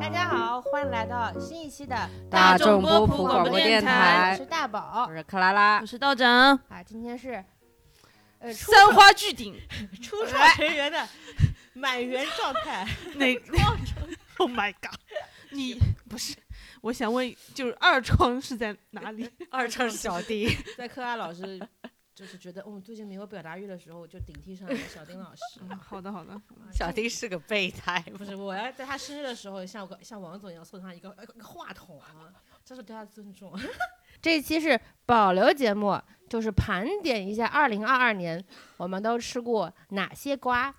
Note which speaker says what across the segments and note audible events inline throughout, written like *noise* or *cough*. Speaker 1: 大家好，欢迎来到新一期的
Speaker 2: 大众波
Speaker 3: 普
Speaker 2: 广播电
Speaker 1: 我
Speaker 2: 台
Speaker 1: 是大宝
Speaker 2: 我是克拉拉
Speaker 3: 我，是道长，
Speaker 1: 啊，今天是呃初
Speaker 3: 三花聚顶，
Speaker 1: 初创成员的满员状态，
Speaker 3: 哪那？Oh my god！你不是，我想问，就是二创是在哪里？
Speaker 1: 二
Speaker 3: *laughs*
Speaker 1: 唱小丁，在克拉老师就是觉得嗯最近没有表达欲的时候，我就顶替上了小丁老
Speaker 2: *laughs*
Speaker 1: 师。
Speaker 3: 嗯好的，好的，
Speaker 1: 啊
Speaker 4: 小丁是个备
Speaker 3: *laughs*
Speaker 4: 胎，
Speaker 1: 不是，我要在他生日的时候，像我像王总一样送他一个一个话筒啊，这是对他的尊重。 *laughs* 这一期是保留节目，就是盘点一下二零二二年我们都吃过哪些瓜，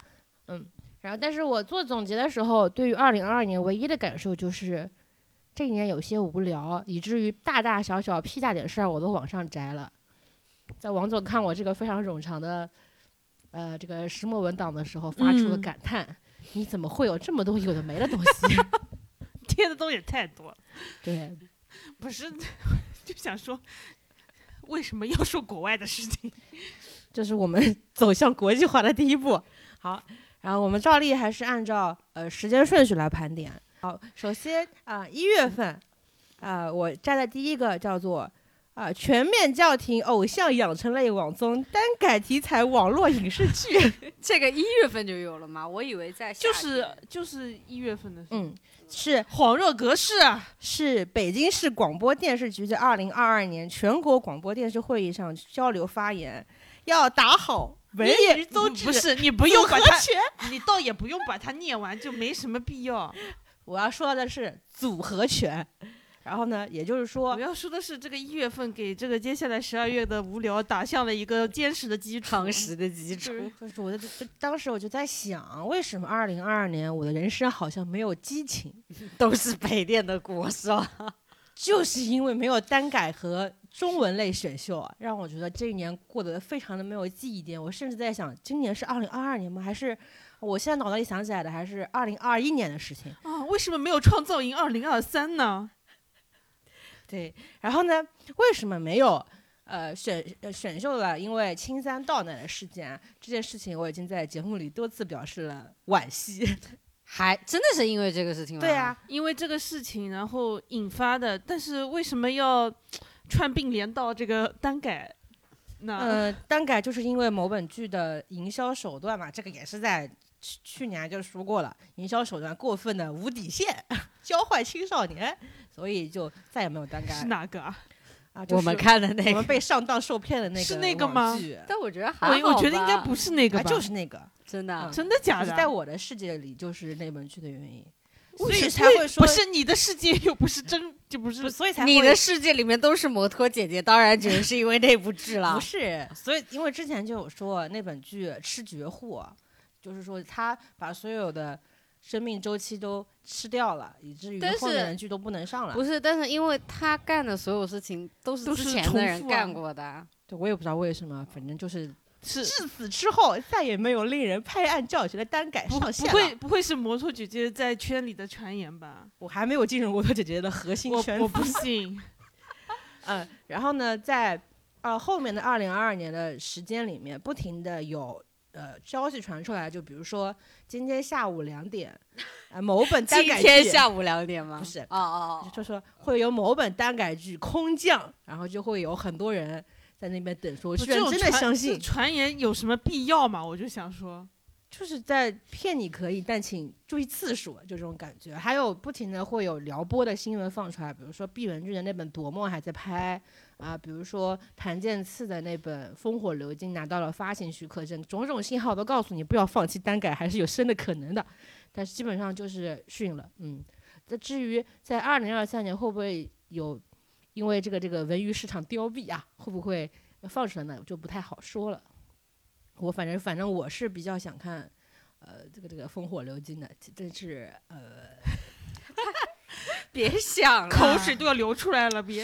Speaker 1: 嗯，然后但是我做总结的时候，对于二零二二年唯一的感受就是，这一年有些无聊，以至于大大小小屁大点事儿我都往上摘了。在王总看我这个非常冗长的，呃，这个石墨文档的时候，发出了
Speaker 3: 嗯
Speaker 1: 感叹。你怎么会有这么多有的没的东西？ *laughs*
Speaker 3: 贴的东西也太多了，
Speaker 1: 对，
Speaker 3: 不是， *laughs* 就想说，为什么要说国外的事 *laughs* 情？
Speaker 1: 这是我们 *laughs* 走向国际化的第一步。好，然后我们照例还是按照呃时间顺序来盘点。好，首先啊，一、月份，啊，我站在第一个叫做啊、全面叫停偶像养成类网综单改题材网络影视
Speaker 3: *laughs*
Speaker 1: 剧。
Speaker 2: 这个一月份就有了吗？我以为在夏
Speaker 3: 就是
Speaker 2: 天
Speaker 3: 就是一月份的事，
Speaker 1: 嗯，是
Speaker 3: 恍若隔世啊！
Speaker 1: 是北京市广播电视局在二零二二年全国广播电视会议上交流发言，要打好文娱综治
Speaker 3: 不是你不
Speaker 1: 不
Speaker 3: 用把它，
Speaker 1: 全。
Speaker 3: 你倒也不用把它念完，就没什么必要。
Speaker 1: 我要说的是组合拳。然后呢，也就是
Speaker 3: 我
Speaker 1: 说，
Speaker 3: 要说的是，这个一月份给这个接下来十二月的无聊打下了一个坚实的基础。
Speaker 2: 常识的基础。
Speaker 3: 就是
Speaker 1: 就是我的就当时我就在想，为什么二零二二年我的人生好像没有激情，
Speaker 4: 都是北电的锅是吧？
Speaker 1: 就是因为没有单改和中文类选秀，啊让我觉得这一年过得非常的没有记忆点。我甚至在想，今年是二零二二年吗？还是我现在脑袋里想起来的还是二零二一年的事情？
Speaker 3: 啊，为什么没有创造营二零二三呢？
Speaker 1: 对，然后呢，为什么没有呃选呃选秀了？因为青山道奶的事件，啊这件事情我已经在节目里多次表示了惋
Speaker 3: *laughs*
Speaker 1: 惜。
Speaker 2: 还真的是因为这个事情吗？
Speaker 1: 对啊，，
Speaker 3: 因为这个事情，然后引发的。但是为什么要串并联到这个单改呢？
Speaker 1: 呃，单改就是因为某本剧的营销手段嘛，这个也是在去去年就说过了，营销手段过分的无底线， *laughs* 教坏青少年，所以就再也没有单改
Speaker 3: 是哪个啊？
Speaker 1: 啊。就
Speaker 4: 我们
Speaker 1: 是
Speaker 4: 看的那
Speaker 1: 我
Speaker 4: 个
Speaker 1: 们被上当受骗的那个
Speaker 3: 是那个吗
Speaker 1: 网剧
Speaker 2: 但我觉得还
Speaker 3: 我
Speaker 2: 好吧
Speaker 3: 我觉得应该不是那个
Speaker 1: 啊，
Speaker 3: 吧？
Speaker 1: 就是那个，
Speaker 2: 真的
Speaker 1: 嗯。
Speaker 2: 啊
Speaker 3: 真的假
Speaker 1: 就是
Speaker 3: 的？
Speaker 1: 在我的世界里就是那本剧的原因，所
Speaker 3: 所
Speaker 1: 以
Speaker 3: 以
Speaker 1: 才会说
Speaker 3: 不是你的世界，又不
Speaker 1: *laughs*
Speaker 3: 是真，就不是。
Speaker 1: 所以才
Speaker 2: 你
Speaker 1: 会
Speaker 2: 的世界里面都是摩托姐姐，当然只是因为那部剧了
Speaker 1: 不。是，所以因为之前就有说那本剧《吃绝户》，就是说他把所有的生命周期都吃掉了，以至于
Speaker 2: 但
Speaker 1: 后面
Speaker 2: 是
Speaker 1: 的剧都不能上了。
Speaker 2: 不是，但是因为他干的所有事情都是
Speaker 3: 都
Speaker 2: 之
Speaker 3: 是
Speaker 2: 前
Speaker 3: 重
Speaker 2: 的人
Speaker 3: 复啊
Speaker 2: 干过的，
Speaker 1: 对，我也不知道为什么，反正就是
Speaker 3: 是
Speaker 1: 至此之后再也没有令人拍案叫绝的单改
Speaker 3: 不
Speaker 1: 上
Speaker 3: 不
Speaker 1: 线了。
Speaker 3: 会不会是摩托姐姐在圈里的传言吧？
Speaker 1: 我还没有进入摩托姐姐的核心
Speaker 3: 我
Speaker 1: 圈
Speaker 3: 我
Speaker 1: 子 *laughs*
Speaker 3: 不信。
Speaker 1: 嗯，然后呢，在呃后面的二零二二年的时间里面，不停的有呃消息传出来，就比如说今天下午两点，呃某本单
Speaker 2: 今
Speaker 1: 改
Speaker 2: 天
Speaker 1: 剧
Speaker 2: 下午两点吗？
Speaker 1: 不是
Speaker 2: 哦哦，
Speaker 1: 就说会有某本单改剧空降，然后就会有很多人在那边等说，我
Speaker 3: 不
Speaker 1: 居然
Speaker 3: 这种
Speaker 1: 真的
Speaker 3: 传
Speaker 1: 相
Speaker 3: 这
Speaker 1: 信，
Speaker 3: 传言有什么必要吗？我就想说，
Speaker 1: 就是在骗你可以，但请注意次数，就这种感觉。还有不停的会有撩拨的新闻放出来，比如说毕文俊的那本《夺梦》还在拍啊，比如说谭健次的那本《烽火流金》拿到了发行许可证，种种信号都告诉你不要放弃单改，还是有生的可能的。但是基本上就是训了，嗯。那至于在二零二三年会不会有因为这个这个文娱市场凋敝啊，会不会放出来呢，就不太好说了。我反正反正我是比较想看，呃，这个这个烽火流金的，但是呃，
Speaker 2: 别
Speaker 1: 啊
Speaker 2: 想了，
Speaker 3: *laughs* 口水都要流出来了，
Speaker 1: *laughs*
Speaker 3: 别。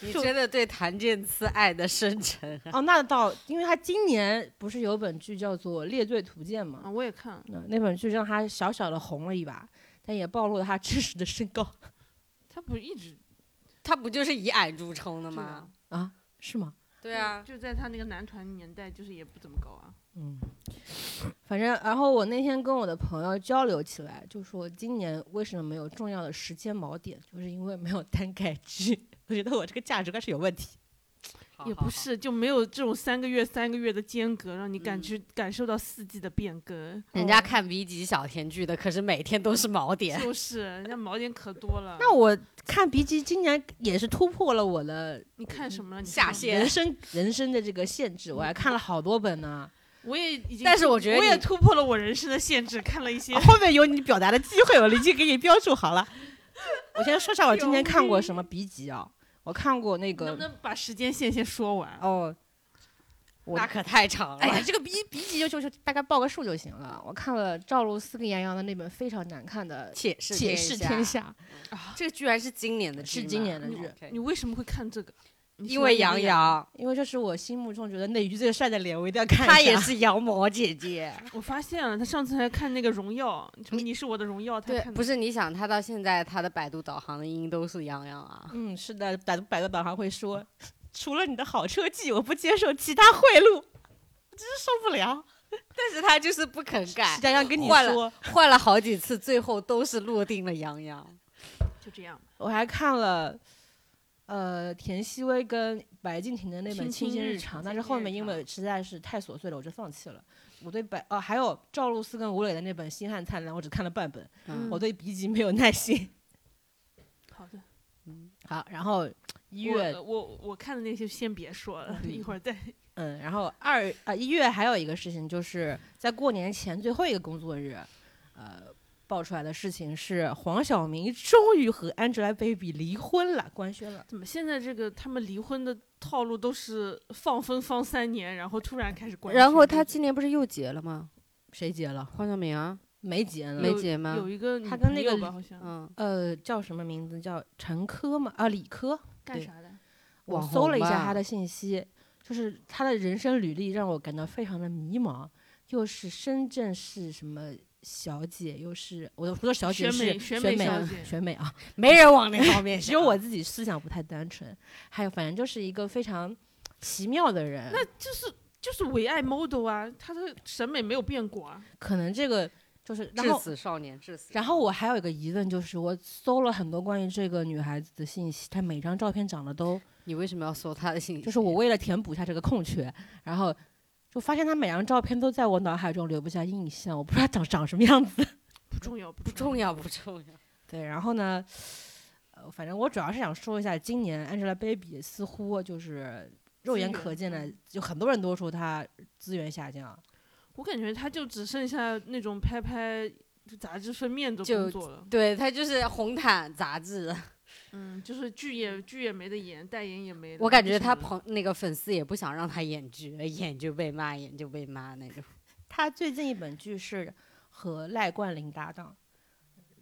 Speaker 2: 你
Speaker 1: 就
Speaker 2: 真的对谭健次爱的深沉啊。
Speaker 1: 哦，那倒，因为他今年不是有本剧叫做《列队图鉴》嘛，
Speaker 3: 啊，我也看，
Speaker 1: 那那本剧让他小小的红了一把，但也暴露了他真实的身高
Speaker 3: 他不一直
Speaker 2: 他不就是以矮著称的
Speaker 3: 对啊
Speaker 2: 吗？
Speaker 1: 啊，是吗？
Speaker 2: 对啊，
Speaker 4: 嗯
Speaker 3: 就在他那个男团年代，就是也不怎么高啊。
Speaker 1: 嗯，反正然后我那天跟我的朋友交流起来，就说今年为什么没有重要的时间锚点，就是因为没有单改剧。我觉得我这个价值观是有问题。
Speaker 4: 哦
Speaker 3: 也不嗯是就没有这种三个月三个月的间隔，让你感知、感受到四季的
Speaker 4: *laughs*
Speaker 3: 变更。
Speaker 4: 人家看 B 级小甜剧的，可是每天都是锚点。
Speaker 3: 就是人家锚点可多了。
Speaker 1: 那我看《鼻基》今年也是突破了我的
Speaker 3: 你看什么了？你
Speaker 4: 下
Speaker 3: 看什么
Speaker 4: 线
Speaker 1: 人生 *laughs* 人生的这个限制，我还看了好多本呢。
Speaker 3: 我也已经，
Speaker 4: 但是我觉得
Speaker 3: 我也
Speaker 4: 你哦
Speaker 3: 突破了我人生的限制，看了一些。
Speaker 1: 啊后面有你表达的机会，我已经给你标注好了。 *laughs* 我先说下我今年看过什么鼻集啊？我看过那
Speaker 3: *laughs* 能不
Speaker 1: 个
Speaker 3: 能把时间线先说完？
Speaker 1: 哦，我
Speaker 4: 那可太长
Speaker 1: 哎
Speaker 4: 了，
Speaker 1: 呀，这个鼻鼻集就就就大概报个数就行了。我看了赵露思跟杨洋的那本非常难看的
Speaker 4: 且
Speaker 1: 《
Speaker 4: 是
Speaker 1: 且试天
Speaker 4: 下，
Speaker 1: 下
Speaker 4: 这居然是今年的，
Speaker 1: 是今年的剧
Speaker 3: 你为什么会看这个？你喜
Speaker 4: 因
Speaker 3: 欢
Speaker 4: 为杨
Speaker 3: 洋，
Speaker 4: 洋，》，
Speaker 1: 因为这是我心目中觉得内娱最帅的脸，我一定要看一下。
Speaker 4: 她也是羊毛姐姐。
Speaker 3: 我发现了，他上次还看那个《荣耀》，什么《你是我的荣耀》，他
Speaker 4: 对，
Speaker 3: 看
Speaker 4: 不是你想，她到现在她的百度导航的音都是杨洋
Speaker 1: *laughs*
Speaker 4: 啊。
Speaker 1: 嗯，是的，百度百度导航会说，除了你的好车技，我不接受其他贿赂，我真是受不了。
Speaker 4: *laughs* 但是她就是不肯改
Speaker 1: 徐，佳阳跟你
Speaker 4: 换
Speaker 1: 说，
Speaker 4: 换了好几次，最后都是落定了杨洋。
Speaker 3: 就这样。
Speaker 1: 我还看了，呃，田曦薇跟白敬亭的那本《
Speaker 3: 亲
Speaker 1: 亲
Speaker 3: 亲
Speaker 1: 近
Speaker 3: 日
Speaker 1: 日
Speaker 3: 常
Speaker 1: 常》，但
Speaker 3: 亲
Speaker 1: 是
Speaker 3: 近
Speaker 1: 后
Speaker 3: 日
Speaker 1: 面因
Speaker 3: 常
Speaker 1: 为实在是太琐碎了，我就放弃了。我对白哦、还有赵露思跟吴磊的那本《星汉灿烂》，我只看了半本，
Speaker 4: 嗯
Speaker 1: 我对笔记没有耐心。 *laughs*
Speaker 3: 好的，
Speaker 1: 好，然后一月，
Speaker 3: 我我我看的那些先别说了，
Speaker 1: 嗯
Speaker 3: *laughs* 一会儿再。
Speaker 1: 嗯，然后二啊、一月还有一个事情，就是在过年前最后一个工作日，呃，爆出来的事情是黄晓明终于和 Angelababy 离婚了，官宣了。
Speaker 3: 怎么现在这个他们离婚的套路都是放风放三年，然后突然开始官宣？
Speaker 4: 然后她今年不是又结了吗？
Speaker 1: 谁结了？
Speaker 4: 黄晓明啊，
Speaker 1: 没结呢。
Speaker 4: 没结吗
Speaker 3: 有一个女
Speaker 1: 他跟那个
Speaker 3: 朋友吧好像
Speaker 4: 嗯，
Speaker 1: 呃，叫什么名字？叫陈科吗？啊，理科。
Speaker 3: 干
Speaker 1: 对
Speaker 3: 啥的？
Speaker 1: 我
Speaker 4: 网
Speaker 1: 搜
Speaker 4: 红
Speaker 1: 了一下
Speaker 4: 吧
Speaker 1: 他的信息，就是他的人生履历让我感到非常的迷茫，又是深圳市什么小姐，又是我的不是小姐
Speaker 3: 选美
Speaker 1: 是
Speaker 3: 选
Speaker 1: 选
Speaker 3: 美小
Speaker 1: 啊
Speaker 3: 姐
Speaker 1: 选美啊，
Speaker 4: 没人往那方面
Speaker 1: 只
Speaker 4: 想。
Speaker 1: 有我自己思想不太单纯，还有反正就是一个非常奇妙的人，那
Speaker 3: 就是就是唯爱 model 啊，他的审美没有变过啊。
Speaker 1: 可能这个就是然
Speaker 4: 致
Speaker 1: 后。
Speaker 4: 死少年，致死。
Speaker 1: 然后我还有一个疑问，就是我搜了很多关于这个女孩子的信息，她每张照片长得都
Speaker 4: 你为什么要搜他的信息？
Speaker 1: 就是我为了填补一下这个空缺，然后就发现他每张照片都在我脑海中留不下印象，我不知道长 *laughs* 长什么样子。
Speaker 3: 不重要，不
Speaker 4: 不 *laughs* 重要，不重要。
Speaker 1: 对，然后呢，呃，反正我主要是想说一下，今年 Angelababy 似乎就是肉
Speaker 3: 资
Speaker 1: 眼
Speaker 3: 源
Speaker 1: 可见的
Speaker 3: 嗯，
Speaker 1: 就很多人都说她资源下降。
Speaker 3: 我感觉他就只剩下那种拍拍就杂志封面的工作了。
Speaker 4: *laughs* 对他就是红毯杂 *laughs* 志，
Speaker 3: 嗯，就是剧也剧也没得演，代言也没了。
Speaker 4: 我感觉
Speaker 3: 就是
Speaker 4: 他朋那个粉丝也不想让他演剧，演就被骂，演就被骂那种。
Speaker 1: 她最近一本剧是和赖冠霖搭档，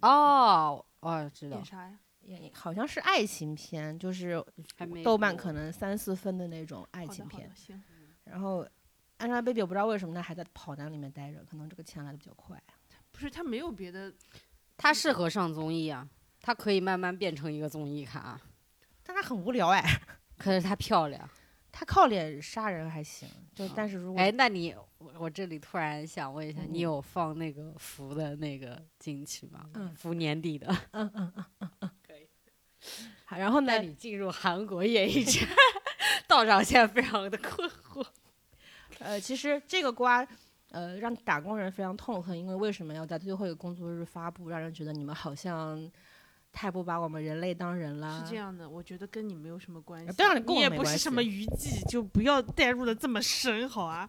Speaker 4: 哦，哦，知道
Speaker 3: 演，啥呀？
Speaker 1: 也好像是爱情片，就是
Speaker 4: 还没
Speaker 1: 豆瓣
Speaker 4: 播
Speaker 1: 可能三四分的那种爱
Speaker 3: 爱
Speaker 1: 情片。
Speaker 3: 行，
Speaker 1: 然后 Angelababy 我不知道为什么她还在跑男里面待着，可能这个钱来的比较快。
Speaker 3: 不是他没有别的，
Speaker 4: 他适合上综艺啊，他可以慢慢变成一个综艺咖。
Speaker 1: 但她很无聊哎，
Speaker 4: 可是她漂亮，
Speaker 1: 她靠脸杀人还行，就但是如果、
Speaker 4: 哎，那你我我这里突然想问一下，
Speaker 1: 嗯
Speaker 4: 你有放那个福的那个进去吗？
Speaker 1: 嗯
Speaker 4: 福年底的，
Speaker 1: 好然后呢
Speaker 4: 带，你进入韩国演艺圈， *laughs* 道长现在非常的困惑。
Speaker 1: 呃，其实这个瓜。呃，让打工人非常痛恨，因为为什么要在最后一个工作日发布，让人觉得你们好像太不把我们人类当人了。
Speaker 3: 是这样的，我觉得跟你没有什么关系。
Speaker 1: 啊当然跟我
Speaker 3: 你也
Speaker 1: 没
Speaker 3: 不是
Speaker 1: 关系
Speaker 3: 什么娱记，就不要带入的这么深，好啊。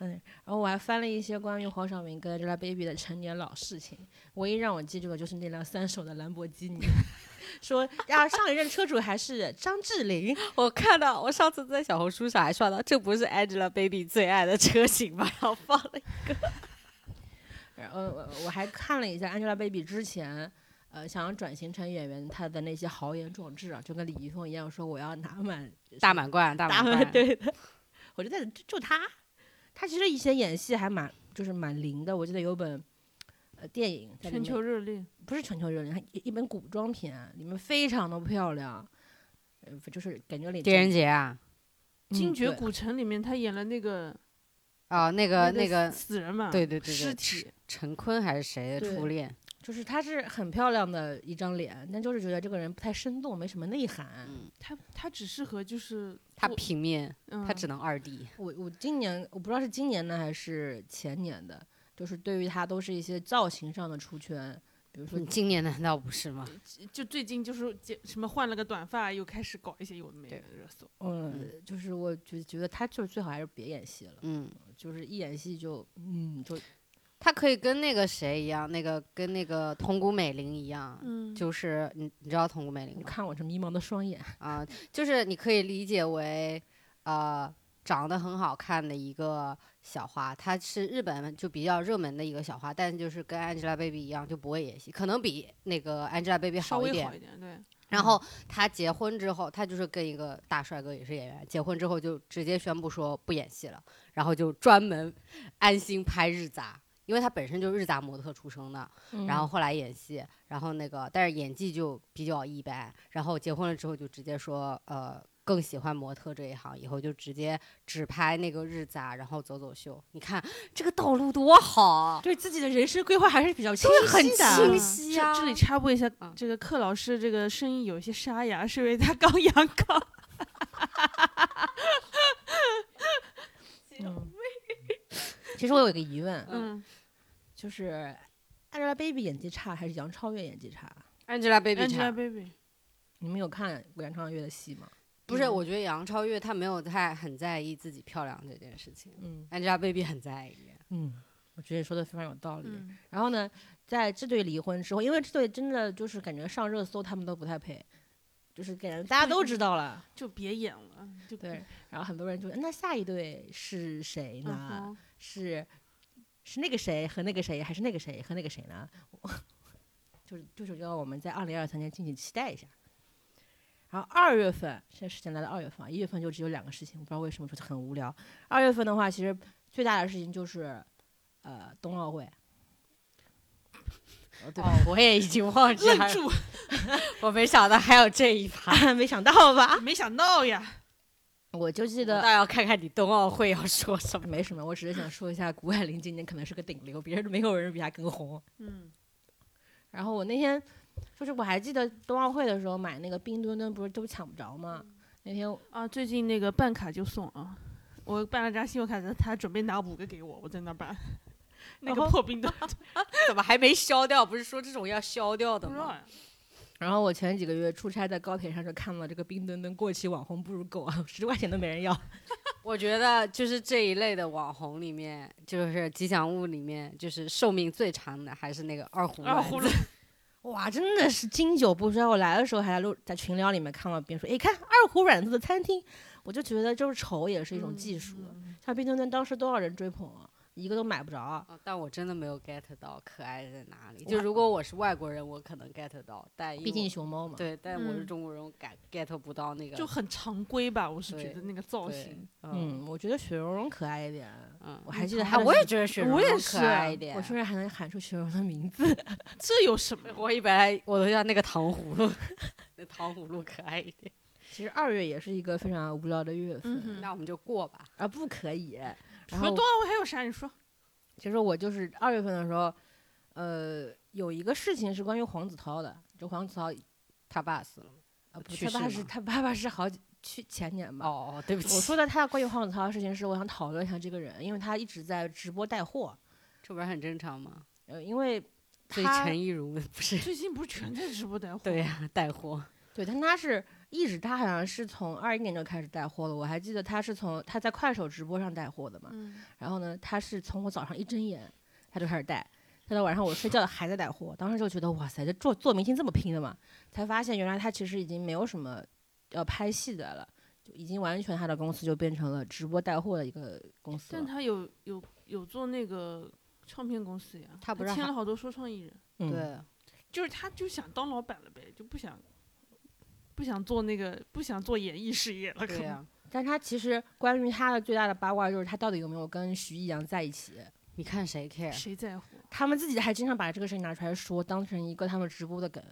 Speaker 1: 然后我还翻了一些关于黄晓明跟 Angelababy 的陈年老事情，唯一让我记住的就是那辆三手的兰博基尼， *laughs* 说啊上一任车主还是张智霖，
Speaker 4: 我看到，我上次在小红书上还刷到，这不是 Angelababy 最爱的车型吗？然后放了，
Speaker 1: 然后我我还看了一下 Angelababy 之前，呃，想要转型成演员，她的那些豪言壮志啊，就跟李易峰一样，说我要拿满
Speaker 4: 大满贯，大
Speaker 1: 大
Speaker 4: 满
Speaker 1: 满，
Speaker 4: 贯，
Speaker 1: 对的。我觉得就就她，她其实以前演戏还蛮就是蛮灵的。我记得有本呃电影在里
Speaker 3: 全
Speaker 1: 面，
Speaker 3: 球热恋，
Speaker 1: 不是全球热恋，它一一本古装片，里面非常的漂亮，呃，就是感觉里
Speaker 4: 狄仁杰啊，
Speaker 3: 《惊
Speaker 1: 嗯
Speaker 3: 觉
Speaker 1: 对
Speaker 3: 古城》里面他演了那个
Speaker 4: 啊，那个那个，
Speaker 3: 死人嘛，
Speaker 4: 对对对
Speaker 3: 尸
Speaker 4: 对，
Speaker 3: 体
Speaker 4: 陈坤还是谁的
Speaker 1: 对
Speaker 4: 初恋？
Speaker 1: 就是她是很漂亮的一张脸，但就是觉得这个人不太生动，没什么内涵。
Speaker 4: 嗯，
Speaker 3: 他他只适合就是
Speaker 4: 他
Speaker 3: 做
Speaker 4: 平面，
Speaker 3: 嗯
Speaker 4: 他只能二 D。
Speaker 1: 我我今年我不知道是今年的还是前年的，就是对于她都是一些造型上的出圈，比如说
Speaker 4: 你今年难道不是吗？
Speaker 3: 就最近就是结什么换了个短发，又开始搞一些有的没的热搜。
Speaker 1: 嗯，就是我觉觉得她就是最好还是别演戏了，
Speaker 4: 嗯，
Speaker 1: 就是一演戏就嗯就
Speaker 4: 他可以跟那个谁一样，那个跟那个桐谷美玲一样，
Speaker 3: 嗯
Speaker 4: 就是你你知道桐谷美玲
Speaker 1: 你
Speaker 4: 吗？
Speaker 1: 看我这迷茫的双眼，
Speaker 4: 啊、就是你可以理解为，呃，长得很好看的一个小花，她是日本就比较热门的一个小花，但就是跟 Angelababy 一样，就不会演戏，可能比那个 Angelababy
Speaker 3: 稍
Speaker 4: 好一
Speaker 3: 微
Speaker 4: 点
Speaker 3: 好。一点，对，嗯
Speaker 4: 然后她结婚之后，她就是跟一个大帅哥也是演员，结婚之后就直接宣布说不演戏了，然后就专门安心拍日杂，因为她本身就是日杂模特出生的。嗯然后后来演戏，然后那个但是演技就比较一般，然后结婚了之后就直接说呃更喜欢模特这一行，以后就直接只拍那个日杂，然后走走秀。你看这个道路多好，
Speaker 1: 对自己的人生规划还是比较清
Speaker 4: 就是很
Speaker 1: 晰
Speaker 3: 啊
Speaker 4: 清
Speaker 1: 的。
Speaker 4: 晰
Speaker 3: 这
Speaker 4: 啊。
Speaker 3: 这里插播一下
Speaker 4: 啊，
Speaker 3: 这个克老师这个声音有一些沙哑，是因为他 *laughs* 刚阳康。
Speaker 1: 嗯、 *laughs* 其实我有一个疑问，
Speaker 3: 嗯，
Speaker 1: 就是 Angelababy 演技差还是杨超越演技差？
Speaker 4: Angelababy 差
Speaker 3: 嗯 Angelababy，
Speaker 1: 你们有看过杨超越的戏吗？
Speaker 4: 不是，我觉得杨超越她没有太很在意自己漂亮这件事情
Speaker 1: 嗯
Speaker 4: ，Angelababy 很在意。
Speaker 1: 嗯，我觉得说的非常有道理。
Speaker 3: 嗯，
Speaker 1: 然后呢，在这对离婚之后，因为这对真的就是感觉上热搜，他们都不太配，就是感觉大家都知道了。
Speaker 3: 就别演了，就
Speaker 1: 对，然后很多人就那下一对是谁
Speaker 3: 嗯
Speaker 1: 呢？
Speaker 3: 哼
Speaker 1: 是是那个谁和那个谁，还是那个谁和那个谁呢？ *laughs* 就是就是要我们在二零二三年敬请期待一下。然后二月份，现在时间来到二月份啊，一月份就只有两个事情，我不知道为什么说很无聊。二月份的话，其实最大的事情就是呃冬奥会，
Speaker 4: 哦，我也已经忘记了
Speaker 3: 愣， *laughs* 住，
Speaker 4: 我没想到还有这一
Speaker 1: *laughs*
Speaker 4: 趴。
Speaker 1: 没想到吧？
Speaker 3: 没想到呀，
Speaker 1: 我就记
Speaker 4: 我
Speaker 1: 得
Speaker 4: 倒要看看你冬奥会要说什么。
Speaker 1: 没什么，我只是想说一下，谷爱凌今年可能是个顶流，别人没有人比她更红。
Speaker 3: 嗯，
Speaker 1: 然后我那天就是我还记得冬奥会的时候买那个冰墩墩，不是都抢不着吗？那天
Speaker 3: 啊，最近那个办卡就送啊，我办了张信用卡，他准备拿五个给我，我在那儿办，那
Speaker 1: 然
Speaker 3: 个
Speaker 1: 后
Speaker 3: 破 *laughs* 冰的，
Speaker 4: 怎么还没消掉？不是说这种要消掉的
Speaker 3: 不知道
Speaker 4: 吗？
Speaker 3: 呀，
Speaker 1: 然后我前几个月出差在高铁上就看到这个冰墩墩过期网红不如狗啊，十块钱都没人要。
Speaker 4: 我觉得就是这一类的网红里面，就是吉祥物里面，就是寿命最长的还是那个二胡
Speaker 3: 二胡
Speaker 4: 丸子
Speaker 3: 了，
Speaker 1: 哇，真的是经久不衰。我来的时候还在路在群聊里面看到别人说，哎，看二胡软子的餐厅，我就觉得就是丑也是一种技术。
Speaker 3: 嗯
Speaker 1: 像冰墩墩当时多少人追捧啊，一个都买不着。
Speaker 4: 啊但我真的没有 get 到可爱在哪里。就如果我是外国人，我可能 get 到，但因为
Speaker 1: 毕竟
Speaker 4: 我
Speaker 1: 熊猫嘛，
Speaker 4: 对，但我是
Speaker 3: 嗯
Speaker 4: 中国人，我感 get 不到那个
Speaker 3: 就很常规吧，我是
Speaker 4: 对
Speaker 3: 觉得那个造
Speaker 4: 对
Speaker 3: 型，
Speaker 4: 嗯
Speaker 1: 嗯，我觉得雪融融可爱一点。
Speaker 4: 嗯
Speaker 1: 我还记得
Speaker 4: 啊，
Speaker 1: 她的
Speaker 4: 我也啊觉得雪
Speaker 3: 我
Speaker 4: 容
Speaker 3: 也
Speaker 4: 融
Speaker 3: 是
Speaker 4: 可爱一点
Speaker 1: 我。甚至还能喊出雪融融的名字。
Speaker 3: 这有什么？嗯
Speaker 4: 我一般我都叫那个糖葫芦， *laughs* 那糖葫芦可爱一点。
Speaker 1: 其实二月也是一个非常无聊的月份、
Speaker 3: 嗯哼
Speaker 4: 那我们就过吧。
Speaker 1: 啊，不可以。然
Speaker 3: 除了
Speaker 1: 后
Speaker 3: 冬奥会还有啥？你说，
Speaker 1: 其实我就是二月份的时候，呃，有一个事情是关于黄子韬的，就黄子韬
Speaker 4: 他爸死了吗。
Speaker 1: 啊，不，
Speaker 4: 去
Speaker 1: 他爸
Speaker 4: 世
Speaker 1: 是
Speaker 4: 吗
Speaker 1: 他爸爸是好几去前年吧。
Speaker 4: 哦，对不起，
Speaker 1: 我说的他关于黄子韬的事情是，我想讨论一下这个人，因为他一直在直播带货，
Speaker 4: 这不是很正常吗？
Speaker 1: 呃，因为
Speaker 4: 所以
Speaker 1: 他
Speaker 4: 陈亦儒不是
Speaker 3: 最近不是全在直播带货？
Speaker 4: 对呀、带货，
Speaker 1: 对，但他是一直他好像是从二一年就开始带货了，我还记得他是从他在快手直播上带货的嘛，
Speaker 3: 嗯，
Speaker 1: 然后呢，他是从我早上一睁眼他就开始带，带到晚上我睡觉还在带货，当时就觉得哇塞，这做做明星这么拼的嘛，才发现原来他其实已经没有什么要拍戏的了，就已经完全他的公司就变成了直播带货的一个公司
Speaker 3: 但
Speaker 1: 了。
Speaker 3: 他有有有做那个唱片公司呀，
Speaker 4: 他不是
Speaker 3: 签
Speaker 4: 还
Speaker 3: 了好多说唱艺人，
Speaker 1: 嗯，
Speaker 4: 对，
Speaker 3: 就是他就想当老板了呗，就不想不想做那个不想做演艺事业了，可
Speaker 4: 对呀、
Speaker 3: 能
Speaker 1: 但他其实关于他的最大的八卦就是他到底有没有跟徐艺洋在一起。
Speaker 4: 你看谁 care？
Speaker 3: 谁在乎？
Speaker 1: 他们自己还经常把这个事情拿出来说，当成一个他们直播的梗，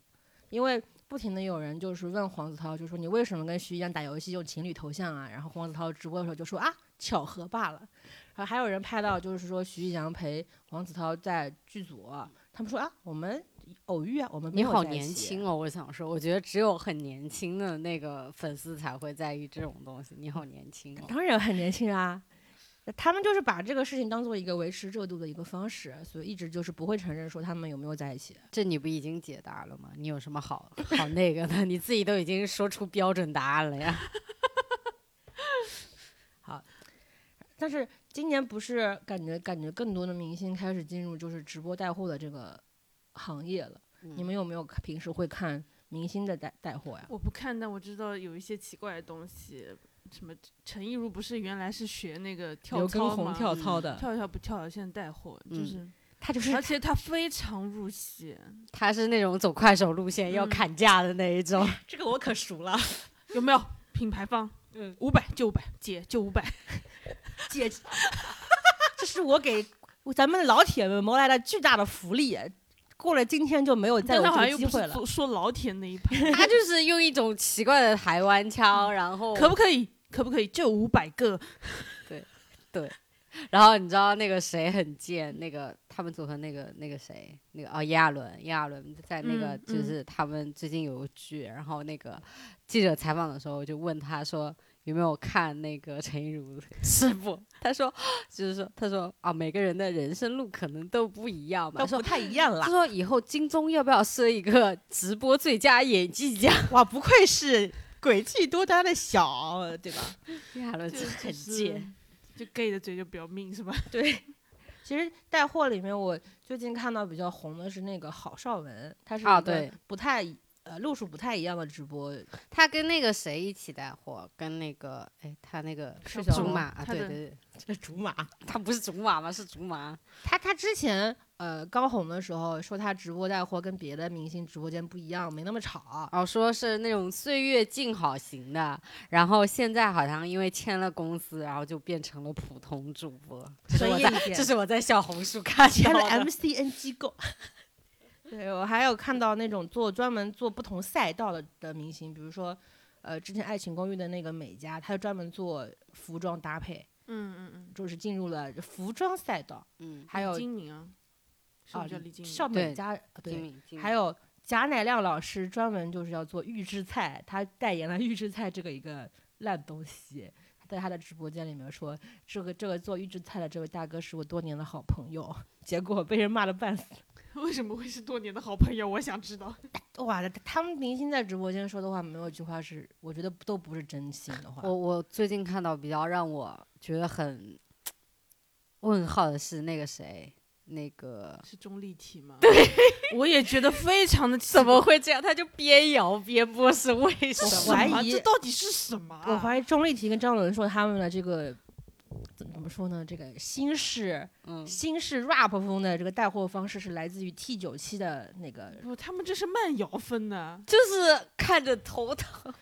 Speaker 1: 因为不停的有人就是问黄子韬，就说你为什么跟徐艺洋打游戏用情侣头像啊？然后黄子�韬直播的时候就说啊，巧合罢了。然后还有人拍到，就是说徐艺洋陪黄子韬在剧组，他们说啊，我们偶遇啊，我们没
Speaker 4: 你
Speaker 1: 有
Speaker 4: 好
Speaker 1: 在一
Speaker 4: 年
Speaker 1: 起
Speaker 4: 轻哦！我想说，我觉得只有很年轻的那个粉丝才会在意这种东西。你好年轻哦！
Speaker 1: 当然很年轻啊。那他们就是把这个事情当做一个维持热度的一个方式，所以一直就是不会承认说他们有没有在一起。
Speaker 4: 这你不已经解答了吗？你有什么 *laughs* 好好那个的？你自己都已经说出标准答案了呀！
Speaker 1: 但是今年不是感觉感觉更多的明星开始进入就是直播带货的这个行业了。
Speaker 4: 嗯 *laughs*
Speaker 1: 你们有没有看平时会看明星的带带货呀？
Speaker 3: 我不看，但我知道有一些奇怪的东西，什么陈亦儒不是原来是学那个跳
Speaker 1: 刘畊
Speaker 3: 操
Speaker 1: 宏
Speaker 3: 吗？
Speaker 1: 跳操的，
Speaker 3: 跳一跳不跳了，现在带货就是，
Speaker 1: 他 *laughs*
Speaker 3: *laughs*
Speaker 1: 就是
Speaker 3: 而且他非常入戏。
Speaker 4: 他是那种走快手路线要
Speaker 3: 嗯
Speaker 4: 砍价的那一种， *laughs*
Speaker 1: 这个我可熟了，
Speaker 3: 有没有 *laughs* 品牌方？嗯，五百就五百，姐就五百。
Speaker 1: *laughs* 姐，这是我给咱们老铁们谋来的巨大的福利。过了今天就没有 *laughs* 再
Speaker 3: 但
Speaker 1: 有
Speaker 3: 他
Speaker 1: 这
Speaker 3: 好
Speaker 1: 个
Speaker 3: 像又
Speaker 1: 机
Speaker 3: 不
Speaker 1: 会
Speaker 3: 是
Speaker 1: 了。
Speaker 3: 说说老铁那一派，
Speaker 1: *laughs*
Speaker 4: 他就是用一种奇怪的台湾腔，然后
Speaker 3: 可不可以？可不可以？就五百个，
Speaker 4: 然后你知道那个谁很贱，那个他们组合那个那个谁，那个哦炎亚纶，炎亚纶在那个
Speaker 3: 嗯
Speaker 4: 就
Speaker 3: 嗯
Speaker 4: 是他们最近有个剧，然后那个记者采访的时候我就问他说有没有看那个陈亦儒直播， *laughs* 他说就是说他说啊每个人的人生路可能都不一样
Speaker 1: 都
Speaker 4: 嘛，他说
Speaker 1: 不太一样了。
Speaker 4: 他说以后金钟要不要设一个直播最佳演技奖？
Speaker 1: 哇，不愧是诡计多端的小，对吧？
Speaker 4: 炎亚纶
Speaker 3: 就
Speaker 4: 真的很
Speaker 3: 就是
Speaker 4: 贱，
Speaker 3: 就 gay 的嘴就比较命是吧？
Speaker 1: *laughs* 对。其实带货里面，我最近看到比较红的是那个郝邵文，他是
Speaker 4: 啊
Speaker 1: 一个
Speaker 4: 对
Speaker 1: 不太一呃路数不太一样的直播，
Speaker 4: 他跟那个谁一起带货，跟那个哎他那个
Speaker 1: 是
Speaker 3: 小
Speaker 4: 竹
Speaker 3: 王
Speaker 4: 马
Speaker 1: *laughs*
Speaker 4: 啊，
Speaker 3: 他
Speaker 4: 对
Speaker 3: 的
Speaker 4: 对对。
Speaker 1: 这竹马。
Speaker 4: 他不是竹马吗？是竹马。
Speaker 1: 他他之前呃刚红的时候说他直播带货跟别的明星直播间不一样，没那么吵。
Speaker 4: 哦，说是那种岁月静好型的，然后现在好像因为签了公司，然后就变成了普通主播。 *laughs* 这是
Speaker 1: 专
Speaker 4: 我
Speaker 1: 业
Speaker 4: 在
Speaker 1: 一点
Speaker 4: 这是我在小红书 *laughs* 看
Speaker 1: 签了
Speaker 4: 到的。
Speaker 1: MCN 机构。 *laughs* 对我还有看到那种做专门做不同赛道的的明星，比如说，呃，之前《爱情公寓》的那个美嘉，她就专门做服装搭配，
Speaker 3: 嗯嗯嗯，
Speaker 1: 就是进入了服装赛道。
Speaker 4: 嗯，
Speaker 1: 还有
Speaker 3: 金明啊，是不
Speaker 1: 呃啊
Speaker 3: 是叫李金，明？
Speaker 1: 邵美
Speaker 4: 对
Speaker 1: 嘉，
Speaker 4: 金
Speaker 1: 呃对，
Speaker 4: 敏，金
Speaker 1: 还
Speaker 4: 敏
Speaker 1: 有贾乃亮老师专门就是要做预制菜，他代言了预制菜这个一个烂东西。他在他的直播间里面说，这个这个做预制菜的这位大哥是我多年的好朋友，结果被人骂的半死。
Speaker 3: *laughs* 为什么会是多年的好朋友？我想知道。
Speaker 1: 哇，他们明星在直播间说的话，没有一句话是我觉得都不是真心的话。
Speaker 4: 我我最近看到比较让我觉得很问号的是那个谁，那个
Speaker 3: 是钟丽缇吗？对，我也觉得非常的奇
Speaker 4: *laughs*
Speaker 3: *laughs*
Speaker 4: 怎么
Speaker 3: 怪
Speaker 4: 会这样？他就边摇边播，是为什
Speaker 1: 我
Speaker 4: 么？
Speaker 1: 怀
Speaker 3: 啊
Speaker 1: 疑
Speaker 3: 这到底是什么啊？
Speaker 1: 我怀疑钟丽缇跟张伦硕他们的这个怎怎么说呢？这个新式
Speaker 4: 嗯，
Speaker 1: 新式 rap 风的这个带货方式是来自于 T 九七的那个，
Speaker 3: 不，他们这是慢摇风的，
Speaker 4: 就是看着头疼。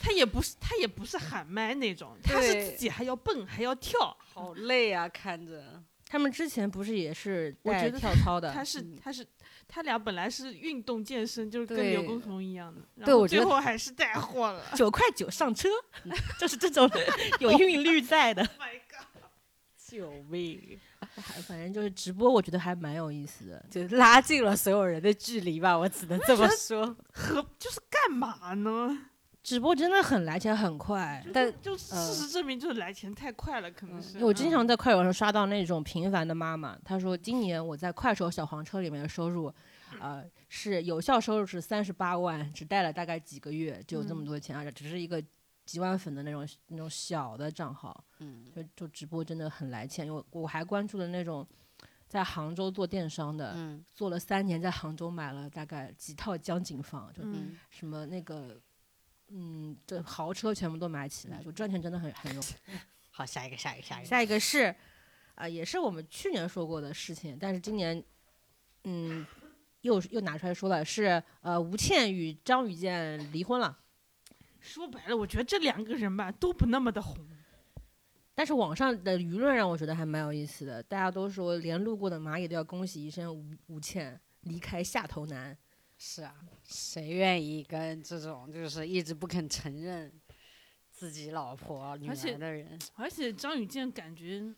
Speaker 3: 他也不是他也不是喊麦那种，他是
Speaker 4: 对
Speaker 3: 自己还要蹦还要跳，
Speaker 4: 好累啊，看着。
Speaker 1: 他们之前不是也是
Speaker 3: 我
Speaker 1: 带
Speaker 3: 觉得
Speaker 1: 跳操的
Speaker 3: 他，是
Speaker 4: 嗯
Speaker 3: 他是他俩本来是运动健身，就是跟
Speaker 4: 对
Speaker 3: 刘畊宏一样的，然
Speaker 4: 对
Speaker 3: 后
Speaker 4: 我觉
Speaker 3: 最
Speaker 4: 得
Speaker 3: 后还是带货了。
Speaker 1: *laughs* *laughs* 九块九上车，就是这 *laughs* 种有韵律在的。
Speaker 3: Oh my god！
Speaker 4: 救命！
Speaker 1: 反正就是直播，我觉得还蛮有意思的。
Speaker 4: 就拉近了所有人的距离吧，我只能这么说。
Speaker 3: 和就是干嘛呢？
Speaker 1: 直播真的很来钱很快，
Speaker 4: 但
Speaker 3: 就事实证明，就是来钱太快了，可能是。
Speaker 1: 我经
Speaker 3: 嗯
Speaker 1: 常在快手上刷到那种平凡的妈妈，她说今年我在快手小黄车里面的收入，呃，是有效收入是三十八万，只带了大概几个月就有这么
Speaker 3: 嗯
Speaker 1: 多钱，而且只是一个几万粉的那种那种小的账号，
Speaker 4: 嗯，
Speaker 1: 就就直播真的很来钱。因为我还关注了那种在杭州做电商的，
Speaker 4: 嗯
Speaker 1: 做了三年，在杭州买了大概几套江景房，就
Speaker 3: 嗯，
Speaker 1: 什么那个。嗯，这豪车全部都买起来，就赚钱真的很很容易。
Speaker 4: 好，下一个，下一个，下一
Speaker 1: 嗯 *laughs*
Speaker 4: 个。
Speaker 1: 下一个是，啊、也是我们去年说过的事情，但是今年，嗯，又又拿出来说了，是呃，吴倩与张雨健离婚了。
Speaker 3: 说白了，我觉得这两个人吧都不那么的红。
Speaker 1: 但是网上的舆论让我觉得还蛮有意思的，大家都说连路过的蚂蚁都要恭喜一声吴吴倩离开下头男。
Speaker 4: 是啊，谁愿意跟这种就是一直不肯承认自己老婆女
Speaker 3: 而且
Speaker 4: 儿的人，
Speaker 3: 而且张雨健感觉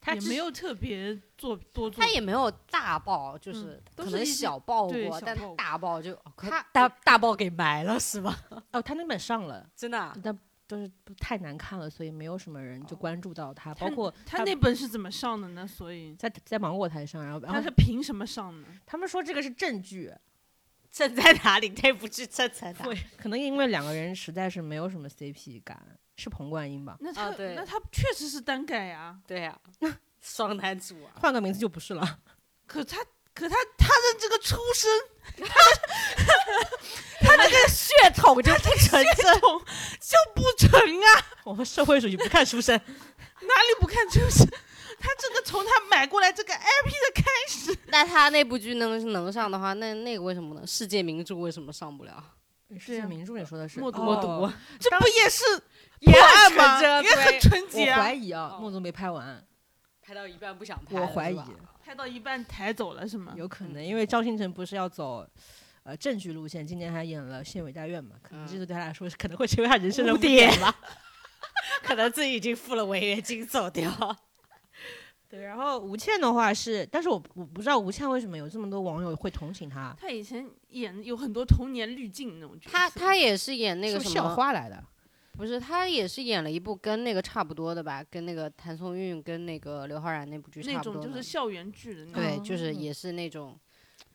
Speaker 1: 他
Speaker 3: 也
Speaker 1: 只
Speaker 3: 没有特别做多做，
Speaker 4: 他也没有大爆，就是
Speaker 3: 嗯都
Speaker 4: 可
Speaker 3: 是
Speaker 4: 能
Speaker 3: 一些
Speaker 4: 小爆
Speaker 3: 对
Speaker 4: 过，
Speaker 3: 小
Speaker 4: 但
Speaker 3: 爆过
Speaker 4: 大爆就
Speaker 1: 他
Speaker 4: 哦大大爆给埋了是 *laughs* 吧？
Speaker 1: 哦，他那本上了，
Speaker 4: 真的啊
Speaker 1: 但就是不太难看了，所以没有什么人就
Speaker 4: 哦
Speaker 1: 关注到他，
Speaker 3: 他
Speaker 1: 包括
Speaker 3: 他那本是怎么上的呢？所以
Speaker 1: 在在芒果台上，然后然
Speaker 3: 他
Speaker 1: 后
Speaker 3: 嗯是凭什么上呢？
Speaker 1: 他们说这个是正剧，
Speaker 4: 正在哪里？这部剧正在哪里？
Speaker 1: 可能因为两个人实在是没有什么 CP 感，是彭冠英吧？
Speaker 3: 那他、
Speaker 4: 对
Speaker 3: 那他确实是单改啊，
Speaker 4: *laughs* 对呀、双男主啊，
Speaker 1: 换个名字就不是了。 *laughs*
Speaker 3: 可他可他他的这个出身，他的他那个血
Speaker 4: 统就不纯正。
Speaker 3: 统就不纯啊，
Speaker 1: 我们社会主义不看出身，
Speaker 3: 哪里不看就是 *laughs* 他这个从他买过来这个 IP 的开始，
Speaker 4: 那他那部剧能能上的话，那那个为什么呢？世界名著为什么上不了？
Speaker 1: *laughs* 是名著你说的是
Speaker 3: 默读
Speaker 1: 默
Speaker 4: 哦
Speaker 1: 读。
Speaker 3: 这不也是
Speaker 4: 也
Speaker 3: 破
Speaker 4: 很
Speaker 3: 案吗？ *laughs*
Speaker 4: 纯正，
Speaker 3: 也很
Speaker 4: 对，
Speaker 3: 纯
Speaker 1: 我
Speaker 3: 洁啊
Speaker 1: 怀。疑啊，
Speaker 4: 哦
Speaker 1: 默读没拍完，
Speaker 4: 拍到一半不想拍了，
Speaker 1: 我怀疑
Speaker 4: 是吧
Speaker 3: 拍到一半抬走了是吗？
Speaker 1: 有可能，
Speaker 4: 嗯
Speaker 1: 因为赵新成不是要走。呃，正剧路线，今年还演了《县委大院》嘛，可能
Speaker 4: 嗯
Speaker 1: 这个对他来说是可能会成为他人生的
Speaker 4: 污
Speaker 1: 污点吧。
Speaker 4: *laughs* 可能自己已经付了违约金走掉。
Speaker 1: 对，然后吴倩的话是，但是我我不知道吴倩为什么有这么多网友会同情她，
Speaker 3: 他以前演有很多童年滤镜那种角色，
Speaker 4: 他他也是演那个
Speaker 1: 是不
Speaker 4: 什
Speaker 1: 是
Speaker 4: 么
Speaker 1: 校，花来的。
Speaker 4: 不是他也是演了一部跟那个差不多的吧，跟那个谭松韵跟那个刘昊然那部剧
Speaker 3: 那
Speaker 4: 差不
Speaker 3: 种
Speaker 4: 多的。
Speaker 3: 就是校园剧的那种。
Speaker 4: 对，
Speaker 1: 哦
Speaker 4: 就是也是那种。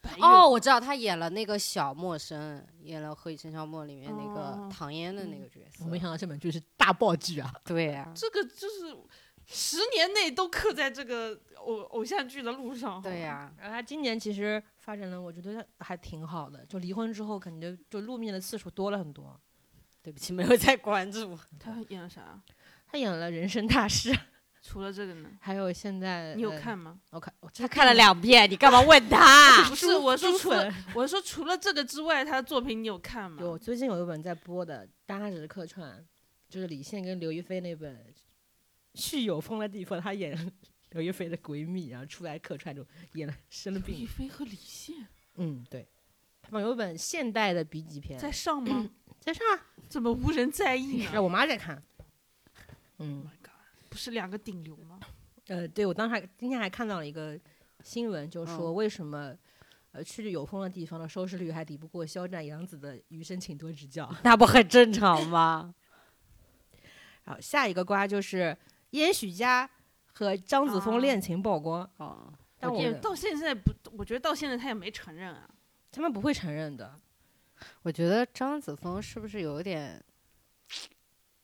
Speaker 3: 白月
Speaker 4: 哦，我知道他演了那个小莫生，演了《何以笙箫默》里面那
Speaker 3: 哦
Speaker 4: 个唐嫣的那
Speaker 3: 嗯
Speaker 4: 个角色
Speaker 1: 我。没想到这本剧是大爆剧啊！ *laughs*
Speaker 4: 对啊，
Speaker 3: 这个就是十年内都刻在这个偶偶像剧的路上。
Speaker 4: 对啊呀、
Speaker 1: 然后她今年其实发展的，我觉得还挺好的。就离婚之后，感觉就露面的次数多了很多。
Speaker 4: 对不起，没有再关注。
Speaker 3: 他演了啥？
Speaker 1: 她演了《人生大事》，
Speaker 3: 除了这个呢？
Speaker 1: 还有现在
Speaker 3: 你有
Speaker 1: 呃
Speaker 3: 看吗？
Speaker 1: 我看，我
Speaker 4: 他看了两遍，你干嘛问他？ *laughs*
Speaker 3: 不是，我说
Speaker 1: 朱
Speaker 3: 除了
Speaker 1: 粉
Speaker 3: 我说除了这个之外，他的作品你有看吗？
Speaker 1: 有最近有一本在播的《搭着客串》，就是李现跟刘亦菲那本《去有风的地方》，她演 *laughs* 刘亦菲的闺蜜，然后出来客串就演了生了
Speaker 3: 刘亦
Speaker 1: 病。
Speaker 3: 菲和李现
Speaker 1: *laughs* 嗯，对。他们有一本现代的 B 级片，
Speaker 3: 在上吗？
Speaker 1: 在上啊，
Speaker 3: 怎么无人在意呢
Speaker 1: 哎让我妈在看。
Speaker 3: ？Oh
Speaker 1: 嗯，
Speaker 3: my god！不是两个顶流吗？
Speaker 1: 呃，对我当时还今天还看到了一个新闻，就说为什么、呃去有风的地方的收视率还抵不过肖战、杨紫的《余生请多指 *laughs* 教》。
Speaker 4: 那不很正常吗？
Speaker 1: 好，下一个瓜就是燕许家和张子
Speaker 3: 啊
Speaker 1: 枫恋情曝光，
Speaker 4: 哦，
Speaker 1: 但我
Speaker 3: 也
Speaker 1: 们
Speaker 3: 到现在不，我觉得到现在他也没承认啊。
Speaker 1: 他们不会承认的。
Speaker 4: 我觉得张子枫是不是有点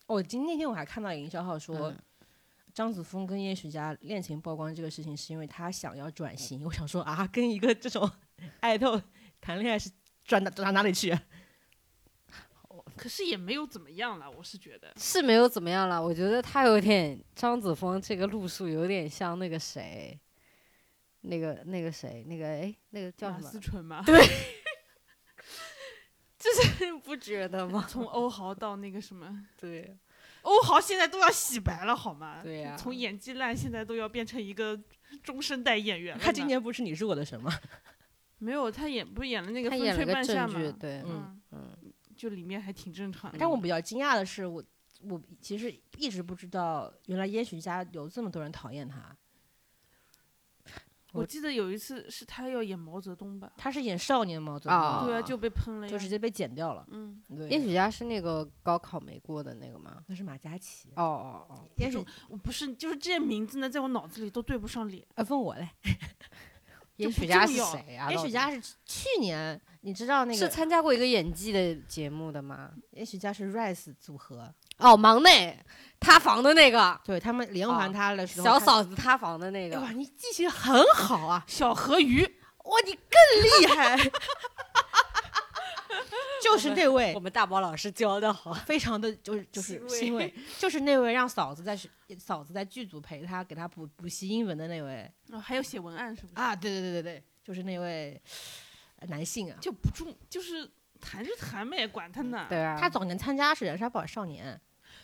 Speaker 1: 我、哦今那天我还看到营销号说，
Speaker 4: 嗯
Speaker 1: 张子枫跟燕许家恋情曝光这个事情，是因为他想要转型。我想说啊，跟一个这种 *laughs* 爱豆谈恋爱是转哪转哪里去？啊
Speaker 3: 可是也没有怎么样了，我是觉得。
Speaker 4: 是没有怎么样了？我觉得他有点张子枫这个路数有点像那个谁，那个那个谁，那个哎，那个叫
Speaker 3: 马
Speaker 4: 什
Speaker 3: 思
Speaker 4: 么？
Speaker 3: 纯吗？
Speaker 4: 不觉得吗？
Speaker 3: *laughs* 从欧豪到那个什么，
Speaker 4: 对，
Speaker 3: 欧豪现在都要洗白了好吗？
Speaker 4: 对呀
Speaker 3: 从演技烂，现在都要变成一个中生代演员了呢。
Speaker 1: 他今年不是你是我的神吗？
Speaker 3: 没有，他演不是演了那个
Speaker 4: 他
Speaker 3: 《
Speaker 4: 演了
Speaker 3: 吹
Speaker 4: 个
Speaker 3: 半夏》
Speaker 4: 正剧，
Speaker 3: 吗？
Speaker 4: 对，
Speaker 1: 嗯
Speaker 3: 嗯，
Speaker 4: 嗯，
Speaker 3: 就里面还挺正常的。
Speaker 1: 但我比较惊讶的是，我我其实一直不知道，原来燕许家有这么多人讨厌他。
Speaker 3: 我记得有一次是他要演毛泽东吧？
Speaker 1: 他是演少年毛泽
Speaker 4: 啊
Speaker 1: 东，
Speaker 3: 对啊，就被喷了呀。
Speaker 1: 就直接被剪掉了。
Speaker 3: 嗯，
Speaker 1: 对，
Speaker 4: 也许家是那个高考没过的那个吗？
Speaker 1: 那是马嘉祺，
Speaker 4: 哦哦哦，
Speaker 1: 也
Speaker 3: 种我不是，就是这些名字呢，在我脑子里都对不上脸。
Speaker 1: 呃，问我嘞。
Speaker 4: 也
Speaker 3: 就不
Speaker 4: 许家
Speaker 3: 重
Speaker 4: 是
Speaker 3: 要
Speaker 4: 谁啊？
Speaker 1: 也
Speaker 4: 到
Speaker 1: 许
Speaker 4: 底
Speaker 1: 家是去年，你知道那
Speaker 4: 是
Speaker 1: 个
Speaker 4: 参加过一个演技的节目的吗？
Speaker 1: 也许家是 Rice 组合，
Speaker 4: 哦，忙内塌房的那个
Speaker 1: 对他们连环他的时候，
Speaker 4: 哦小
Speaker 1: 他。
Speaker 4: 嫂子塌房的那
Speaker 1: 哎哇，
Speaker 4: 个，
Speaker 1: 你记性很好啊！
Speaker 3: 小河鱼，
Speaker 1: 哇，你更厉
Speaker 4: *laughs*
Speaker 1: 害，就是那位
Speaker 4: 我们大宝老师教的好。
Speaker 1: 非常的就是就是
Speaker 4: 欣慰
Speaker 1: 欣慰，就是那位让嫂子在学嫂子在剧组陪他给他补补习英文的那位
Speaker 3: 哦还有写文案
Speaker 4: 嗯
Speaker 3: 是不是？
Speaker 1: 啊，对对对对对，就是那位呃男性啊，
Speaker 3: 就不重，就是谈就谈呗，管他呢。
Speaker 4: 对啊，
Speaker 1: 他早年参加是《燃烧吧少年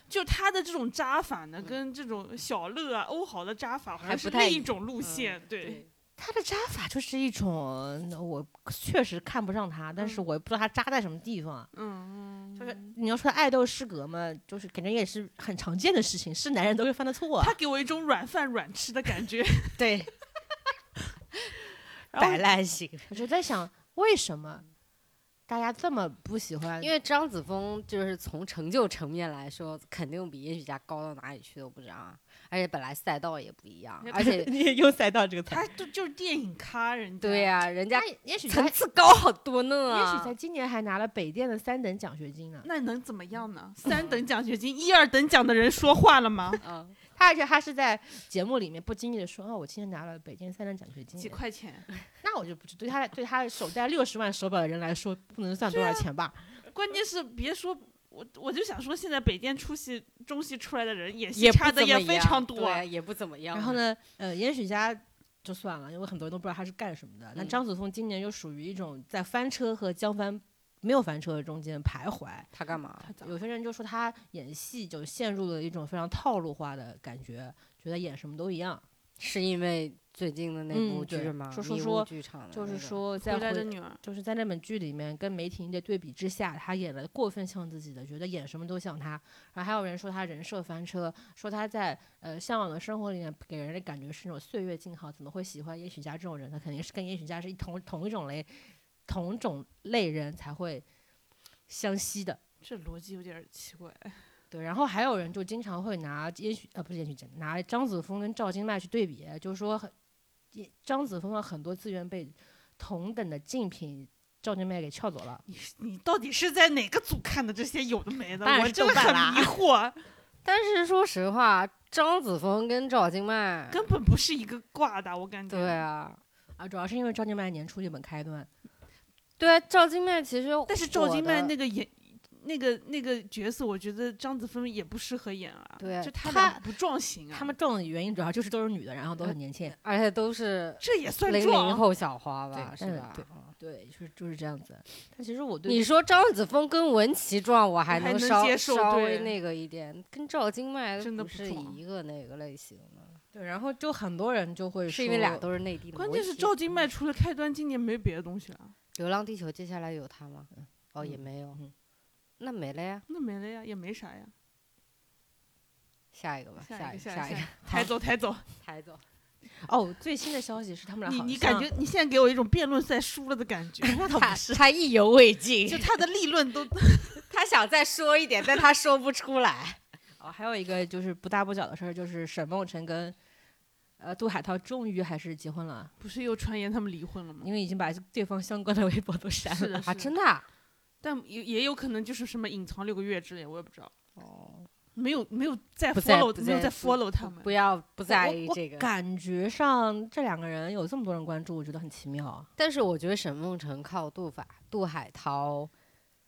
Speaker 3: 就他的这种扎法呢，跟这种小乐啊、欧豪的扎法好
Speaker 4: 嗯还
Speaker 3: 像是
Speaker 4: 不太
Speaker 3: 另
Speaker 4: 一嗯
Speaker 3: 一种路线，对，
Speaker 4: 对，》，
Speaker 1: 他的扎法就是一种我确实看不上他，但是
Speaker 3: 嗯
Speaker 1: 我也不知道他扎在什么地方啊。
Speaker 3: 嗯，嗯
Speaker 1: 就是你要说爱豆失格嘛，就是感觉也是很常见的事情，是男人都会犯的错啊
Speaker 3: 他。给我一种软饭软吃的
Speaker 4: *laughs*
Speaker 3: 感觉。
Speaker 2: 对，
Speaker 3: 然后
Speaker 2: 摆烂型，
Speaker 1: 我就在想，为什么大家这么不喜欢？
Speaker 4: 因为张子枫就是从成就层面来说，肯定比叶许佳高到哪里去都不知道啊。而且本来赛道也不一样，而且
Speaker 1: *laughs* 你也又赛道这个词儿，
Speaker 3: 他就就是电影咖，人家
Speaker 4: 对、呀、人家
Speaker 1: 他也许
Speaker 4: 层
Speaker 1: 他
Speaker 4: 次高好多呢
Speaker 1: 也许
Speaker 4: 啊
Speaker 1: 在。今年还拿了北电的三等奖学金呢。
Speaker 3: 那能怎么样
Speaker 4: *laughs*
Speaker 3: 呢？三等奖学金，一二等奖的人说话了吗？
Speaker 4: 嗯，
Speaker 1: 他而且他是在节目里面不经意的说：“哦，我今天拿了北电三等奖学金。
Speaker 3: 几”块钱，
Speaker 1: 那我就不知对他对他手戴六十万手表的人来说，不能算多
Speaker 4: 啊
Speaker 1: 少钱吧？
Speaker 3: 关键是别说。我我就想说，现在北电出戏、中戏出来的人，演戏
Speaker 4: 也
Speaker 3: 差
Speaker 4: 不怎
Speaker 3: 的
Speaker 4: 么
Speaker 3: 也
Speaker 4: 样
Speaker 3: 非常多啊。
Speaker 4: 对，也不怎么样。
Speaker 1: 然后？呢，呃，严许佳就算了，因为很多人都不知道他是干什么的。那
Speaker 4: 嗯
Speaker 1: 张子枫今年就属于一种在翻车和将翻没有翻车中间徘徊。
Speaker 4: 他干嘛？
Speaker 3: 他咋
Speaker 1: 有些人就说他演戏就陷入了一种非常套路化的感觉，觉得演什么都一样。
Speaker 4: 是因为最近的那
Speaker 1: 嗯
Speaker 4: 部剧
Speaker 1: 对
Speaker 4: 吗？
Speaker 1: 说说
Speaker 4: 迷雾
Speaker 1: 说
Speaker 4: 剧场的
Speaker 1: 就
Speaker 4: 嗯
Speaker 1: 是
Speaker 4: 那个，
Speaker 1: 说在
Speaker 3: 回来
Speaker 1: 回
Speaker 3: 的女儿，
Speaker 1: 就是在那本剧里面跟梅婷的对比之下，她演了过分像自己的，觉得演什么都像她。然后还有人说她人设翻车，说她在呃《向往的生活》里面给人的感觉是那种岁月静好，怎么会喜欢叶许佳这种人呢？肯定是跟叶许佳是一同同一种类同种类人才会相吸的。
Speaker 3: 这逻辑有点奇怪。
Speaker 1: 对，然后还有人就经常会拿也许呃不是也许讲拿张子枫跟赵今麦去对比，就是说很也张子枫的很多资源被同等的竞品赵今麦给撬走了。
Speaker 3: 你你到底是在哪个组看的这些有的没的？
Speaker 1: 当然
Speaker 3: 我
Speaker 1: 是
Speaker 3: 真的
Speaker 1: 豆瓣
Speaker 3: 很
Speaker 1: 啦
Speaker 3: 迷惑，
Speaker 4: 但是说实话，张子枫跟赵今麦，
Speaker 3: 根本不是一个挂的，我感觉。
Speaker 4: 对啊，
Speaker 1: 啊，主要是因为赵今麦年初就本开端，
Speaker 4: 对啊，赵今麦其实，
Speaker 3: 但是赵今麦那个演那个那个角色，我觉得张子枫也不适合演啊。
Speaker 4: 对
Speaker 3: 就他
Speaker 1: 他
Speaker 3: 俩不撞型啊。
Speaker 1: 他们撞的原因主要就是都是女的，然后都很年轻。
Speaker 4: 而且都是
Speaker 3: 这也算
Speaker 4: 零零
Speaker 3: 撞？
Speaker 4: 后小花吧，
Speaker 1: 对
Speaker 4: 是
Speaker 1: 嗯
Speaker 4: 吧？
Speaker 1: 对对，就是就是这样子。但其实我对
Speaker 4: 你说张子枫跟文琪撞，我还
Speaker 3: 还能
Speaker 4: 稍
Speaker 3: 接受
Speaker 4: 稍
Speaker 3: 对
Speaker 4: 微那个一点，跟赵今麦
Speaker 3: 真的
Speaker 4: 不
Speaker 3: 不
Speaker 4: 是
Speaker 3: 撞
Speaker 4: 一个那个类型的，
Speaker 1: 对，然后就很多人就会
Speaker 4: 是因为俩都是内地的。
Speaker 3: 关键是赵今
Speaker 4: 嗯
Speaker 3: 麦，除了开端，今年没别的东西了。
Speaker 4: 《流浪地球》接下来有他吗？哦，也
Speaker 1: 嗯
Speaker 4: 没有
Speaker 1: 嗯，
Speaker 4: 那没了呀，
Speaker 3: 那没了呀，也没啥呀。
Speaker 4: 下一个吧，
Speaker 3: 下
Speaker 4: 一
Speaker 3: 一
Speaker 4: 个，下
Speaker 3: 个，下
Speaker 4: 一
Speaker 3: 一
Speaker 4: 个
Speaker 3: 个，，抬走，抬走。
Speaker 4: 抬走。
Speaker 1: 哦，最新的消息是他们俩
Speaker 3: 你
Speaker 1: 好
Speaker 3: 你
Speaker 1: 像
Speaker 3: 感觉你现在给我一种辩论赛输了的感觉，
Speaker 1: 那倒
Speaker 4: 他
Speaker 1: 不是，
Speaker 4: 他意犹未尽，
Speaker 3: 就他的立论都
Speaker 4: 他想再说一点，但他说不出来。
Speaker 1: 哦，还有一个就是不大不小的事儿，就是沈梦辰跟呃杜海涛终于还是结婚了，
Speaker 3: 不是又传言他们离婚了吗？
Speaker 1: 因为已经把对方相关的微博都删了。
Speaker 3: 是的，
Speaker 4: 啊，
Speaker 3: 是的
Speaker 4: 真的啊？
Speaker 3: 但也也有可能就是什么隐藏六个月之类，我也不知道，
Speaker 4: 哦，
Speaker 3: 没有没有再
Speaker 4: 不在
Speaker 3: follow，
Speaker 4: 不
Speaker 3: 没有
Speaker 4: 在
Speaker 3: 再
Speaker 4: 不
Speaker 3: follow 他们
Speaker 4: 不。要不在意
Speaker 1: 我我
Speaker 4: 这个。
Speaker 1: 感觉上这两个人有这么多人关注，我觉得很奇妙，啊
Speaker 4: 但是我觉得沈梦辰靠杜法杜海涛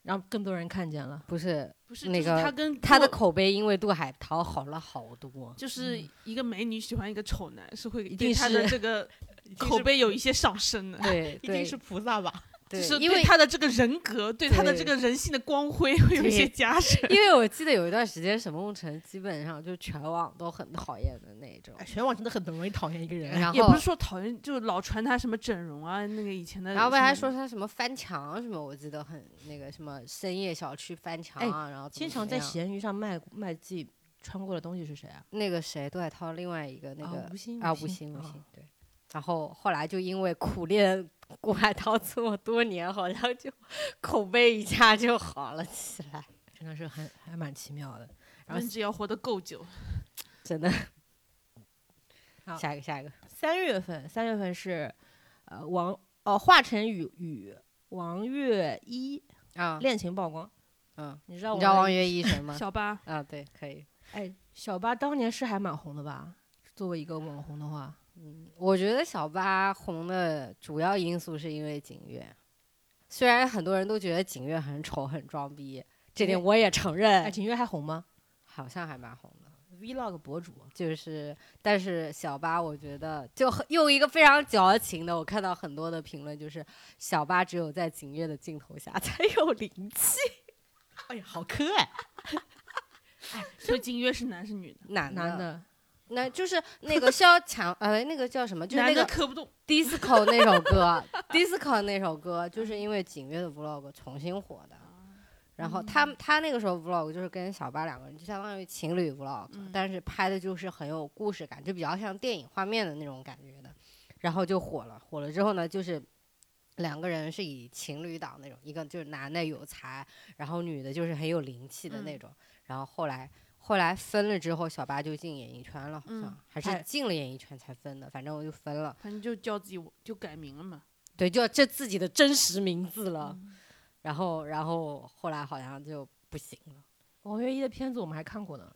Speaker 1: 让更多人看见了。
Speaker 4: 不是
Speaker 3: 不是，
Speaker 4: 那
Speaker 3: 就是
Speaker 4: 个
Speaker 3: 他跟
Speaker 4: 他的
Speaker 3: 做
Speaker 4: 口嗯碑，因为杜海涛好了好多。
Speaker 3: *laughs* 就是一个美女喜欢一个丑男，是会
Speaker 1: 一
Speaker 3: 对
Speaker 1: 定
Speaker 3: 他的
Speaker 1: 是
Speaker 3: 这个
Speaker 1: 定
Speaker 3: 口
Speaker 1: 是
Speaker 3: 碑有一些上升的。
Speaker 4: 对
Speaker 1: 一定
Speaker 4: 对
Speaker 1: 是菩萨吧？
Speaker 3: 就
Speaker 4: 对，
Speaker 3: 是
Speaker 4: 因为
Speaker 3: 对他的这个人格，对他的
Speaker 4: 对
Speaker 3: 这个人性的光辉会有一些
Speaker 4: 对
Speaker 3: 加深。
Speaker 4: 因为我记得有一段时间沈梦辰基本上就全网都很讨厌的那种
Speaker 1: 哎，全网真的很容易讨厌一个人。
Speaker 4: 然
Speaker 3: 也不
Speaker 4: 后
Speaker 3: 是说讨厌，就老传他什么整容啊，那个以前的什么。
Speaker 4: 然后被他说他什么翻墙什么，我记得很那个什么深夜小区翻墙啊，然后怎
Speaker 1: 经
Speaker 4: 么怎
Speaker 1: 常
Speaker 4: 么
Speaker 1: 在
Speaker 4: 样
Speaker 1: 闲鱼上卖卖自己穿过的东西是谁啊？
Speaker 4: 那个谁杜海涛另外一个那个
Speaker 1: 啊吴昕
Speaker 4: 啊，
Speaker 1: 吴
Speaker 4: 吴昕，吴
Speaker 1: 啊
Speaker 4: 昕，对。然后后来就因为苦练古海涛这么多年，好像就口碑一下就好了起来，
Speaker 1: 真的是很还蛮奇妙的。然后
Speaker 3: 人只要活得够久，
Speaker 4: 真的
Speaker 1: 好。
Speaker 4: 下一个，下一个，
Speaker 1: 三月份，三月份是呃王哦华晨宇与王月一
Speaker 4: 啊，
Speaker 1: 恋情曝光。
Speaker 4: 嗯，
Speaker 1: 你知道
Speaker 4: 你知道王
Speaker 1: 月
Speaker 4: 月一什么吗？
Speaker 3: *laughs* 小八
Speaker 4: 啊，对，可以。
Speaker 1: 哎小八当年是还蛮红的吧？作为一个网红的话，
Speaker 4: 我觉得小八红的主要因素是因为景月，虽然很多人都觉得景月很丑、很装逼，这点
Speaker 1: 哎
Speaker 4: 我也承
Speaker 1: 哎
Speaker 4: 认，
Speaker 1: 景月还红吗
Speaker 4: 好像还蛮红的。
Speaker 1: ？Vlog 博主
Speaker 4: 就是，但是小八，我觉得就很用一个非常矫情的，我看到很多的评论，就是小八只有在景月的镜头下才有灵气。
Speaker 1: 哎呀，好磕哎！
Speaker 3: 所以金月是男是女的？
Speaker 4: 男
Speaker 1: 男
Speaker 4: 的，
Speaker 1: 的，
Speaker 4: 那就是那个萧蔷，呃，那个叫什么？就是
Speaker 3: 男
Speaker 4: 那
Speaker 3: 的
Speaker 4: 个
Speaker 3: 磕不动，
Speaker 4: disco 那
Speaker 3: *laughs*
Speaker 4: 首歌，disco 那首歌，就是因为景月的 vlog 重新火的。然
Speaker 3: 嗯
Speaker 4: 后他他那个时候 vlog 就是跟小八两个人，就相当于情侣 vlog，、
Speaker 2: 嗯
Speaker 4: 但是拍的就是很有故事感，就比较像电影画面的那种感觉的。然后就火了，火了之后呢，就是两个人是以情侣档那种，一个就是男的有才，然后女的就是很有灵气的那
Speaker 3: 嗯
Speaker 4: 种。然后后来后来分了之后，小八就进演艺圈了，好像、
Speaker 3: 嗯
Speaker 4: 还是
Speaker 1: 哎
Speaker 4: 进了演艺圈才分的，反正我就分了。
Speaker 3: 反正就叫自己就改名了嘛。
Speaker 4: 对，就这自己的真实名字了。
Speaker 3: 嗯
Speaker 4: 然后然后后来好像就不行了。
Speaker 1: 王月一的片子我们还看过呢，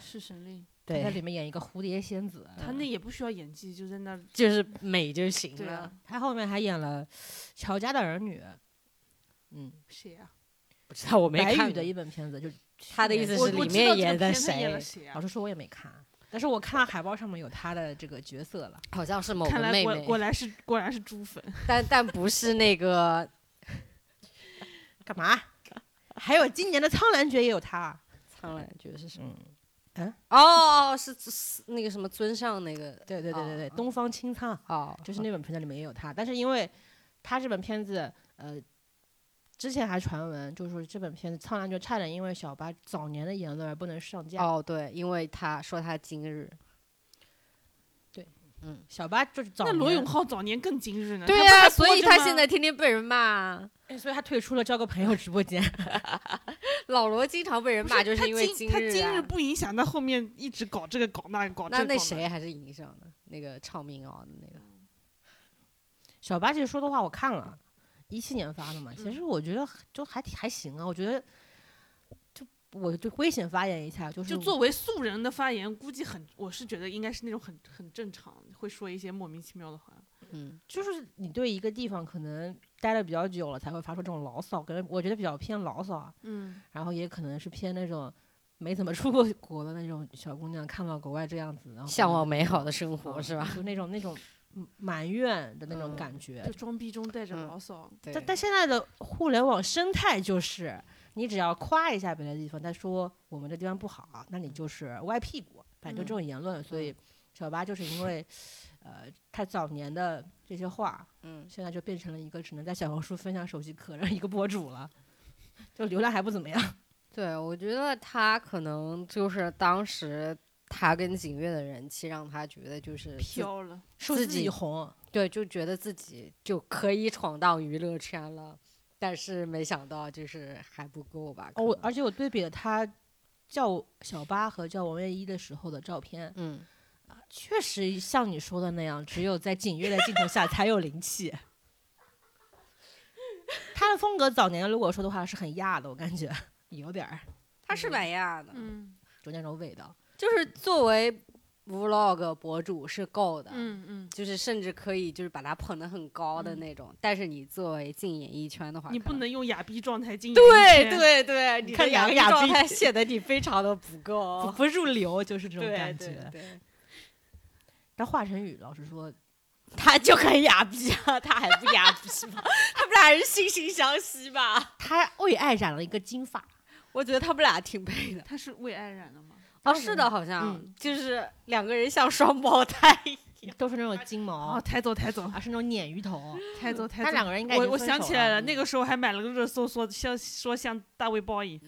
Speaker 3: 是神令，
Speaker 1: 她在，里面演一个蝴蝶仙子，嗯
Speaker 3: 他那也不需要演技，就在那儿
Speaker 4: 就是美就行
Speaker 3: 对
Speaker 4: 了
Speaker 3: 啊。，
Speaker 1: 她后面还演了《乔家的儿女》，嗯，
Speaker 3: 谁啊？
Speaker 4: 不知道我
Speaker 1: 白
Speaker 4: 看
Speaker 1: 宇的
Speaker 4: 过
Speaker 1: 一本片子，就是
Speaker 4: 他的意思
Speaker 3: 我
Speaker 4: 这
Speaker 3: 我
Speaker 4: 是
Speaker 3: 知道
Speaker 4: 里面
Speaker 3: 这个
Speaker 4: 演的
Speaker 3: 片他演
Speaker 4: 谁
Speaker 3: 了谁啊
Speaker 1: 老？实说我也没看，但是我看到海报上面有她的这个角色了。
Speaker 4: 好像是某
Speaker 3: 看
Speaker 4: 个
Speaker 3: 来
Speaker 4: 哦妹
Speaker 3: 果果
Speaker 4: 妹，
Speaker 3: 然是果然是猪粉，
Speaker 4: 但但不是那个
Speaker 1: 干嘛？还有今年的《苍兰诀》也有她，
Speaker 4: 苍兰诀是什么？
Speaker 1: 嗯，
Speaker 4: 哦，是是那个什么尊上那个
Speaker 1: 对对对对对，
Speaker 4: 哦
Speaker 1: 东方青苍》
Speaker 4: 哦，
Speaker 1: 就是那本片子里面也有她，但是因为她这本片子，呃，之前还传闻就是说这本片子《苍兰诀》差点因为小八早年的言论而不能上架。
Speaker 4: 哦对，因为他说他今日
Speaker 1: 小八就是早
Speaker 3: 那
Speaker 1: 年，
Speaker 3: 罗永浩早年更今日呢。
Speaker 4: 对
Speaker 3: 呀、
Speaker 4: 呀，所以他现在天天被人骂。
Speaker 1: 哎所以他退出了交个朋友直播间。
Speaker 4: 老罗经常被人骂，就是因为
Speaker 3: 今他
Speaker 4: 日
Speaker 3: 今
Speaker 4: 啊
Speaker 3: 日。不影响他后面一直搞这个搞那个搞这
Speaker 4: 那
Speaker 3: 个
Speaker 4: 那
Speaker 3: 搞
Speaker 4: 谁还啊是影上的那个唱民谣的那个，
Speaker 1: 小八其实说的话我看了，一七年发的嘛，
Speaker 4: 嗯
Speaker 1: 其实我觉得就还挺还行啊，我觉得。就我就危险发言一下，就是
Speaker 4: 嗯
Speaker 3: 就作为素人的发言，估计很，我是觉得应该是那种很很正常，会说一些莫名其妙的话。
Speaker 4: 嗯，
Speaker 1: 就是你对一个地方可能待的比较久了，才会发出这种牢骚，可能我觉得比较偏牢骚啊，
Speaker 3: 嗯，
Speaker 1: 然后也可能是偏那种没怎么出过国的那种小姑娘，看到国外这样子，然后
Speaker 4: 嗯向往美好的生活是吧？？
Speaker 1: 就那种那种嗯埋怨的那种
Speaker 4: 嗯
Speaker 1: 感觉
Speaker 3: 就。装逼中带着
Speaker 4: 嗯
Speaker 3: 牢骚。
Speaker 4: 对
Speaker 1: 但但现在的互联网生态就是，你只要夸一下别的地方，他说我们这地方不好，那你就是歪屁股，反正就这种言论。所以小八就是因为，呃，他早年的这些话，
Speaker 4: 嗯，
Speaker 1: 现在就变成了一个只能在小红书分享手机壳的一个博主了，就流量还不怎么样。
Speaker 4: 对，我觉得他可能就是当时他跟景月的人气让他觉得就是自
Speaker 3: 飘了，
Speaker 1: 说
Speaker 4: 自
Speaker 1: 自
Speaker 4: 己
Speaker 1: 己哦红，
Speaker 4: 对，就觉得自己就可以闯荡娱乐圈了，但是没想到就是还不够吧？
Speaker 1: 哦，我
Speaker 4: 可能
Speaker 1: 而且我对比了他叫小八和叫王月一的时候的照片，
Speaker 4: 嗯，
Speaker 1: 确实像你说的那样，只有在景月的镜头下才有灵气。他的风格早年如果说的话是很亚的，我感觉有点儿，
Speaker 4: 他是蛮亚的，
Speaker 3: 嗯
Speaker 1: 就那种味道。
Speaker 4: 就是作为 vlog 博主是够的，
Speaker 3: 嗯嗯，
Speaker 4: 就是甚至可以就是把他捧得很高的那种，但是你作为进演艺圈的话，
Speaker 3: 你
Speaker 4: 可
Speaker 3: 不
Speaker 4: 能
Speaker 3: 能用哑逼状态进。
Speaker 4: 对，对对，你
Speaker 1: 看
Speaker 4: 的
Speaker 1: 两
Speaker 4: 养
Speaker 1: 个
Speaker 4: 育
Speaker 1: 亚
Speaker 4: 状
Speaker 1: 逼
Speaker 4: 态显得你非常的不够，
Speaker 3: 哦
Speaker 1: 不不入流就是这种
Speaker 4: 对
Speaker 1: 感
Speaker 4: 对
Speaker 1: 觉。
Speaker 4: 对，
Speaker 1: 但华晨宇老实
Speaker 3: *laughs*
Speaker 1: 说，
Speaker 4: 他就很哑逼啊，他还不哑逼吗？ *laughs* 他们俩人惺惺相惜吧？
Speaker 1: *laughs* 他为爱染了一个金发，
Speaker 4: 我觉得他们俩挺配的。
Speaker 3: 他是为爱染了吗？
Speaker 4: *laughs* 哦，是的，好像、
Speaker 1: 嗯
Speaker 4: 就是两个人像双胞胎。
Speaker 1: 都是那种金毛
Speaker 3: 哦，，抬走抬走
Speaker 1: 而是那种鲶鱼头。
Speaker 3: 抬走抬
Speaker 1: 他
Speaker 3: 走。
Speaker 1: 两个人应该已
Speaker 3: 我
Speaker 1: 经
Speaker 3: 我
Speaker 1: 分
Speaker 3: 想
Speaker 1: 手
Speaker 3: 起来
Speaker 1: 了嗯
Speaker 3: 了，那个时候还买了个热搜，说像说像大卫
Speaker 1: 嗯
Speaker 3: 鲍伊，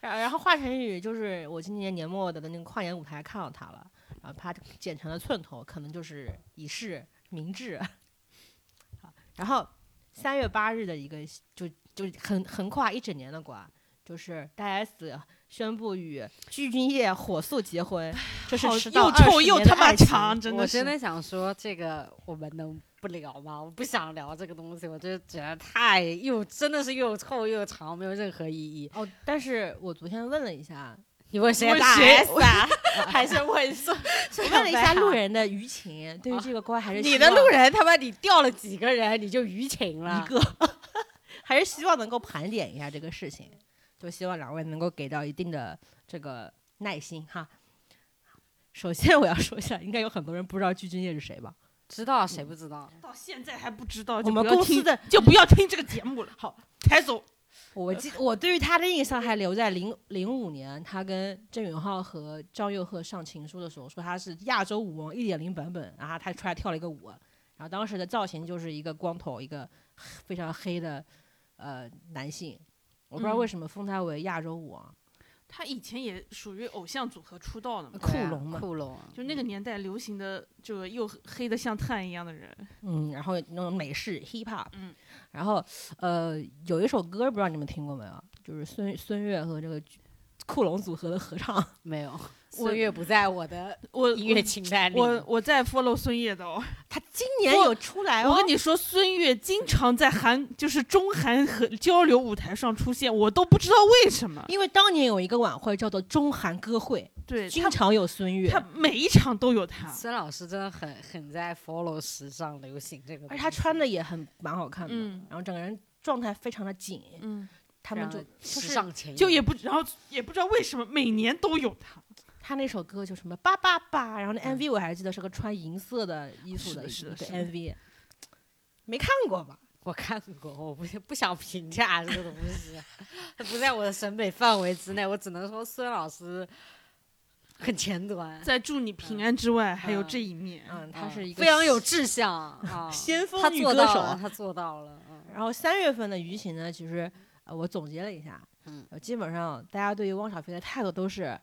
Speaker 1: 然然后华晨宇就是我今年年末的那个跨年舞台看到他了，然后他剪成了寸头，可能就是以示明志。 *laughs* 好，然后三月八日的一个就就横横跨一整年的瓜，就是大 S 宣布与具俊晔火速结婚，这是
Speaker 3: 好
Speaker 1: 迟到
Speaker 3: 又臭
Speaker 1: 20
Speaker 3: 又
Speaker 1: 年的
Speaker 3: 他妈
Speaker 1: 爱情
Speaker 3: 长，真
Speaker 4: 我
Speaker 3: 的
Speaker 4: 真
Speaker 3: 是。
Speaker 4: 的想说，这个我们能不聊吗？我不想聊这个东西，我就觉得太又真的是又臭又长，没有任何意义。
Speaker 1: 哦，但是我昨天问了一下，
Speaker 4: 你问谁
Speaker 3: 问
Speaker 4: 大
Speaker 3: 谁
Speaker 4: S 啊？ *laughs* 还是问宋？
Speaker 1: 我问了一下路人的舆情，对于这个瓜还是
Speaker 4: 你
Speaker 1: 希
Speaker 4: 的
Speaker 1: 望
Speaker 4: 路人他妈你掉了几个人，你就舆情了
Speaker 1: 一。个， *laughs* 还是希望能够盘点一下这个事情，就希望两位能够给到一定的这个耐心哈。首先我要说一下，应该有很多人不知道具俊晔是谁吧？
Speaker 4: 知道谁不知道？
Speaker 3: 到现在还不知道，
Speaker 1: 我
Speaker 3: 就
Speaker 1: 们
Speaker 3: 不要
Speaker 1: 公司
Speaker 3: 听，
Speaker 1: 的，*laughs*
Speaker 3: 就不要听这个节目了。
Speaker 1: 好，
Speaker 3: 抬走。
Speaker 1: 我记我对于他的印象还留在零零五年，他跟郑允浩和张佑赫上情书的时候，说他是亚洲舞王一点零版本，然后他出来跳了一个舞，然后当时的造型就是一个光头，一个非常黑的呃男性，我不知道为什么封他为亚洲舞王，
Speaker 3: 他以前也属于偶像组合出道的嘛，
Speaker 1: 酷
Speaker 4: 对啊
Speaker 1: 龙嘛
Speaker 4: 酷龙，
Speaker 3: 就
Speaker 1: 嗯
Speaker 3: 那个年代流行的这个又黑的像炭一样的人，
Speaker 1: 嗯，然后那种美式 hip hop，
Speaker 3: 嗯，
Speaker 1: 然后呃有一首歌不知道你们听过没有，就是孙孙悦和这个酷龙组合的合唱， *laughs*
Speaker 4: 没有，
Speaker 3: 我
Speaker 4: 岁月不在我的
Speaker 3: 我
Speaker 4: *laughs* 音乐清单里。
Speaker 3: 我我我在 follow 孙悦的哦，
Speaker 1: 他今年
Speaker 3: 我
Speaker 1: 有出来哦，
Speaker 3: 我跟你说，孙悦经常在韩就是中韩和交流舞台上出现，我都不知道为什么。
Speaker 1: 因为当年有一个晚会叫做中韩歌会，
Speaker 3: 对
Speaker 1: 经
Speaker 3: 他，
Speaker 1: 常有孙悦，
Speaker 3: 他每一场都有他。
Speaker 4: 孙老师真的很很在 follow 时尚流行这个东西，
Speaker 1: 而且他穿的也很蛮好看的，
Speaker 3: 嗯
Speaker 1: 然后整个人状态非常的紧，
Speaker 3: 嗯，
Speaker 1: 他们就
Speaker 4: 然后
Speaker 1: 就
Speaker 4: 时
Speaker 1: 是
Speaker 4: 尚前沿
Speaker 3: 就也不，然后也不知道为什么每年都有他。
Speaker 1: 他那首歌就什么叭叭叭，然后那
Speaker 4: 嗯
Speaker 1: MV 我还记得是个穿银色的衣服
Speaker 3: 是的
Speaker 1: 一
Speaker 3: 是
Speaker 1: 个
Speaker 3: 的是的
Speaker 1: MV，没看过吧？
Speaker 4: 我看过，我不不想评价这个东西， *laughs* 它不在我的审美范围之内，我只能说孙老师很前端，
Speaker 3: 在祝你平安之外，还有
Speaker 4: 嗯
Speaker 3: 这一面。
Speaker 1: 嗯，他
Speaker 3: 哦
Speaker 1: 是一个
Speaker 4: 非常有
Speaker 1: *laughs*
Speaker 4: 志向啊，
Speaker 1: 先锋
Speaker 4: 他
Speaker 1: 女
Speaker 4: 做
Speaker 1: 歌
Speaker 4: 到
Speaker 1: 手
Speaker 4: 了，他做到了，嗯
Speaker 1: 然后三月份的舆情呢，其实呃我总结了一下，
Speaker 4: 嗯
Speaker 1: 呃，基本上大家对于汪小菲的态度都是，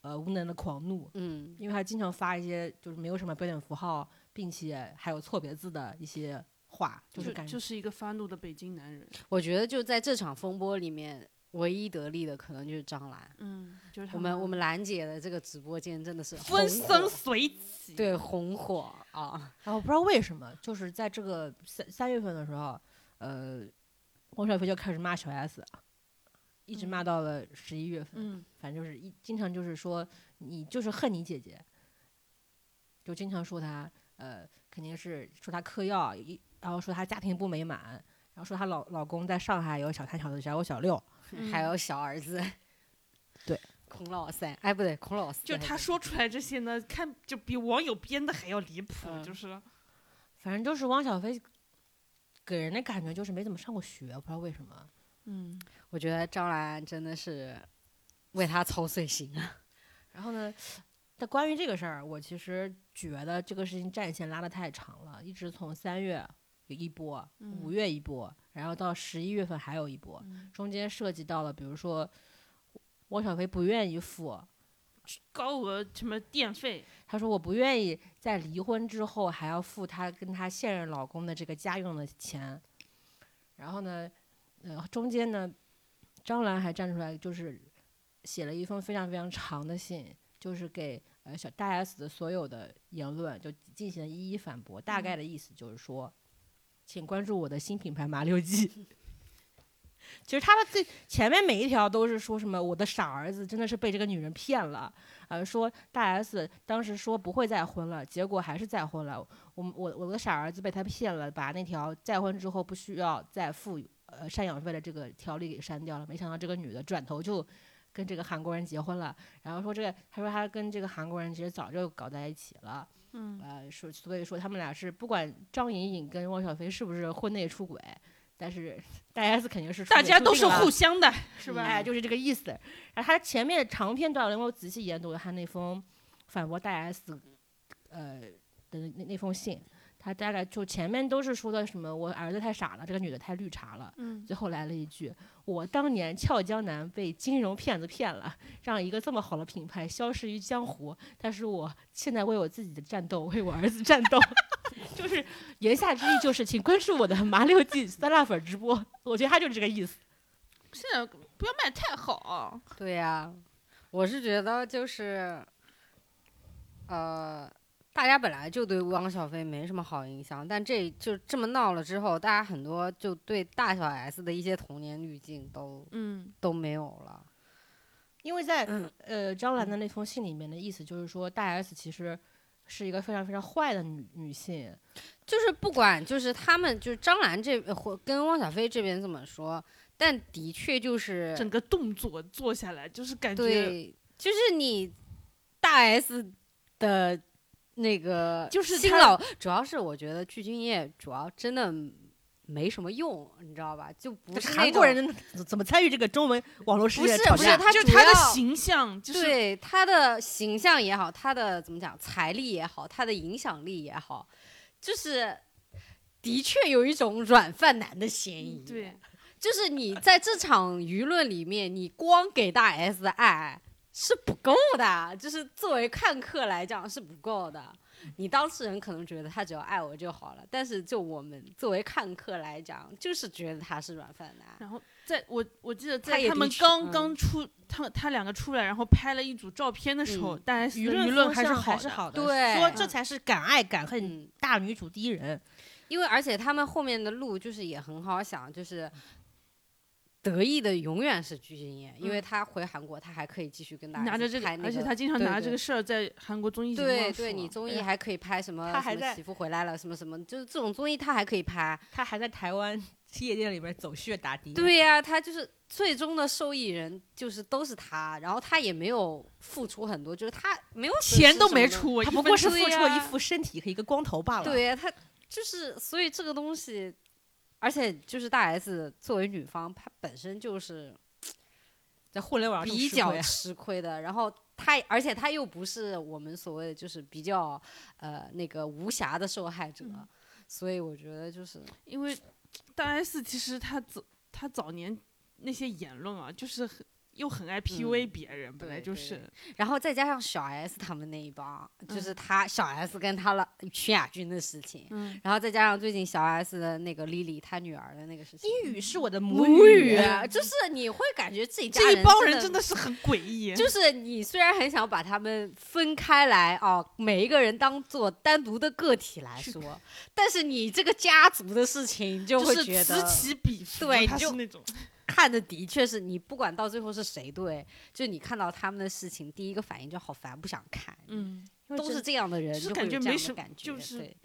Speaker 1: 呃，无能的狂怒，
Speaker 4: *laughs* 嗯，
Speaker 1: 因为他经常发一些就是没有什么标点符号，并且还有错别字的一些话，就
Speaker 3: 就是
Speaker 1: 感觉
Speaker 3: 就是一个发怒的北京男人，
Speaker 4: 我觉得就在这场风波里面，唯一得利的可能就是张兰。
Speaker 3: 嗯，就是他
Speaker 4: 我们我们兰姐的这个直播间真的是
Speaker 3: 风
Speaker 4: 红火
Speaker 3: 生水起，嗯
Speaker 4: 对红火啊，
Speaker 1: 然后不知道为什么，就是在这个三三月份的时候，呃，汪小菲就开始骂小 S，一直骂到了十一月份，
Speaker 3: 嗯，
Speaker 1: 反正就是一经常就是说你就是恨你姐姐，就经常说她，呃，肯定是说她嗑药，一然后说她家庭不美满，然后说她老老公在上海有小三、小四、小五、小六，
Speaker 3: 嗯
Speaker 4: 还有小儿子，
Speaker 1: 对，
Speaker 4: 孔老三，哎不对，孔老四，
Speaker 3: 就他说出来这些呢，看就比网友编的还要离谱，
Speaker 4: 嗯
Speaker 3: 就是
Speaker 1: 反正就是汪小菲给人的感觉就是没怎么上过学，不知道为什么。
Speaker 3: 嗯，
Speaker 4: 我觉得张兰真的是为他操碎心
Speaker 3: *laughs*
Speaker 4: 啊。
Speaker 1: 然后呢，但关于这个事儿，我其实觉得这个事情战线拉得太长了，一直从三月有一波，五
Speaker 3: 嗯
Speaker 1: 月一波，然后到十一月份还有一波，
Speaker 3: 嗯
Speaker 1: 中间涉及到了，比如说汪小菲不愿意付，
Speaker 3: 高额什么电费，
Speaker 1: 他说我不愿意在离婚之后还要付她跟她现任老公的这个家用的钱。然后呢，呃，中间呢，张兰还站出来，就是写了一封非常非常长的信，就是给呃小大 S 的所有的言论就进行了一一反驳。大概的意思就是说，请关注我的新品牌麻六记。 *laughs* 其实他的最前面每一条都是说什么我的傻儿子真的是被这个女人骗了，呃，说大 S 当时说不会再婚了，结果还是再婚了。我我我的傻儿子被他骗了，把那条再婚之后不需要再付呃赡养费的这个条例给删掉了。没想到这个女的转头就跟这个韩国人结婚了，然后说这个他说他跟这个韩国人其实早就搞在一起了。
Speaker 3: 嗯，
Speaker 1: 呃，说所以说他们俩是不管张颖颖跟汪小菲是不是婚内出轨，但是 *laughs* 大 S 肯定是出
Speaker 3: 大
Speaker 1: 轨
Speaker 3: 家
Speaker 1: 出
Speaker 3: 都
Speaker 1: 去
Speaker 3: 是
Speaker 1: 了
Speaker 3: 互相的，是吧？
Speaker 1: 哎，就是这个意思。然后他前面长篇段落，我仔细研读了他那封反驳大 S 呃的那那封信，他大概就前面都是说的什么我儿子太傻了，这个女的太绿茶了。
Speaker 3: 嗯，
Speaker 1: 最后来了一句：“我当年俏江南被金融骗子骗了，让一个这么好的品牌消失于江湖。但是我现在为我自己的战斗，为我儿子战斗。” *laughs* 就是言下之意就是，请关注我的麻六记酸辣粉直播。我觉得他就是这个意思。
Speaker 3: 现在不要卖太好啊，
Speaker 4: 对呀、我是觉得就是，呃，大家本来就对汪小菲没什么好印象，但这就这么闹了之后，大家很多就对大小 S 的一些童年滤镜都
Speaker 3: 嗯
Speaker 4: 都没有了。
Speaker 1: 因为在、
Speaker 4: 嗯
Speaker 1: 呃张兰的那封信里面的意思就是说，大 S 其实是一个非常非常坏的女女性，
Speaker 4: 就是不管，就是他们就是张兰这或跟汪小菲这边这么说，但的确就是
Speaker 3: 整个动作做下来就是感觉
Speaker 4: 对，就是你大 S 的那个，
Speaker 3: 就是
Speaker 4: 新
Speaker 3: 他
Speaker 4: 老，主要是我觉得具俊晔主要真的没什么用，你知道吧？就不是
Speaker 1: 韩
Speaker 4: 那
Speaker 1: 国
Speaker 4: 种
Speaker 1: 人怎么参与这个中文网络世
Speaker 4: 不
Speaker 1: 界
Speaker 4: 是
Speaker 1: 吵
Speaker 4: 不
Speaker 1: 架
Speaker 4: 是他
Speaker 3: 就
Speaker 4: 主
Speaker 3: 他的
Speaker 4: 要
Speaker 3: 形象就是
Speaker 4: 对他的形象也好，他的怎么讲财力也好，他的影响力也好，就是。的确有一种软饭男的嫌疑。
Speaker 3: 嗯对，
Speaker 4: 就是你在这场舆论里面，你光给大 S 的爱是不够的，就是作为看客来讲是不够的。你当事人可能觉得他只要爱我就好了，但是就我们作为看客来讲，就是觉得他是软饭男。
Speaker 3: 然后在我我记得
Speaker 4: 他
Speaker 3: 在
Speaker 4: 也
Speaker 3: 他们
Speaker 4: 的确
Speaker 3: 刚
Speaker 4: 嗯
Speaker 3: 刚出，他们他两个出来，然后拍了一组照片的时候，
Speaker 4: 嗯
Speaker 3: 大家
Speaker 1: 舆
Speaker 3: 论舆
Speaker 1: 论
Speaker 3: 还是
Speaker 1: 好
Speaker 3: 的。
Speaker 1: 好的，
Speaker 4: 对
Speaker 1: 说这才是敢爱敢恨
Speaker 4: 嗯，
Speaker 1: 大女主第一人。
Speaker 4: 因为而且他们后面的路就是也很好想，就是。得意的永远是鞠婧祎，因为他回韩国，他还可以继续跟大家
Speaker 3: 嗯拿着这
Speaker 4: 拍那
Speaker 3: 而且他经常
Speaker 4: 对
Speaker 3: 拿着
Speaker 4: 对
Speaker 3: 这个事儿在韩国综艺节目
Speaker 4: 对
Speaker 3: 上
Speaker 4: 对，
Speaker 3: 说
Speaker 4: 你综
Speaker 3: 哎
Speaker 4: 艺
Speaker 3: 呀
Speaker 4: 还可以拍什么？
Speaker 1: 他还
Speaker 4: 什么
Speaker 1: 在
Speaker 4: 媳妇回来了，什么什么，就是这种综艺他还可以拍。
Speaker 1: 她还在台湾 *laughs* 夜店里面走穴打的，，
Speaker 4: 对呀、他就是最终的受益人，就是都是他。然后他也没有付出很多，就是他没有损
Speaker 3: 钱
Speaker 4: 失
Speaker 3: 都
Speaker 4: 什
Speaker 3: 没
Speaker 4: 么东西。
Speaker 3: 出，
Speaker 1: 她
Speaker 3: 一
Speaker 1: 不
Speaker 3: 分
Speaker 1: 过是
Speaker 3: 钱
Speaker 1: 付
Speaker 4: 对
Speaker 1: 出了一
Speaker 4: 呀
Speaker 1: 副身体和一个光头罢了。
Speaker 4: 对呀、他就是所以这个东西，而且就是大 S 作为女方，她本身就是
Speaker 1: 在互联网上啊
Speaker 4: 比
Speaker 1: 吃亏
Speaker 4: 较吃亏的。然后她，而且她又不是我们所谓的就是比较呃那个无瑕的受害者，
Speaker 3: 嗯
Speaker 4: 所以我觉得就是
Speaker 3: 因为大 S 其实她早她早年那些言论啊，就是很又很爱 PUA 别人，本来
Speaker 4: 嗯对
Speaker 3: 就
Speaker 4: 对
Speaker 3: 是
Speaker 4: 然后再加上小 S 他们那一帮，就是
Speaker 3: 嗯
Speaker 4: 他小 S 跟他了徐亚军的事情，
Speaker 3: 嗯，
Speaker 4: 然后再加上最近小 S 的那个 Lily 她女儿的那个事情，
Speaker 1: 英语是我的
Speaker 4: 母
Speaker 1: 语，
Speaker 4: 啊就是你会感觉自己家
Speaker 3: 这一帮人
Speaker 4: 真
Speaker 3: 真的是很诡异，
Speaker 4: 就是你虽然很想把他们分开来啊，每一个人当做单独的个体来
Speaker 3: 是
Speaker 4: 说，但是你这个家族的事情就会
Speaker 3: 是
Speaker 4: 觉
Speaker 3: 此
Speaker 4: 得
Speaker 3: 起彼伏，
Speaker 4: 对
Speaker 3: 他
Speaker 4: 就是
Speaker 3: 那种
Speaker 4: 看的的确是你不管到最后是谁对，就你看到他们的事情，第一个反应就好烦，不想看，
Speaker 3: 嗯，
Speaker 4: 都是这样的人，
Speaker 3: 就是
Speaker 4: 就会
Speaker 3: 感
Speaker 4: 有
Speaker 3: 觉
Speaker 4: 这
Speaker 3: 没
Speaker 4: 样
Speaker 3: 什
Speaker 4: 的
Speaker 3: 么
Speaker 4: 感觉，
Speaker 3: 就是
Speaker 4: 对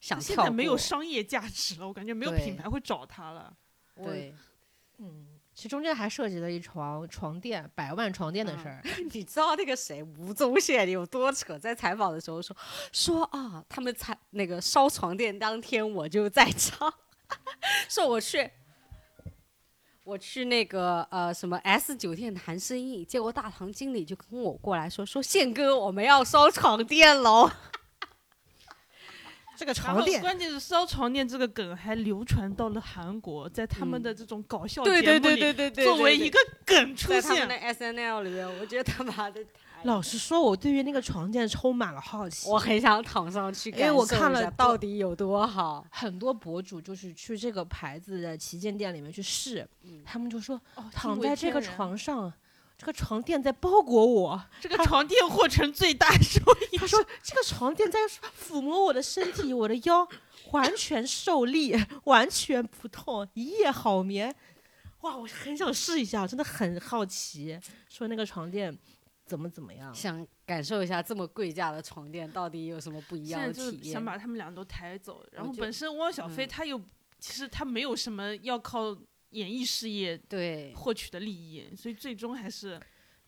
Speaker 4: 想
Speaker 3: 现
Speaker 4: 啊跳
Speaker 3: 在没有
Speaker 4: 过
Speaker 3: 商业价值了，我感觉没有
Speaker 4: 对
Speaker 3: 品牌会找他了。
Speaker 1: 我
Speaker 3: *laughs*
Speaker 4: 对， *laughs*
Speaker 1: 嗯，其中间还涉及了一床床垫百万床
Speaker 4: 嗯
Speaker 1: 垫的事儿，
Speaker 4: 你知道那个谁吴宗宪有多扯？在采访的时候说说啊，他们采那个烧床垫当天我就在场， *laughs* 说我去。我去那个呃什么 S 酒店谈生意，结果大堂经理就跟我过来说说宪哥我们要烧床垫喽，
Speaker 1: 这个
Speaker 3: 然后
Speaker 1: 床垫
Speaker 3: 关键是烧床垫这个梗还流传到了韩国，在他们
Speaker 4: 嗯
Speaker 3: 的这种搞笑节目
Speaker 4: 对
Speaker 3: 里，
Speaker 4: 对对对对对，
Speaker 3: 作为一
Speaker 4: 个
Speaker 3: 个梗出
Speaker 4: 在他们
Speaker 3: 现
Speaker 4: 的。S N L 里面，我觉得他妈的太
Speaker 1: 老实说，我对于那个床垫充满了好奇。
Speaker 4: 我很想躺上去
Speaker 1: 因
Speaker 4: 感
Speaker 1: 为
Speaker 4: 受一下，
Speaker 1: 我看了
Speaker 4: 到底有多好。
Speaker 1: 很多博主就是去这个牌子的旗舰店里面去试，
Speaker 4: 嗯
Speaker 1: 他们就说
Speaker 3: 哦
Speaker 1: 躺
Speaker 3: 惊为
Speaker 1: 在这
Speaker 3: 天
Speaker 1: 个
Speaker 3: 人
Speaker 1: 床上，这个床垫在包裹我。
Speaker 3: 这个床垫或成最大收益。
Speaker 1: *laughs*
Speaker 3: *laughs*
Speaker 1: 他说这个床垫在抚摸我的身体，我的腰完全受力，完全不痛，一夜好眠。哇，我很想试一下，真的很好奇，说那个床垫怎么怎么
Speaker 3: 嗯
Speaker 1: 样？
Speaker 4: 想感受一下这么贵价的床垫到底有什么不一
Speaker 3: 现
Speaker 4: 样
Speaker 3: 在
Speaker 4: 的
Speaker 3: 就
Speaker 4: 体
Speaker 3: 是想
Speaker 4: 验？
Speaker 3: 把他们俩都抬走。然
Speaker 4: 我
Speaker 3: 后
Speaker 4: 就
Speaker 3: 本身汪小菲
Speaker 4: 嗯
Speaker 3: 他又、其实他没有什么要靠演艺事业
Speaker 4: 对，
Speaker 3: 获取的利益，所以最终还是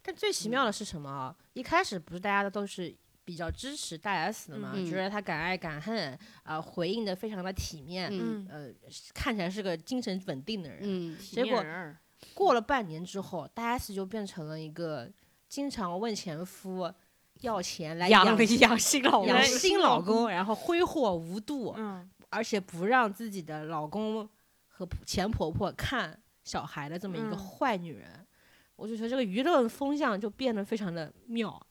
Speaker 1: 但最奇妙的是什么啊？一开始不是大家都是比较支持大 S 的嘛，
Speaker 4: 嗯
Speaker 1: 觉得她敢爱敢恨，啊、回应的非常的体面，
Speaker 4: 嗯
Speaker 1: 呃，看起来是个精神稳定的人。
Speaker 4: 嗯，
Speaker 3: 体
Speaker 1: 结
Speaker 3: 面
Speaker 1: 果
Speaker 3: 人儿
Speaker 1: 过了半年之后，大 S 就变成了一个经常问前夫要钱来
Speaker 4: 养
Speaker 1: 养
Speaker 4: 了一养新老公
Speaker 1: 养
Speaker 3: 来
Speaker 1: 新
Speaker 3: 新
Speaker 1: 老
Speaker 3: 老
Speaker 1: 公，
Speaker 3: 公
Speaker 1: 然后挥霍无度，
Speaker 3: 嗯，
Speaker 1: 而且不让自己的老公和前婆婆看小孩的这么一个
Speaker 3: 嗯
Speaker 1: 坏女人。我就觉得这个舆论风向就变得非常的妙，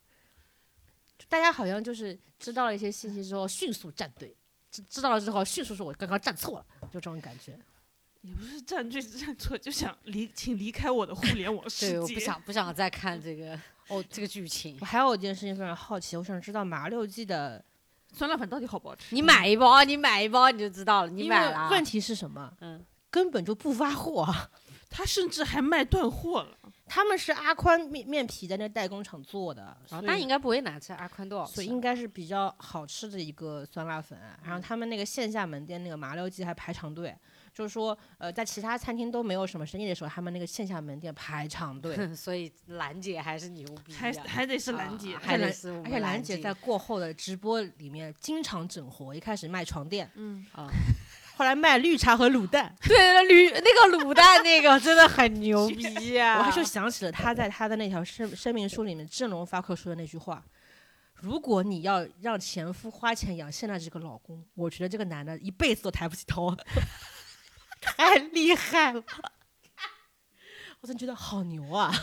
Speaker 1: 就大家好像就是知道了一些信息之后迅速站队，知知道了之后迅速说我刚刚站错了，就这种感觉。
Speaker 3: 也不是站对站错，就想离，请离开我的互联网世
Speaker 4: 对，我
Speaker 3: 界。
Speaker 4: 不想不想再看这 *laughs* 个哦这个剧情
Speaker 1: 我。还有一件事情非常好奇，我想知道麻六记的
Speaker 3: 酸辣粉到底好不好吃？
Speaker 4: 你买一包，你买一包你就知道了，你
Speaker 1: 因
Speaker 4: 买
Speaker 1: 为
Speaker 4: 了啊。
Speaker 1: 问题是什么？
Speaker 4: 嗯，
Speaker 1: 根本就不发货。
Speaker 3: 他甚至还卖断货了。
Speaker 1: *laughs* 他们是阿宽面面皮在那代工厂做的，所
Speaker 4: 哦
Speaker 1: 以
Speaker 4: 那应该不会难吃，阿宽多少
Speaker 1: 所以
Speaker 4: 吃？
Speaker 1: 应该是比较好吃的一个酸辣粉。啊
Speaker 4: 嗯
Speaker 1: 然后他们那个线下门店那个麻六记还排长队，就是说呃，在其他餐厅都没有什么生意的时候，他们那个线下门店排长队，
Speaker 4: *laughs* 所以兰姐还是牛逼啊，
Speaker 3: 还还得是兰
Speaker 4: 啊
Speaker 3: 姐，
Speaker 4: 还
Speaker 1: 而
Speaker 4: 得
Speaker 1: 且
Speaker 4: 是我
Speaker 1: 而
Speaker 4: 们
Speaker 1: 且兰
Speaker 4: 兰
Speaker 1: 姐在过后的直播里面经常整活，一开始卖床垫，
Speaker 3: 嗯，
Speaker 4: 啊，
Speaker 1: 后来卖绿茶和卤蛋。
Speaker 4: 对驴那个卤蛋那个真的很
Speaker 3: *laughs*
Speaker 4: 牛逼啊！
Speaker 1: 我还就想起了他在他的那条声声明书里面振聋发聩说的那句话：“如果你要让前夫花钱养现在这个老公，我觉得这个男的一辈子都抬不起头，太厉害了。我真觉得好牛啊！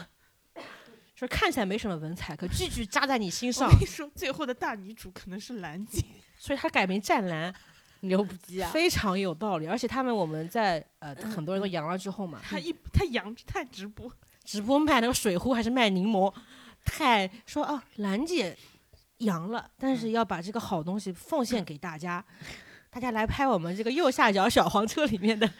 Speaker 1: 说看起来没什么文采，可句句扎在你心上
Speaker 4: *laughs*
Speaker 3: 我，跟你说，最后的大女主可能是兰姐，
Speaker 1: 所以他改名湛蓝。
Speaker 4: 牛逼啊！嗯
Speaker 1: 非常有道理。而且他们我们在呃很多人都阳了之后嘛，
Speaker 3: 她一她阳她直播，
Speaker 1: 直播卖那个水壶还是卖柠檬，太说啊兰姐阳了，但是要把这个好东西奉献给大家。大家来拍我们这个右下角小黄车里面的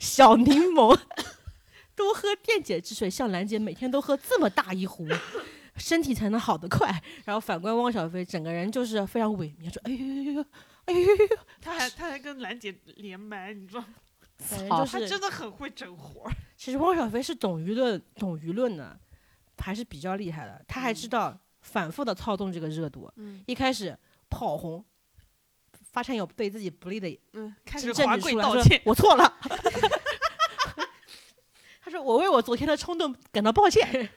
Speaker 1: 小柠檬， *laughs* 多喝电解质水，像兰姐每天都喝这么大一壶，身体才能好得快。然后反观汪小菲，整个人就是非常萎靡，说：“哎呦呦呦呦，哎呦呦呦
Speaker 3: 她还她还跟兰姐连麦，你知道吗？！”
Speaker 1: 反正
Speaker 4: 好
Speaker 1: 就
Speaker 3: 她
Speaker 1: 是
Speaker 3: 真的很会整活儿。
Speaker 1: 其实汪小菲是懂舆论、懂舆论的，还是比较厉害的。他还知道反复的操纵这个热度。
Speaker 3: 嗯
Speaker 1: 一开始炮红，发现有对自己不利的
Speaker 3: 嗯，开始
Speaker 1: 政
Speaker 3: 华
Speaker 1: 治
Speaker 3: 贵
Speaker 1: 出来，
Speaker 3: 道
Speaker 1: 说
Speaker 3: 歉，
Speaker 1: 我错了。 *laughs* 他说：“我为我昨天的冲动感到抱歉。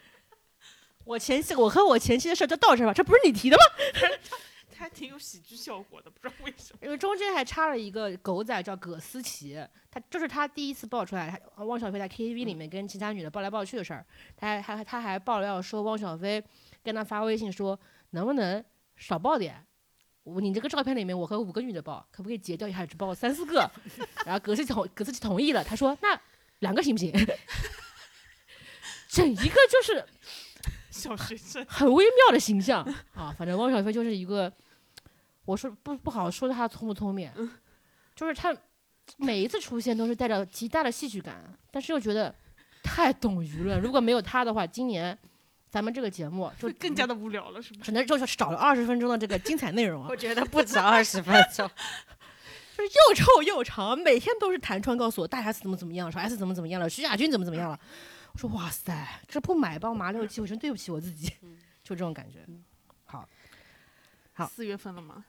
Speaker 1: 我前妻，我和我前妻的事儿就到这儿吧，这不是你提的吗？
Speaker 3: 她还挺有喜剧效果的，不知道为什么。
Speaker 1: 因为中间还插了一个狗仔叫葛思琪，他就是他第一次爆出来，他汪小菲在 KTV 里面跟其他女的抱来抱去的事儿，他还还他还爆料说汪小菲跟他发微信说能不能少爆点，我你这个照片里面我和五个女的抱，可不可以截掉一下只抱三四个？ *laughs* 然后葛思琪同葛思琪同意了，他说那两个行不行？ *laughs* 整一个就是
Speaker 3: 小学生，
Speaker 1: 很微妙的形象啊。反正汪小菲就是一个，我说不不好说他聪不聪明，就是他每一次出现都是带着极大的戏剧感，但是又觉得太懂舆论。如果没有他的话，今年咱们这个节目 *laughs* 就
Speaker 3: 会更加的无聊了，是吧？
Speaker 1: 只能就是少了二十分钟的这个精彩内容啊
Speaker 4: 我，觉得不止二十分钟，
Speaker 1: 就是 *laughs* 又臭又长，每天都是弹窗告诉我大 S 怎么怎么样，小 S 怎么怎么样了，徐亚军怎么怎么样了。我说哇塞，这不买包麻六七，我真对不起我自己， *laughs* 就这种感觉。好
Speaker 3: 四月份了吗？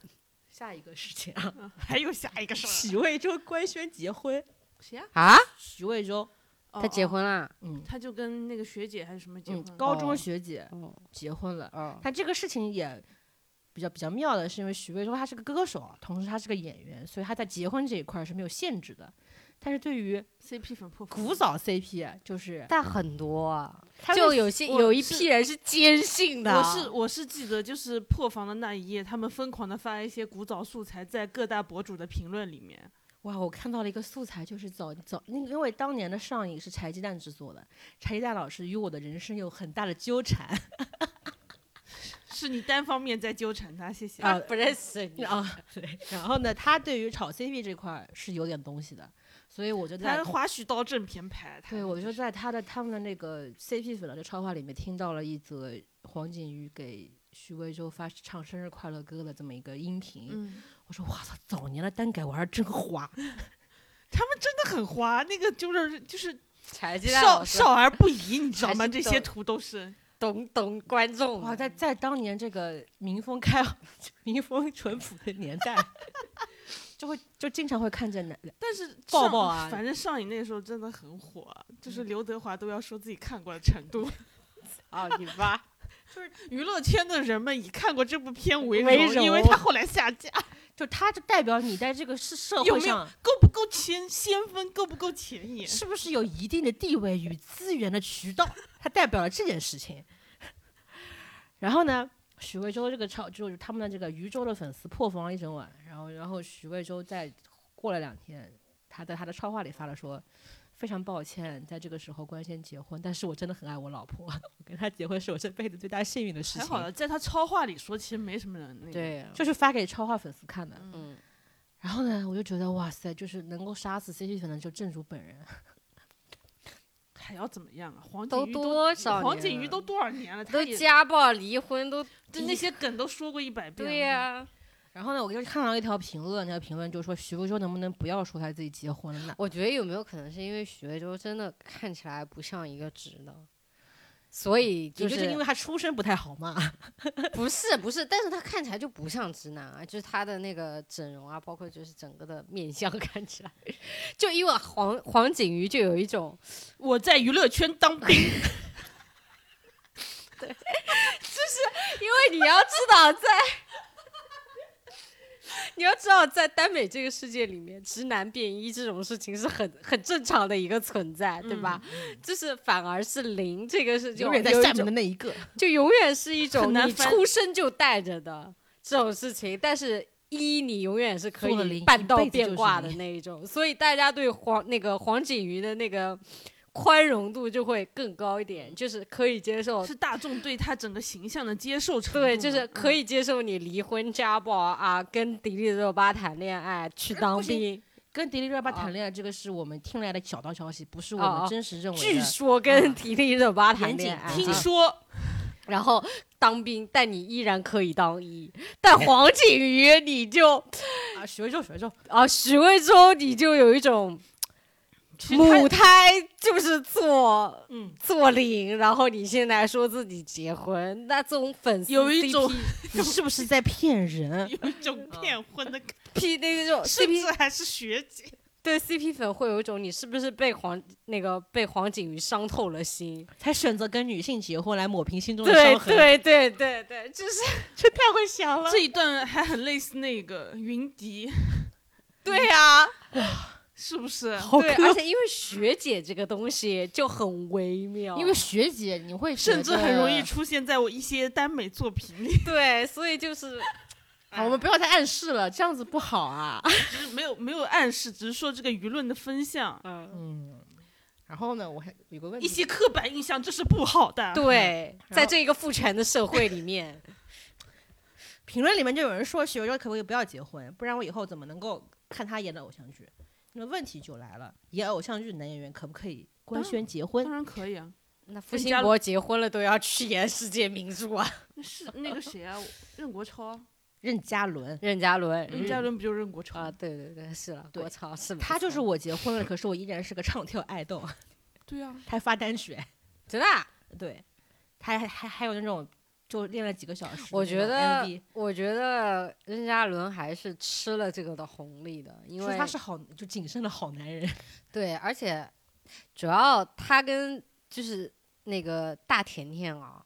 Speaker 1: 下一个事情啊，
Speaker 3: 嗯，还有下一个事儿。
Speaker 1: 许魏洲官宣结 *laughs* 婚，
Speaker 3: 谁呀？
Speaker 4: 啊？
Speaker 1: 许魏洲，
Speaker 3: 哦
Speaker 4: 他结，婚啦？
Speaker 1: 嗯
Speaker 3: 他就跟那个学姐还是什么结
Speaker 1: 嗯
Speaker 3: 婚，了？
Speaker 1: 高中学姐
Speaker 4: 哦
Speaker 1: 结婚了。
Speaker 4: 哦，
Speaker 1: 但这个事情也比较比较妙的是，因为许魏洲他是个歌手，啊同时他是个演员，所以他在结婚这一块儿是没有限制的。但是对于
Speaker 3: CP 粉破
Speaker 1: 古早 CP，就是
Speaker 4: 但很多啊，
Speaker 1: 他
Speaker 4: 就
Speaker 1: 们
Speaker 4: 有些
Speaker 3: 我
Speaker 4: 有一
Speaker 3: 是
Speaker 4: 批人是坚信的。
Speaker 3: 我是我是记得，就是破防的那一夜，他们疯狂的发一些古早素材在各大博主的评论里面。
Speaker 1: 哇，我看到了一个素材，就是早早，因因为当年的上影是柴鸡蛋制作的，柴鸡蛋老师与我的人生有很大的纠缠
Speaker 3: 是你单方面在纠缠他，谢谢。
Speaker 1: 啊
Speaker 4: 不认识你，
Speaker 1: *laughs* 啊。对，然后呢，他对于炒 CP 这块儿是有点东西的，所以我就在
Speaker 3: 他花絮刀正偏牌，他
Speaker 1: 对，我就
Speaker 3: 真是
Speaker 1: 在他的他们的那个 CP 粉的超话里面听到了一则黄景瑜给徐魏洲发唱生日快乐歌的这么一个音频。
Speaker 3: 嗯，
Speaker 1: 我说：“哇操，早年的单改玩儿真花，
Speaker 3: 他们真的很花，那个就是就是
Speaker 4: 柴鸡蛋
Speaker 3: 少
Speaker 4: 老师
Speaker 3: 少儿不宜，你知道
Speaker 4: 还
Speaker 3: 吗？
Speaker 4: 是
Speaker 3: 这
Speaker 4: 都
Speaker 3: 些图都是
Speaker 4: 懂懂观众
Speaker 1: 哇，
Speaker 4: 的。
Speaker 1: 在在当年这个民风开 *laughs* 民风淳朴的年代， *laughs* 就会就经常会看见男
Speaker 3: 但是
Speaker 1: 抱
Speaker 3: 上
Speaker 1: 抱啊
Speaker 3: 反正上影那时候真的很火，就是刘德华都要说自己看过的程度，
Speaker 4: 啊，你妈！
Speaker 3: 娱乐圈的人们以看过这部片为
Speaker 1: 为
Speaker 3: 荣，因为
Speaker 1: 荣
Speaker 3: 他后来下架，
Speaker 1: 就他就代表你在这个社社
Speaker 3: 有
Speaker 1: 会
Speaker 3: 没有
Speaker 1: 上
Speaker 3: 够不够前先锋，够不够前沿？
Speaker 1: 是不是有一定的地位与资源的渠道，它代表了这件事情。 *laughs* 然后呢，许魏洲这个超就是他们的这个渝州的粉丝破防了一整晚，然后然后许魏洲在过了两天，他在他的超话里发了说。非常抱歉，在这个时候官宣结婚，但是我真的很爱我老婆， *laughs* 我跟她结婚是我这辈子最大幸运的事
Speaker 3: 还
Speaker 1: 情。
Speaker 3: 好了，在他超话里说，其实没什么人。那个，
Speaker 4: 对，
Speaker 1: 就是发给超话粉丝看的。
Speaker 4: 嗯，
Speaker 1: 然后呢，我就觉得哇塞，就是能够杀死 CP 粉的就正主本人，
Speaker 3: 还要怎么样啊？黄
Speaker 4: 都
Speaker 3: 景瑜
Speaker 4: 多少年了
Speaker 3: 黄景瑜都多少年了，他
Speaker 4: 都
Speaker 3: 也
Speaker 4: 家暴、离婚都
Speaker 3: 就那些梗都说过一百遍了。
Speaker 4: 对啊呀、
Speaker 1: 然后呢，我就看到一条评论，那条评论就说徐慧洲能不能不要说他自己结婚了？
Speaker 4: 我觉得有没有可能是因为许魏洲真的看起来不像一个直的，所以
Speaker 1: 也
Speaker 4: 就
Speaker 1: 就是因为他出身不太好嘛。
Speaker 4: 不是不是，但是他看起来就不像直男啊，就是他的那个整容啊，包括就是整个的面相 *laughs* 看起来，就因为黄黄景瑜就有一种
Speaker 3: 我
Speaker 4: *laughs*
Speaker 3: 在娱乐圈当兵，
Speaker 4: 因为你要知道在，你要知道在耽美这个世界里面，直男变一这种事情是很很正常的一个存在，对吧？就是反而是零这个是
Speaker 1: 嗯
Speaker 4: 就
Speaker 1: 永远在
Speaker 4: 有一
Speaker 1: 下面
Speaker 4: 种
Speaker 1: 的那一 *laughs* 个。
Speaker 4: 就永远是一种
Speaker 3: 很难
Speaker 4: 你
Speaker 3: 翻
Speaker 4: 出生就带着的这种事情，但是一你永远是可
Speaker 1: 做了零
Speaker 4: 以半道
Speaker 1: 一辈子就是
Speaker 4: 变卦的
Speaker 1: 零
Speaker 4: 那一种，所以大家对黄那个黄景瑜的那个宽容度就会更高一点，就是可以接受
Speaker 3: 是大众对他整个形象的接受程度嘛。
Speaker 4: 对，就是可
Speaker 3: 以。
Speaker 4: 以接受你离婚、家暴啊，跟迪丽热巴谈恋爱、去当兵。
Speaker 1: 跟迪丽热巴
Speaker 4: 啊
Speaker 1: 谈恋爱，这个是我们听来的小道消息，不是我
Speaker 4: 啊
Speaker 1: 们
Speaker 4: 啊
Speaker 1: 真实认为
Speaker 4: 据
Speaker 1: 的。
Speaker 4: 说跟迪丽热巴谈
Speaker 1: 严谨
Speaker 4: 恋爱，
Speaker 3: 听
Speaker 4: 啊
Speaker 3: 说
Speaker 4: 然后当兵，但你依然可以当一。但黄景瑜，你就
Speaker 1: 啊，学就 *laughs* 学就，
Speaker 4: 啊，许魏洲，你就有一种母胎就是做
Speaker 3: 嗯，
Speaker 4: 做零，然后你现在说自己结婚，那这种粉丝
Speaker 3: 有一种
Speaker 4: CP
Speaker 1: 你是不是在骗人？
Speaker 3: 有一种
Speaker 4: 嗯
Speaker 3: 骗
Speaker 4: *laughs*
Speaker 3: 婚的感觉，
Speaker 4: P 那种
Speaker 3: *laughs* 甚
Speaker 4: CP
Speaker 3: 至还是学
Speaker 4: *laughs*
Speaker 3: 姐。
Speaker 4: 对 CP 粉会有一种你是不是被黄那个被黄景瑜伤透了心？
Speaker 1: 才选择跟女性结婚来抹平心中的
Speaker 4: 对
Speaker 1: 伤痕，
Speaker 4: 对对对对，就是这太会想了
Speaker 3: 这一段还很类似那个云迪，
Speaker 4: 对呀、
Speaker 3: 是不是？
Speaker 1: 好
Speaker 4: 对，
Speaker 1: 磕
Speaker 4: 而。且因为学姐这个东西就很微妙，
Speaker 1: 因为学姐，你会
Speaker 3: 甚至
Speaker 1: 觉得
Speaker 3: 很容易。出现在我一些耽美作品里，
Speaker 4: 对，所以就是
Speaker 1: 好，哎我们不要再暗示了，这样子不好啊。
Speaker 3: *laughs* 只是没有没有暗示，只是说这个舆论的风向，
Speaker 4: 嗯，
Speaker 1: 嗯，然后呢，我还有个问
Speaker 3: 一
Speaker 1: 题，
Speaker 3: 些刻板印象，这是不好的。
Speaker 4: 对，
Speaker 1: 后
Speaker 4: 在这个父权的社会里面，
Speaker 1: 评论里面就有人说许茹芸可不可以不要结婚，不然我以后怎么能够看她演的偶像剧？那么问题就来了，演偶像剧的男演员可不可以官宣结婚
Speaker 3: 当？然可以啊。
Speaker 4: 那付
Speaker 3: 跟
Speaker 4: 辛
Speaker 3: 家
Speaker 4: 博结婚了都要去演世界名著啊，
Speaker 3: 那是那个谁啊，任国超啊，
Speaker 1: 任嘉伦，
Speaker 4: *laughs* 任嘉伦，
Speaker 3: 任嘉伦不就任国超
Speaker 4: 啊，？对对对，是了，
Speaker 1: 对
Speaker 4: 我操，是没
Speaker 1: 他就是
Speaker 4: 嗯错
Speaker 1: 我结婚了，可是我依然是个唱跳爱豆，
Speaker 3: 对啊，
Speaker 1: 他还发单曲，
Speaker 4: 真的啊、
Speaker 1: 对，他还还还有那种就练了几个小时的那种 MV，
Speaker 4: 我觉得，我觉得任嘉伦还是吃了这个的红利的，因
Speaker 1: 说
Speaker 4: 为
Speaker 1: 他是好就谨慎的好男人，
Speaker 4: 对，而且主要他跟就是那个大甜甜啊，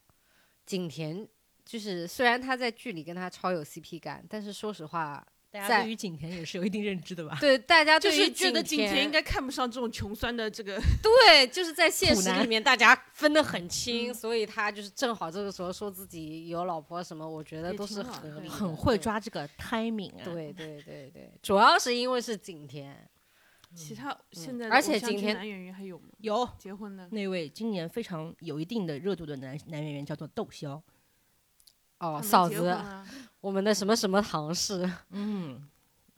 Speaker 4: 景甜，就是虽然他在剧里跟他超有 CP 感，但是说实话，
Speaker 1: 大家
Speaker 4: 在
Speaker 1: 对于景甜也是有一定认知的吧？
Speaker 4: 对大家
Speaker 3: 就
Speaker 4: 对于
Speaker 3: 是觉得嗯景
Speaker 4: 景
Speaker 3: 甜应该看不上这种穷酸的这个，
Speaker 4: 对，就是在现
Speaker 1: 苦
Speaker 4: 实
Speaker 1: 男
Speaker 4: 里面大家分得很清，
Speaker 3: 嗯
Speaker 4: 所以他就是正好这个时候说自己有老婆什么，我觉得
Speaker 3: 也
Speaker 4: 都 *laughs*
Speaker 3: 挺
Speaker 4: 是
Speaker 3: 好
Speaker 4: 合
Speaker 3: 的
Speaker 4: 理的，
Speaker 1: 很会
Speaker 4: 对。
Speaker 1: 抓这个 timing 啊，，
Speaker 4: 对对对对，主要是因为是景甜，
Speaker 3: 其他现在的
Speaker 4: 而
Speaker 3: 偶
Speaker 4: 且
Speaker 3: 像
Speaker 4: 景
Speaker 3: 剧
Speaker 4: 甜
Speaker 3: 男演员还有吗？
Speaker 1: 有
Speaker 3: 结婚的
Speaker 1: 那位今年非常有一定的热度的男男演员叫做窦骁，
Speaker 3: 他
Speaker 4: 哦，
Speaker 3: 们
Speaker 4: 嫂
Speaker 3: 结婚
Speaker 4: 子，
Speaker 3: 啊
Speaker 4: 我们的什么什么唐氏，
Speaker 1: 嗯，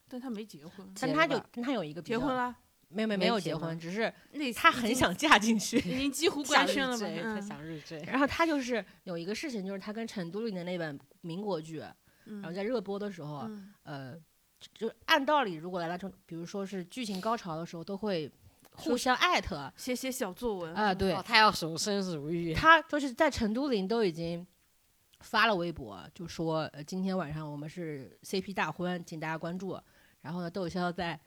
Speaker 3: 但他没结婚，
Speaker 1: 但
Speaker 4: 结
Speaker 1: 他
Speaker 4: 了
Speaker 1: 有
Speaker 4: 吧
Speaker 1: 但他有一个比
Speaker 3: 结
Speaker 1: 较
Speaker 3: 婚，了，
Speaker 1: 没有没有
Speaker 4: 没
Speaker 1: 没有
Speaker 4: 结
Speaker 1: 结婚，
Speaker 4: 吗
Speaker 1: 只是
Speaker 3: 那
Speaker 1: 他很想嫁进
Speaker 3: *laughs*
Speaker 1: 去。
Speaker 3: 已经几乎
Speaker 4: 想
Speaker 3: 官
Speaker 4: 入
Speaker 3: 宣嗯了吧？
Speaker 4: 赘他
Speaker 3: 嗯
Speaker 4: 想入赘。
Speaker 1: 然后他就是有一个事情，就是他跟陈都灵的那本民国剧，然后
Speaker 3: 嗯
Speaker 1: 在热播的时候，
Speaker 3: 嗯，
Speaker 1: 呃，就就按道理如果来了这种，比如说是剧情高潮的时候，都会互
Speaker 3: 说啊
Speaker 1: 相艾特啊、
Speaker 3: 写写小作文，
Speaker 1: 对
Speaker 4: 哦，，他要守身如玉。
Speaker 1: 他就是在陈都灵都已经发了微博，就说呃今天晚上我们是 CP 大婚，请大家关注。然后呢，窦骁在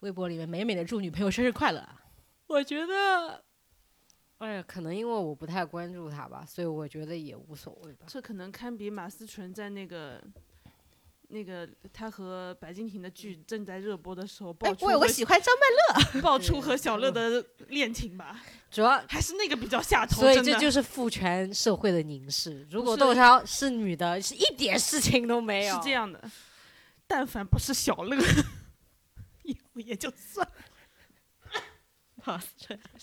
Speaker 1: 微博里面美美的祝女朋友生日快乐。啊
Speaker 4: 我觉得，哎呀，可能因为我不太关注他吧，所以我觉得也无所谓吧。
Speaker 3: 这可能堪比马思纯在那个。那个他和白敬亭的剧正在热播的时候，爆
Speaker 1: 嗯哎，
Speaker 3: 出
Speaker 1: 我有个
Speaker 3: 和
Speaker 1: 喜欢嗯张曼
Speaker 3: 爆出和小乐的恋情吧，
Speaker 4: 主 *laughs* 要，
Speaker 3: 还是那个比较下头，
Speaker 4: 所以
Speaker 3: 真的
Speaker 4: 这就是父权社会的凝视。如果
Speaker 3: 是
Speaker 4: 窦骁是女的，是一点事情都没有。
Speaker 3: 是这。样的。但凡不是小乐， *laughs* 也也
Speaker 1: 哦
Speaker 3: 就算了。
Speaker 1: 乐，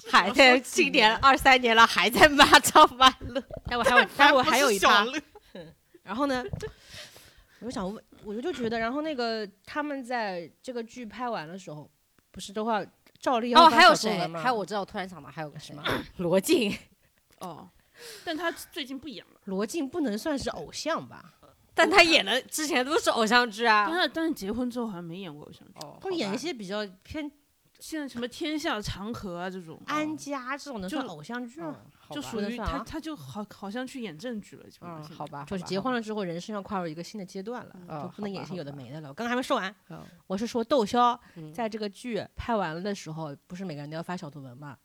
Speaker 4: 还在今年二三年了，还在骂张曼乐。
Speaker 1: 待会 *laughs* 还有待
Speaker 3: 但
Speaker 1: 会
Speaker 3: 我
Speaker 1: 还
Speaker 4: *laughs*
Speaker 1: 有一
Speaker 3: 小
Speaker 1: 趴。
Speaker 3: 乐，
Speaker 1: 然后呢，我就想问，我就觉得，然后那个他们在这个剧拍完的时候，不是都要照例要
Speaker 4: 哦，
Speaker 1: 发
Speaker 4: 还有
Speaker 1: 小作
Speaker 4: 谁？
Speaker 1: 文吗
Speaker 4: 还有我知道，我突然想到还有个什么哎罗晋，
Speaker 3: 哦，但他最近不演了。
Speaker 1: 罗晋不能算是偶像吧？
Speaker 4: 但他演的之前都是偶像剧
Speaker 3: 但
Speaker 4: 啊。
Speaker 3: 是但是结婚之后好像没演过偶像剧，
Speaker 4: 哦
Speaker 1: 会演一
Speaker 4: 好吧嗯
Speaker 1: 些比较偏
Speaker 3: 现在什么《天下长河》啊这种，
Speaker 1: 安家这种能
Speaker 3: 就
Speaker 1: 算偶像剧吗？
Speaker 4: 嗯好
Speaker 3: 就
Speaker 4: 吧
Speaker 3: 属
Speaker 1: 不能
Speaker 3: 于
Speaker 1: 算
Speaker 3: 他
Speaker 1: 啊
Speaker 3: 他就好好像去演正剧了，基本上
Speaker 4: 嗯，
Speaker 3: 现在
Speaker 4: 好吧，
Speaker 1: 就是结婚了之后，人生要跨入一个新的阶段了，
Speaker 4: 哦
Speaker 1: 就不能
Speaker 4: 好吧
Speaker 1: 演些
Speaker 4: 好
Speaker 1: 有的
Speaker 4: 吧
Speaker 1: 没的了。我刚刚还没说完，
Speaker 4: 了，
Speaker 1: 我是说窦骁
Speaker 4: 嗯
Speaker 1: 在这个剧拍完了的时候，不是每个人都要发小作文嘛？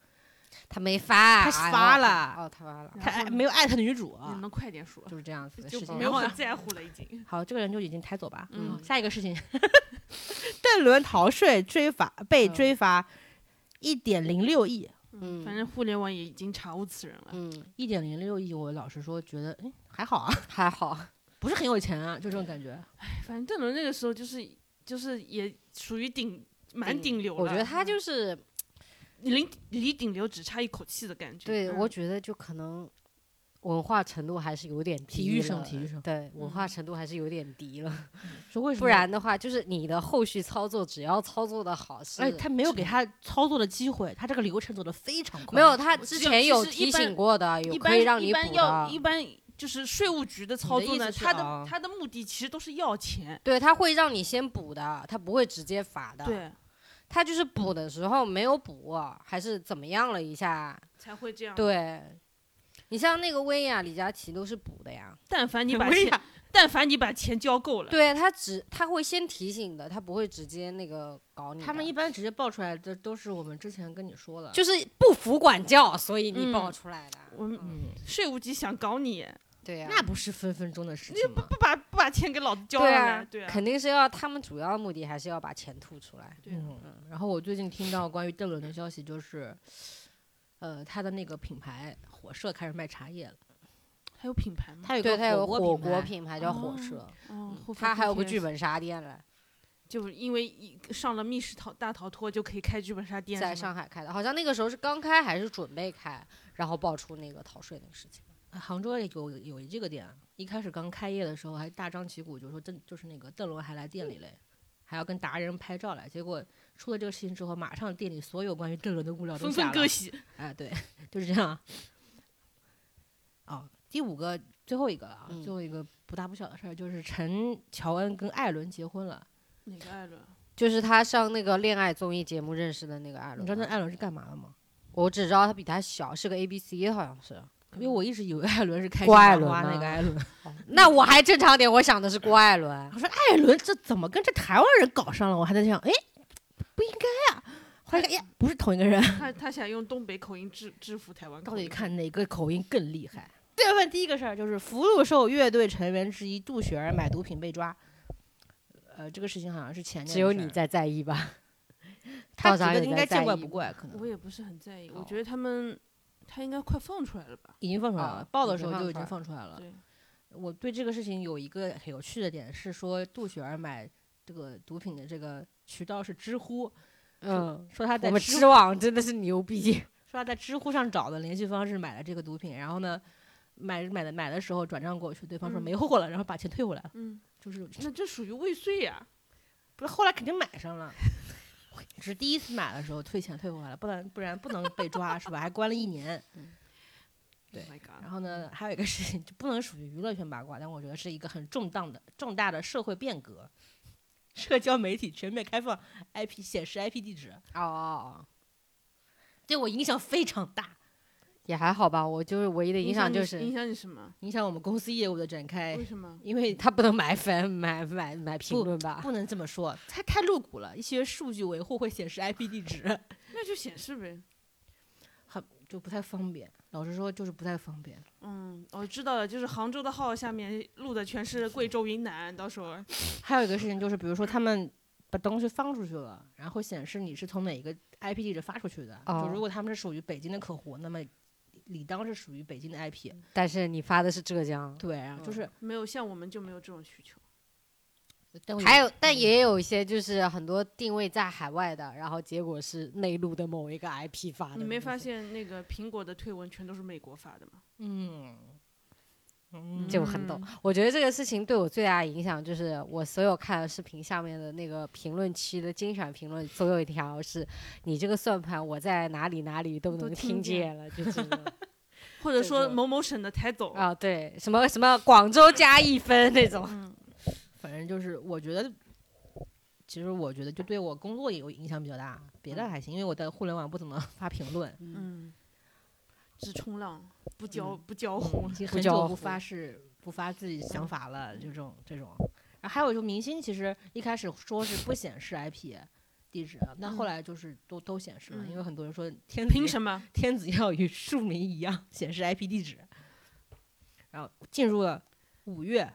Speaker 4: 他没发，
Speaker 1: 他
Speaker 4: 哎
Speaker 1: 发
Speaker 4: 我
Speaker 1: 了
Speaker 4: 哦，他发了。
Speaker 1: 他艾没有啊艾特女主，
Speaker 3: 你们快点说，
Speaker 1: 就是这样子的
Speaker 3: 就
Speaker 1: 事
Speaker 4: 嗯
Speaker 1: 情。
Speaker 3: 没
Speaker 1: 然
Speaker 3: 有 *laughs*
Speaker 1: 后
Speaker 3: 人在乎了，已经。
Speaker 1: 好，这个人就已经抬走吧。
Speaker 3: 嗯
Speaker 1: 下一个事情，邓伦逃税追罚被
Speaker 4: 嗯
Speaker 1: 追罚一点零六亿，
Speaker 4: 嗯
Speaker 3: 反正互联网也已经查无此人了。
Speaker 4: 嗯，
Speaker 1: 一点零六亿，我老实说觉得哎还好啊，
Speaker 4: 还好，
Speaker 1: 不是很有钱啊，就这种感觉。
Speaker 4: 嗯
Speaker 3: 哎反正邓伦那个时候就是就是也属于顶蛮
Speaker 4: 顶
Speaker 3: 顶流了，
Speaker 4: 我觉得他就是
Speaker 3: 离离顶流只差一口气的感觉。
Speaker 4: 对，
Speaker 3: 嗯
Speaker 4: 我觉得就可能文化程度还是有点
Speaker 1: 体
Speaker 4: 低
Speaker 1: 育生
Speaker 4: 了
Speaker 1: 体育生
Speaker 4: 对，文化
Speaker 3: 嗯
Speaker 4: 程度还是有点低了，
Speaker 1: 说为什么？
Speaker 4: 不然的话，就是你的后续操作只要操作的好是，
Speaker 1: 哎，他没有给他操作的机会，他这个流程走得非常快。
Speaker 4: 没有，他
Speaker 3: 我
Speaker 4: 之
Speaker 3: 记得
Speaker 4: 前
Speaker 3: 其
Speaker 4: 有
Speaker 3: 实一
Speaker 4: 提
Speaker 3: 般
Speaker 4: 醒过的，有
Speaker 3: 一
Speaker 4: 可以
Speaker 3: 般
Speaker 4: 让
Speaker 3: 一
Speaker 4: 你
Speaker 3: 般
Speaker 4: 补
Speaker 3: 要
Speaker 4: 的
Speaker 3: 一，般就是税务局的操作
Speaker 1: 你的意
Speaker 3: 呢，
Speaker 1: 思是
Speaker 3: 他的
Speaker 1: 啊
Speaker 3: 他的目的其实都是要钱。
Speaker 4: 对他会让你先补的，他不会直接罚的，
Speaker 3: 对，
Speaker 4: 他就是补的时候没有补，还是怎么样了一下，
Speaker 3: 才会这样。，
Speaker 4: 对。你像那个薇娅、李佳琦都是补的呀，
Speaker 3: 但凡你把
Speaker 1: 薇
Speaker 3: 钱
Speaker 1: 娅，
Speaker 3: 但凡你把钱交够了，
Speaker 4: 对他只他会先提醒的，他不会直接那个搞你的。
Speaker 1: 他们一般直接爆出来的都是我们之前跟你说了，
Speaker 4: 就是不服管教，所以你
Speaker 3: 嗯
Speaker 4: 爆出来的。
Speaker 3: 我们
Speaker 1: 嗯，
Speaker 3: 税务局想搞你，
Speaker 4: 对呀、
Speaker 1: 那不是分分钟的事情吗？
Speaker 3: 不把不把钱给老子交了
Speaker 4: 对
Speaker 3: 呗
Speaker 4: 啊，，
Speaker 3: 对啊，
Speaker 4: 肯定是要他们主要目的还是要把钱吐出来。
Speaker 3: 对啊
Speaker 1: 嗯，然后我最近听到关于邓伦的消息，就是，呃，他的那个品牌火社开始卖茶叶了。
Speaker 3: 还有品牌吗？
Speaker 1: 他有
Speaker 4: 对，
Speaker 1: 个
Speaker 4: 它有个火
Speaker 1: 锅
Speaker 4: 锅
Speaker 1: 品
Speaker 4: 品牌叫火社，
Speaker 3: 哦，后发
Speaker 4: 它嗯还有个
Speaker 3: 制
Speaker 4: 剧
Speaker 3: 片，
Speaker 4: 本杀店嘞，
Speaker 3: 就是因为一上了密室逃大逃脱就可以开剧本杀店，
Speaker 4: 在
Speaker 3: 是吗
Speaker 4: 上海开的，好像那个时候是刚开还是准备开，然后爆出那个逃税那个事情。
Speaker 1: 牌，呃杭州也有有这个店，啊一开始刚开业的时候还大张旗鼓，就说邓就是那个邓伦还来店里嘞，还要跟达人拍照来。结果出了这个事情之后，马上店里所有关于邓伦的物料都
Speaker 3: 纷
Speaker 1: 下
Speaker 3: 纷
Speaker 1: 了
Speaker 3: 割
Speaker 4: *laughs*
Speaker 3: 席。
Speaker 1: 哎，对，就是这样。哦，第五个，最后一个了啊，
Speaker 4: 嗯
Speaker 1: 最后一个不大不小的事儿就是陈乔恩跟艾伦结婚了。
Speaker 3: 哪个艾伦？
Speaker 4: 就是他上那个恋爱综艺节目认识的那个艾
Speaker 1: 你知道那
Speaker 4: 伦吗，
Speaker 1: 艾伦是干嘛的吗？
Speaker 4: 我只知道他比他小，是个 A B C 好像是。
Speaker 1: 因为我一直以为艾伦是开
Speaker 4: 嗯郭
Speaker 1: 心
Speaker 4: 艾
Speaker 1: 麻
Speaker 4: 伦
Speaker 1: 花那
Speaker 4: 吗
Speaker 1: 个艾伦。
Speaker 4: 那我还正常点，我想的是郭艾伦
Speaker 1: 我。说艾伦这怎么跟这台湾人搞上了？我还在想，哎，不应该呀、后来看，哎，不是同一个人，
Speaker 3: *laughs* 他他想用东北口音制制服台湾口
Speaker 1: 到
Speaker 3: 音，
Speaker 1: 底看哪个口音更厉害？最要问第一个事儿就是福禄寿乐队成员之一杜雪儿买毒品被抓，呃，这个事情好像是前年的
Speaker 4: 只有
Speaker 1: 事
Speaker 4: 你
Speaker 1: 儿，
Speaker 4: 在在意吧？
Speaker 1: 他
Speaker 4: *laughs* 道
Speaker 1: 觉
Speaker 4: 长
Speaker 1: 得
Speaker 4: 也
Speaker 1: 应
Speaker 4: 在
Speaker 1: 该见
Speaker 4: 在
Speaker 1: 怪
Speaker 4: 意
Speaker 1: 不怪，可
Speaker 3: 我
Speaker 1: 能
Speaker 3: 也不是很在意，我
Speaker 4: 哦
Speaker 3: 觉得他们他应该快放出来了吧？
Speaker 1: 已经放出来了
Speaker 4: 哦，
Speaker 1: 报
Speaker 4: 已
Speaker 1: 的时
Speaker 4: 经
Speaker 1: 候
Speaker 4: 放
Speaker 1: 就啊已
Speaker 4: 出
Speaker 1: 经
Speaker 4: 来
Speaker 1: 放出来了。
Speaker 3: 对，
Speaker 1: 我对这个事情有一个很有趣的点是说，杜雪儿买这个毒品的这个渠道是知乎，
Speaker 4: 嗯，
Speaker 1: 说她在
Speaker 4: 我们
Speaker 1: 知
Speaker 4: 知网真的是
Speaker 1: *laughs*
Speaker 4: 牛逼。
Speaker 1: 说他在知乎上找的联系方式买了这个毒品，然后呢，买买的买的时候转账过去，对方说
Speaker 3: 嗯
Speaker 1: 没货了，然后把钱退回来了，
Speaker 3: 嗯，
Speaker 1: 就是
Speaker 3: 那这属于未遂呀、
Speaker 1: 不是后来肯定买上了，只是第一次买的时候退钱退回来了，不然不然不能被抓是吧？还关了一年。对
Speaker 3: Oh my god
Speaker 1: 然后呢，还有一个事情就不能属于娱乐圈八卦，但我觉得是一个很重大的重大的社会变革，社交媒体全面开放 IP 显示 IP 地址，
Speaker 4: 哦哦哦，
Speaker 1: 对我影响非常大，
Speaker 4: 也还好吧。我就是唯一的影响
Speaker 3: 你
Speaker 4: 就
Speaker 3: 影
Speaker 4: 是哎
Speaker 3: 响你什么？
Speaker 1: 影响我们公司业务的展开
Speaker 3: 为，什么？
Speaker 1: 因为
Speaker 4: 他不能买粉、买买买评论吧？
Speaker 1: 不能这么说，太太露骨了。一些数据维护会显示 IP 地址，
Speaker 3: 那就显示呗。
Speaker 1: 很就不太方便。老实说，就是不太方便。
Speaker 3: 嗯，我知道了，就是杭州的号下面录的全是贵州、云南，到时候
Speaker 1: 还有一个事情就是，比如说他们把东西放出去了，然后显示你是从哪个 IP 地址发出去的。
Speaker 4: 哦
Speaker 1: 就如果他们是属于北京的客户，那么理当是属于北京的 IP。
Speaker 4: 但是你发的是浙江，
Speaker 1: 对，然后就是、
Speaker 3: 没有像我们就没有这种需求。
Speaker 1: 但我
Speaker 4: 还有但
Speaker 1: 嗯
Speaker 4: 也有一些就是很多定位在海外的，然后结果是内陆的某一个 IP 发的。
Speaker 3: 你没发？现那个苹果的推文全都是美国发的吗？
Speaker 1: 嗯嗯，
Speaker 4: 就很懂。我觉得这个事情对我最大的影响就是，我所有看的视频下面的那个评论区的精选评论，总有一条是“你这个算盘我在哪里哪里都
Speaker 3: 都
Speaker 4: 能
Speaker 3: 听
Speaker 4: 听
Speaker 3: 见
Speaker 4: 见了”，就真 *laughs* 的。
Speaker 3: 或者说
Speaker 4: 这个
Speaker 3: 某某省的台总，
Speaker 4: 啊，对，什么什么广州加一分那种。
Speaker 3: 嗯，
Speaker 1: 反正就是我觉得。其实我觉得，就对我工作也有影响比较大，别的还行，因为我在互联网不怎么发评论，
Speaker 3: 嗯，只冲浪不交
Speaker 1: 嗯
Speaker 3: 不交
Speaker 1: 嗯
Speaker 3: 互
Speaker 1: 已，经
Speaker 4: 不
Speaker 1: 很
Speaker 4: 交
Speaker 1: 久不
Speaker 4: 互
Speaker 1: 发嗯誓、不发自己想法了，就这种这种。然后还有就明星，其实一开始说是不显示 IP，地址啊。那后来就是都都显示了，
Speaker 3: 嗯
Speaker 1: 因为很多人说天子
Speaker 3: 凭什么？
Speaker 1: 天子要与庶民一样显示 IP 地址。然后进入了五月，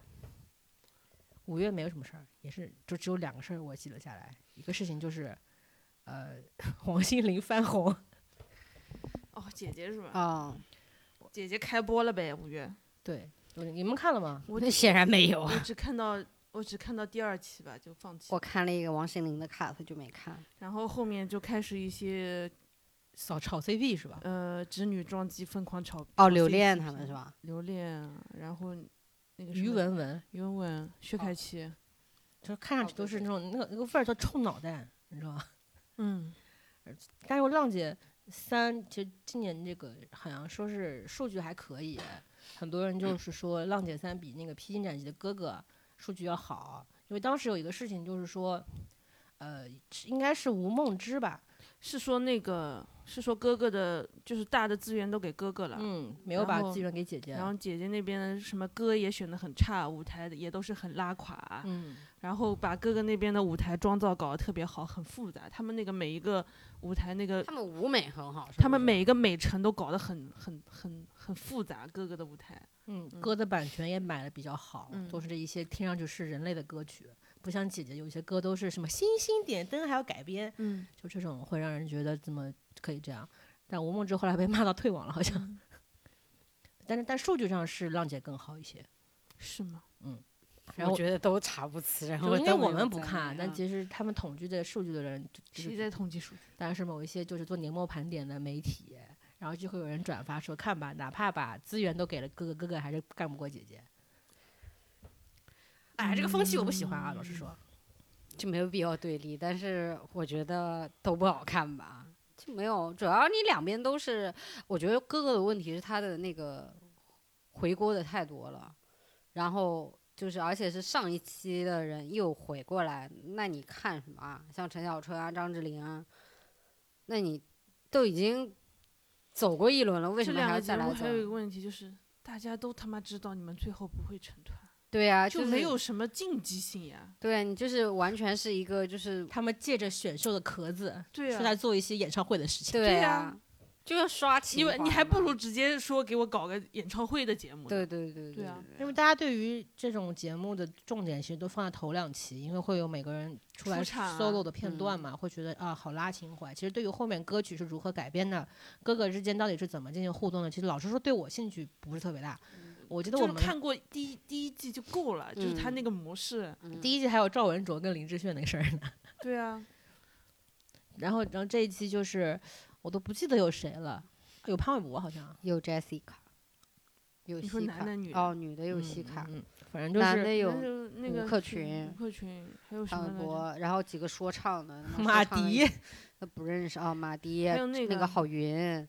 Speaker 1: 五月没有什么事儿，也是就只有两个事儿我记得下来，一个事情就是，呃， *laughs* 王心凌翻红，
Speaker 3: 哦，姐姐是吧？
Speaker 4: 啊，
Speaker 3: 姐姐开播了呗，五月。
Speaker 1: 对，你们看了吗？
Speaker 3: 我
Speaker 4: 那显然没有啊。
Speaker 3: 我只看到我只看到第二期吧，就放弃
Speaker 4: *laughs* 我。看了一个王心凌的 cut 就没看，
Speaker 3: 然后后面就开始一些
Speaker 1: 扫炒 CP 是吧？
Speaker 3: 呃直女撞击疯狂炒
Speaker 4: 哦，留恋他们是？
Speaker 3: 炒 CP
Speaker 4: 吧？
Speaker 3: 留恋，然后那个什
Speaker 1: 于
Speaker 3: 么
Speaker 1: 文文，
Speaker 3: 于文哦文、薛凯琪，
Speaker 1: 就是看
Speaker 3: 哦
Speaker 1: 上去都是那种那个那个味儿叫臭脑袋，你知道吧？ *laughs*
Speaker 3: 嗯，
Speaker 1: 但是《浪姐三》其实今年这个好像说是数据还可以，很多人
Speaker 3: 嗯
Speaker 1: 就是说《浪姐三》比那个《披荆斩棘的哥哥》数据要好，因为当时有一个事情就是说，呃，是应该是吴梦之吧，
Speaker 3: 是说那个是说哥哥的，就是大的资源都给哥哥了。
Speaker 1: 嗯，没有
Speaker 3: 然
Speaker 1: 把
Speaker 3: 后
Speaker 1: 资源给姐姐，
Speaker 4: 嗯
Speaker 3: 然后姐姐那边的什么歌也选的很差，舞台也都是很拉垮，啊
Speaker 1: 嗯，
Speaker 3: 然后把哥哥那边的舞台妆造搞得特别好，很复杂。他们那个每一个舞台那个
Speaker 4: 他们舞美很好，是
Speaker 3: 他们
Speaker 4: 不是
Speaker 3: 每一个每程都搞得很很很很复杂，各个的舞台。
Speaker 1: 嗯
Speaker 3: 嗯，
Speaker 1: 歌的版权也买的比较好，都
Speaker 3: 嗯
Speaker 1: 是这一些听上去是人类的歌曲，不像姐姐有些歌都是什么星星点灯还要改编，
Speaker 3: 嗯，
Speaker 1: 就这种会让人觉得怎么可以这样。但吴梦之后来被骂到退网了，好像。 *laughs* 但是但数据上是浪姐更好一些，
Speaker 3: 是吗？
Speaker 1: 然后
Speaker 4: 我觉得都查不齐，然
Speaker 1: 就
Speaker 4: 后
Speaker 1: 因为
Speaker 4: 都没
Speaker 1: 我
Speaker 4: 有
Speaker 1: 们不
Speaker 4: 在
Speaker 1: 看，
Speaker 4: 那
Speaker 1: 但
Speaker 4: 啊
Speaker 1: 其实他们统计这数据的人，就就
Speaker 3: 谁
Speaker 1: 是
Speaker 3: 在统计数据？
Speaker 1: 当然是某一些就是做年末盘点的媒体，然后就会有人转发说看吧，哪怕把资源都给了哥哥，哥哥还是干不过姐姐。哎，这个风气我不喜欢啊，老实说，
Speaker 4: 就没有必要对立，但是我觉得都不好看吧，就没有。主要你两边都是，我觉得哥哥的问题是他的那个回锅的太多了，然后就是而且是上一期的人又回过来，那你看什么啊？像陈小春啊、张智霖啊，那你都已经走过一轮了，为
Speaker 3: 这
Speaker 4: 什么
Speaker 3: 两
Speaker 4: 还
Speaker 3: 个
Speaker 4: 要
Speaker 3: 节
Speaker 4: 再来
Speaker 3: 目
Speaker 4: 走
Speaker 3: 还？有一个问题就是，大家都他妈知道你们最后不会成团，
Speaker 4: 对呀、
Speaker 3: 就是没有什么竞技性呀。
Speaker 4: 对啊，你就是完全是一个就是
Speaker 1: 他们借着选秀的壳子，
Speaker 3: 对啊
Speaker 1: 是
Speaker 4: 啊
Speaker 3: 呀、
Speaker 1: 在做一些演唱会的事情。
Speaker 4: 对
Speaker 3: 呀
Speaker 4: 啊就要刷情
Speaker 3: 你
Speaker 4: 怀
Speaker 3: 们
Speaker 4: 嘛，
Speaker 3: 你还不如直接说给我搞个演唱会的节目呢。
Speaker 4: 对对对
Speaker 3: 对啊
Speaker 1: 因为大家对于这种节目的重点其实都放在头两期，因为会有每个人出来
Speaker 3: 出场啊
Speaker 1: solo 的片段嘛，会觉得啊好拉情怀。其实对于后面歌曲是如何改编的，哥哥之间到底是怎么进行互动的，其实老实说对我兴趣不是特别大。我觉得
Speaker 3: 嗯就
Speaker 1: 我
Speaker 3: 是
Speaker 1: 们
Speaker 3: 看过第一第一季就够了，就是他
Speaker 4: 嗯
Speaker 3: 那个模式。
Speaker 1: 第一季还有赵文卓跟林志炫那个事儿呢， *laughs*
Speaker 3: 对啊，
Speaker 1: 然后然后这一期就是我都不记得有谁了，有潘玮柏好像。
Speaker 4: 有 Jessica，有
Speaker 3: 你说
Speaker 4: 西
Speaker 3: 男
Speaker 4: 卡
Speaker 3: 的女的
Speaker 4: 哦，女的有西
Speaker 1: 嗯
Speaker 4: 卡，
Speaker 1: 嗯，嗯反正就
Speaker 4: 男
Speaker 1: 是
Speaker 4: 的
Speaker 3: 那
Speaker 4: 有
Speaker 3: 就那个
Speaker 4: 克
Speaker 3: 群
Speaker 4: 群
Speaker 3: 吴克群，还有什么
Speaker 4: 张玮
Speaker 3: 来着？
Speaker 4: 博，然后几个说唱的他妈
Speaker 1: 马
Speaker 4: 说唱的
Speaker 1: 迪，
Speaker 4: 都不认识啊，马迪，
Speaker 3: 还有那
Speaker 4: 那
Speaker 3: 个
Speaker 4: 个郝云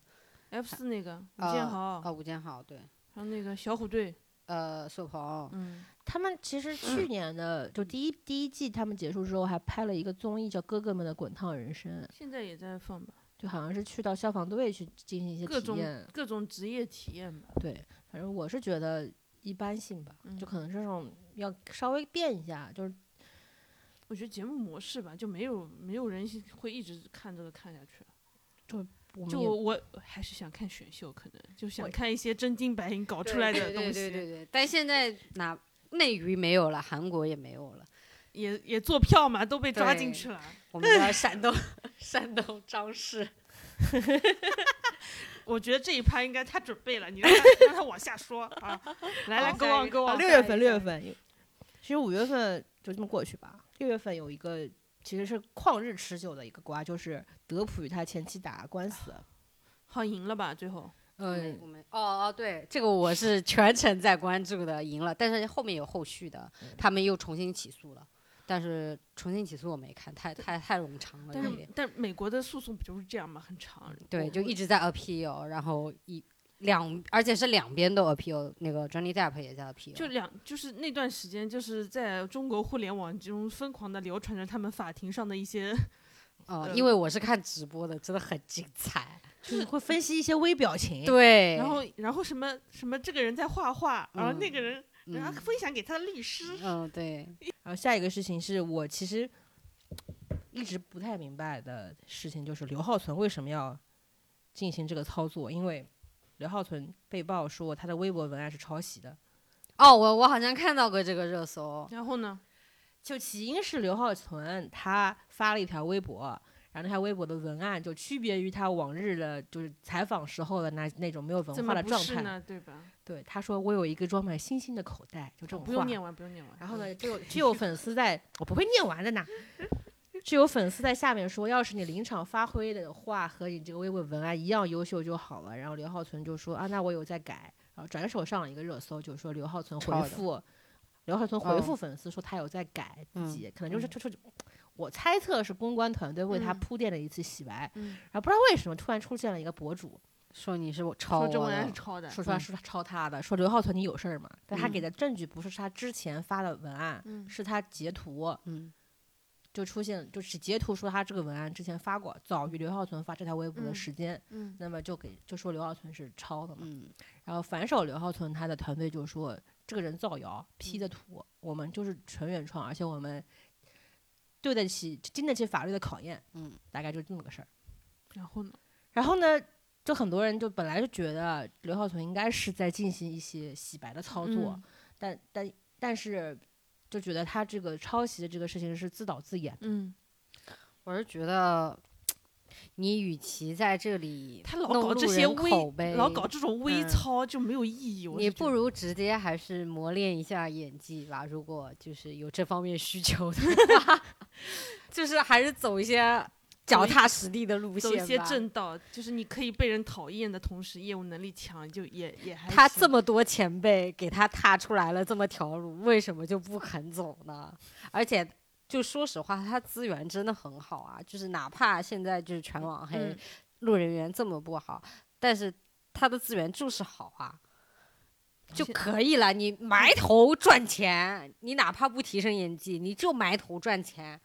Speaker 3: F 四那个吴
Speaker 4: 呃
Speaker 3: 建豪，
Speaker 4: 啊，吴建豪对，
Speaker 3: 还有那个小虎队，
Speaker 4: 呃，索鹏，
Speaker 3: 嗯，
Speaker 1: 他们其实去年的就第一第一季他们结束之后，还拍了一个综艺叫《哥哥们的滚烫人生》，
Speaker 3: 现在也在放吧，
Speaker 1: 就好像是去到消防队去进行一些
Speaker 3: 各
Speaker 1: 体
Speaker 3: 种
Speaker 1: 验。
Speaker 3: 各种职业体验吧。
Speaker 1: 对，反正我是觉得一般性吧，
Speaker 3: 嗯
Speaker 1: 就可能这种要稍微变一下，就是
Speaker 3: 我觉得节目模式吧，就没有没有人会一直看这个看下去。
Speaker 1: 我们
Speaker 3: 就
Speaker 1: 也
Speaker 3: 我我还是想看选秀，可能就想
Speaker 1: 我
Speaker 3: 看一些真金白银搞
Speaker 4: 对
Speaker 3: 出来的
Speaker 4: 对
Speaker 3: 东
Speaker 4: 对
Speaker 3: 西，
Speaker 4: 对对对，但现在哪内娱没有了，韩国也没有了，
Speaker 3: 也也做票嘛，都被抓进
Speaker 4: 对
Speaker 3: 去了。
Speaker 4: 我
Speaker 3: *laughs*
Speaker 4: 们的山东山东张氏，
Speaker 3: 我觉得这一趴应该他准备了，你让他让他往下说 *laughs* 啊，来来
Speaker 4: 好
Speaker 3: ，go
Speaker 4: 下
Speaker 3: on
Speaker 4: 一
Speaker 3: go
Speaker 1: 啊
Speaker 3: on。
Speaker 1: 六月份六月份，其实五月份就这么过去吧。六月份有一个其实是旷日持久的一个瓜，就是德普与他前妻打官司。
Speaker 3: 好赢了吧？最后
Speaker 1: 嗯
Speaker 4: 我，们哦哦对，这个我
Speaker 3: *laughs*
Speaker 4: 是全程在关注的，赢了，但是后面有后续的，
Speaker 3: 嗯
Speaker 4: 他们又重新起诉了，但是重新起诉我没看，太太太冗长了，
Speaker 3: 但
Speaker 4: 有
Speaker 3: 是
Speaker 4: 点
Speaker 3: 但美国的诉讼不就是这样吗？很长，
Speaker 4: 对，
Speaker 3: 我
Speaker 4: 就
Speaker 3: 我
Speaker 4: 一直在 appeal，然后一两，而且是两边都 appeal，那个 Johnny Depp 也在 appeal，
Speaker 3: 就两就是那段时间，就是在中国互联网中疯狂的流传着他们法庭上的一些，
Speaker 4: 呃，
Speaker 3: 嗯
Speaker 4: 因为我是看直播的，真的很精彩，
Speaker 1: *laughs* 就是会分析一些微表 *laughs* 情，
Speaker 4: 对，
Speaker 3: 然后然后什么什么这个人在画画，然后那个人然后
Speaker 4: 嗯
Speaker 3: 分享给他的律师，
Speaker 4: 嗯对，
Speaker 1: 然后下一个事情是我其实一直不太明白的事情，就是刘浩存为什么要进行这个操作？因为刘浩存被曝说他的微博文案是抄袭的，
Speaker 4: 哦，我我好像看到过这个热搜，
Speaker 3: 然后呢？
Speaker 1: 就起因是刘浩存他发了一条微博，然后那条微博的文案就区别于他往日的就是采访时候的那那种没有
Speaker 3: 怎
Speaker 1: 文化
Speaker 3: 么
Speaker 1: 的
Speaker 3: 不
Speaker 1: 状
Speaker 3: 是
Speaker 1: 态。
Speaker 3: 呢？对吧？
Speaker 1: 对，他说我有一个装满星星的口袋，就这种
Speaker 3: 哦不
Speaker 1: 话
Speaker 3: 用。念完，不用念完。
Speaker 1: 然后呢，就有就有粉丝在，我不会念完的呢。就有粉丝在下面说，要是你临场发挥的话和你这个微博文案一样优秀就好了。然后刘浩存就说啊，那我有在改。然后转手上了一个热搜，就是说刘浩存
Speaker 4: 抄
Speaker 1: 回
Speaker 4: 的
Speaker 1: 复，刘浩存回
Speaker 4: 嗯
Speaker 1: 复粉丝说他有在改自
Speaker 4: 嗯
Speaker 1: 己，可能就是就是我猜测是公关团队为他
Speaker 3: 嗯
Speaker 1: 铺垫了一次洗白。
Speaker 3: 嗯
Speaker 1: 然后不知道为什么突然出现了一个博主，
Speaker 4: 说你是我抄
Speaker 3: 说
Speaker 4: 我
Speaker 3: 这文案
Speaker 4: 的
Speaker 3: 是，抄的。
Speaker 1: 说出来
Speaker 4: 嗯
Speaker 1: 是他抄他的，说刘浩存你有事儿吗？但他
Speaker 4: 嗯
Speaker 1: 给的证据不是他之前发的文案，
Speaker 3: 嗯
Speaker 1: 是他截图。
Speaker 4: 嗯
Speaker 1: 就出现，就是截图说他这个文案之前发过，早于刘浩存发这条微博的时间，
Speaker 3: 嗯
Speaker 1: 那么就给就说刘浩存是抄的嘛。
Speaker 4: 嗯，
Speaker 1: 然后反手刘浩存他的团队就说这个人造谣 P
Speaker 3: 嗯
Speaker 1: 的图，我们就是纯原创，而且我们对得起经得起法律的考验。
Speaker 4: 嗯，
Speaker 1: 大概就这么个事儿。
Speaker 3: 然后呢？
Speaker 1: 然后呢，就很多人就本来就觉得刘浩存应该是在进行一些洗白的操作，
Speaker 3: 嗯
Speaker 1: 但但但是就觉得他这个抄袭的这个事情是自导自演的。
Speaker 3: 嗯，
Speaker 4: 我是觉得你与其在这里
Speaker 3: 他老
Speaker 4: 弄
Speaker 3: 搞
Speaker 4: 路
Speaker 3: 这些
Speaker 4: 人
Speaker 3: 微
Speaker 4: 口碑，
Speaker 3: 老搞这种微
Speaker 4: 哎嗯
Speaker 3: 操就没有意义。我
Speaker 4: 你
Speaker 3: 是觉
Speaker 4: 不
Speaker 3: 得
Speaker 4: 如直接还是磨练一下演技吧。如果就是有这方面需求的话， *laughs* 就是还是走一些脚踏实地的路线
Speaker 3: 走
Speaker 4: 吧。
Speaker 3: 一些正道，就是你可以被人讨厌的同时，业务能力强，就也也还
Speaker 4: 他
Speaker 3: 行
Speaker 4: 这么多前辈给他踏出来了这么条路，为什么就不肯走呢？而且就说实话，他资源真的很好啊，就是哪怕现在就是全网黑、
Speaker 1: 嗯
Speaker 4: 路人缘这么不好，但是他的资源就是好啊。就可以了，你埋头赚钱，你哪怕不提升演技，你就埋头赚钱，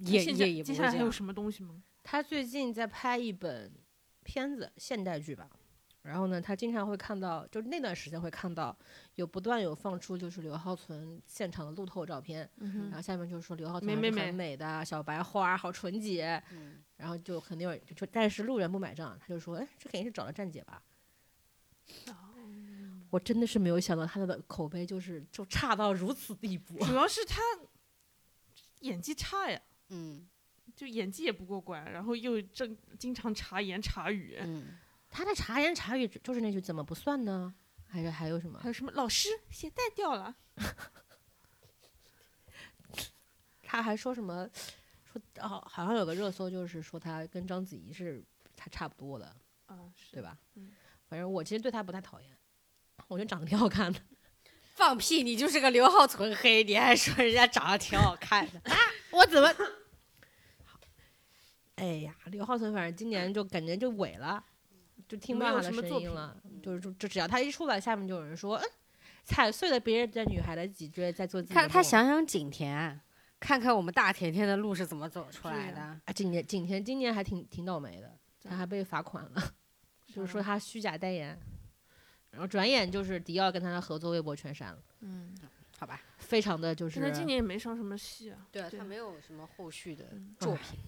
Speaker 4: 也
Speaker 3: 现在
Speaker 4: 也也不
Speaker 3: 接
Speaker 4: 会
Speaker 3: 下来
Speaker 4: 这
Speaker 3: 还有
Speaker 4: 样。
Speaker 3: 什么东西吗？
Speaker 1: 他最近在拍一本片子，现代剧吧。然后呢，他经常会看到，就那段时间会看到有不断有放出就是刘浩存现场的路透照片，
Speaker 3: 嗯
Speaker 1: 然后下面就说刘浩存
Speaker 3: 美
Speaker 1: 还是
Speaker 3: 美
Speaker 1: 很美的小白花，好纯洁。
Speaker 4: 嗯
Speaker 1: 然后就肯定有就就，但是路人不买账，他就说，哎，这肯定是找了站姐吧。
Speaker 3: 嗯
Speaker 1: 我真的是没有想到他的口碑就是就差到如此地步。
Speaker 3: 主要是他演技差呀， *laughs*
Speaker 4: 嗯
Speaker 3: 就演技也不过关，然后又正经常察言察语，
Speaker 4: 嗯，
Speaker 1: *laughs* 他的察言察语就是那句怎么不算呢？还是还有什么
Speaker 3: 还？有什么老师鞋带掉了，
Speaker 1: 他还说什么？说哦，好像有个热搜，就是说他跟章子怡是他差不多的，
Speaker 3: 啊，是
Speaker 1: 对？吧？
Speaker 3: 嗯
Speaker 1: 反正我其实对他不太讨厌，我觉得长得挺好看的。
Speaker 4: 放屁！你就是个刘浩存黑，你还说人家长得挺好看的。
Speaker 1: 我怎么？哎呀，刘浩存反正今年就感觉就萎了，就听不到
Speaker 3: 没有
Speaker 1: 他的
Speaker 3: 什么
Speaker 1: 声
Speaker 3: 作
Speaker 1: 音
Speaker 3: 品嗯
Speaker 1: 了。就是就就只要他一出来，下面就有人说，嗯，踩碎了别人的女孩的脊椎，在做自己的
Speaker 4: 看他
Speaker 1: 梦
Speaker 4: 想想景甜，啊看看我们大甜甜的路是怎么走出来
Speaker 3: 对
Speaker 4: 的。
Speaker 1: 啊，景甜景甜今年还挺挺倒霉的，
Speaker 3: 咋
Speaker 1: 他还被罚款了，就是说
Speaker 3: 啥
Speaker 1: 他虚假代言，然后转眼就是迪奥跟他的合作微博全删了，
Speaker 3: 嗯，
Speaker 4: 好吧，
Speaker 1: 非常的就是
Speaker 3: 但他今年也没上什么戏啊，
Speaker 4: 对啊，
Speaker 3: 对
Speaker 4: 他没有什么后续的
Speaker 3: 嗯
Speaker 4: 作品。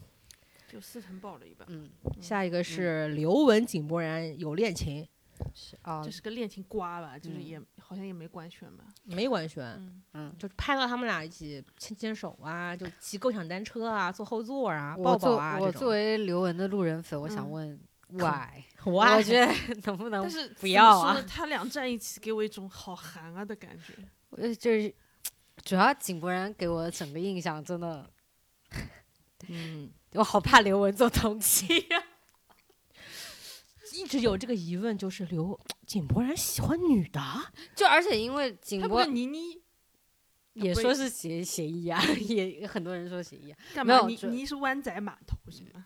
Speaker 3: 就司藤爆了一把，
Speaker 4: 嗯，
Speaker 1: 下一个是刘雯井柏然有恋情，
Speaker 4: 是哦
Speaker 3: 这，是个恋情瓜吧，就是
Speaker 4: 嗯
Speaker 3: 也好像也没官宣吧，
Speaker 1: 没官宣，
Speaker 3: 嗯，
Speaker 4: 嗯，
Speaker 1: 就拍到他们俩一起牵牵手啊，就骑共享单车啊，坐后座啊，抱
Speaker 4: 哦我
Speaker 1: 抱
Speaker 4: 作
Speaker 1: 啊
Speaker 4: 我
Speaker 1: 这
Speaker 4: 作
Speaker 1: 种。
Speaker 4: 为刘雯的路人粉，我想
Speaker 3: 嗯
Speaker 4: 问 why？
Speaker 1: 我
Speaker 4: *laughs* 我觉得能不能
Speaker 3: 但是
Speaker 4: 不要
Speaker 3: 怎么
Speaker 4: 啊
Speaker 3: 说呢他俩站一起给我一种好韩啊的感觉，
Speaker 4: 呃，就是主要井柏然给我整个印象真的，
Speaker 1: 嗯，
Speaker 4: 我好怕刘雯做同期。
Speaker 1: 一直有这个疑问，就是刘井柏然喜欢女的，
Speaker 4: 就而且因 *laughs* 为井
Speaker 3: 他不
Speaker 4: 柏
Speaker 3: 跟倪妮
Speaker 4: 也
Speaker 3: 不
Speaker 4: 说是协协议啊， *laughs* 也很多人说协议啊，
Speaker 3: 干
Speaker 4: 没
Speaker 3: 嘛？
Speaker 4: 有
Speaker 3: 倪
Speaker 4: 这嗯
Speaker 3: 倪是湾仔码头是吗？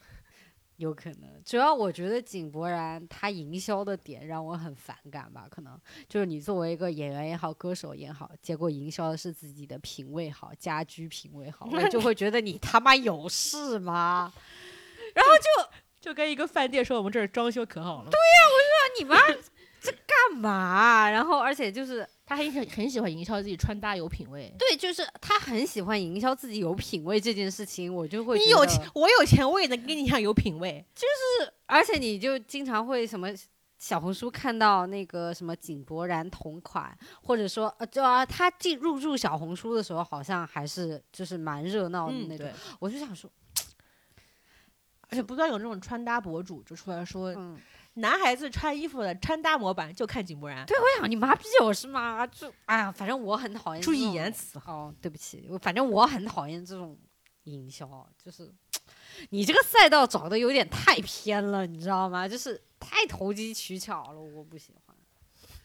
Speaker 4: 有可能，主要我觉得井柏然他营销的点让我很反感吧，可能就是你作为一个演员也好，歌手也好，结果营销的是自己的品味好，家居品味好，我就会觉得 *laughs* 你他妈有事 *laughs* 吗？
Speaker 1: 就跟一个饭店说我们这儿装修可好了。
Speaker 4: 啊你妈这干嘛？然后而且就是
Speaker 1: 他很喜很喜欢营销自己穿搭有品味。
Speaker 4: 对，就是他很喜欢营销自己有品味这件事情，我就会
Speaker 1: 你
Speaker 4: 觉
Speaker 1: 有
Speaker 4: 得
Speaker 1: 钱，我有钱，我也能跟你一样有品味。
Speaker 4: *laughs* 而且你就经常会什么小红书看到那个什么井柏然同款，或者说呃，就啊，他进入驻小红书的时候，好像还是就是蛮热闹的
Speaker 3: 嗯
Speaker 4: 那种。
Speaker 1: 对，
Speaker 4: 我就想说，
Speaker 1: 而且不断有那种穿搭博主就出来说，
Speaker 4: 嗯，
Speaker 1: 男孩子穿衣服的穿搭模板就看井柏然。
Speaker 4: 对，我想你妈逼我是吗？就哎呀，反正我很讨厌。
Speaker 1: 注意言。辞。
Speaker 4: 哦，对不起，我反正我很讨厌这种营销，就是你这个赛道找的有点太偏了，你知道吗？就是太投机取巧了，我不喜欢。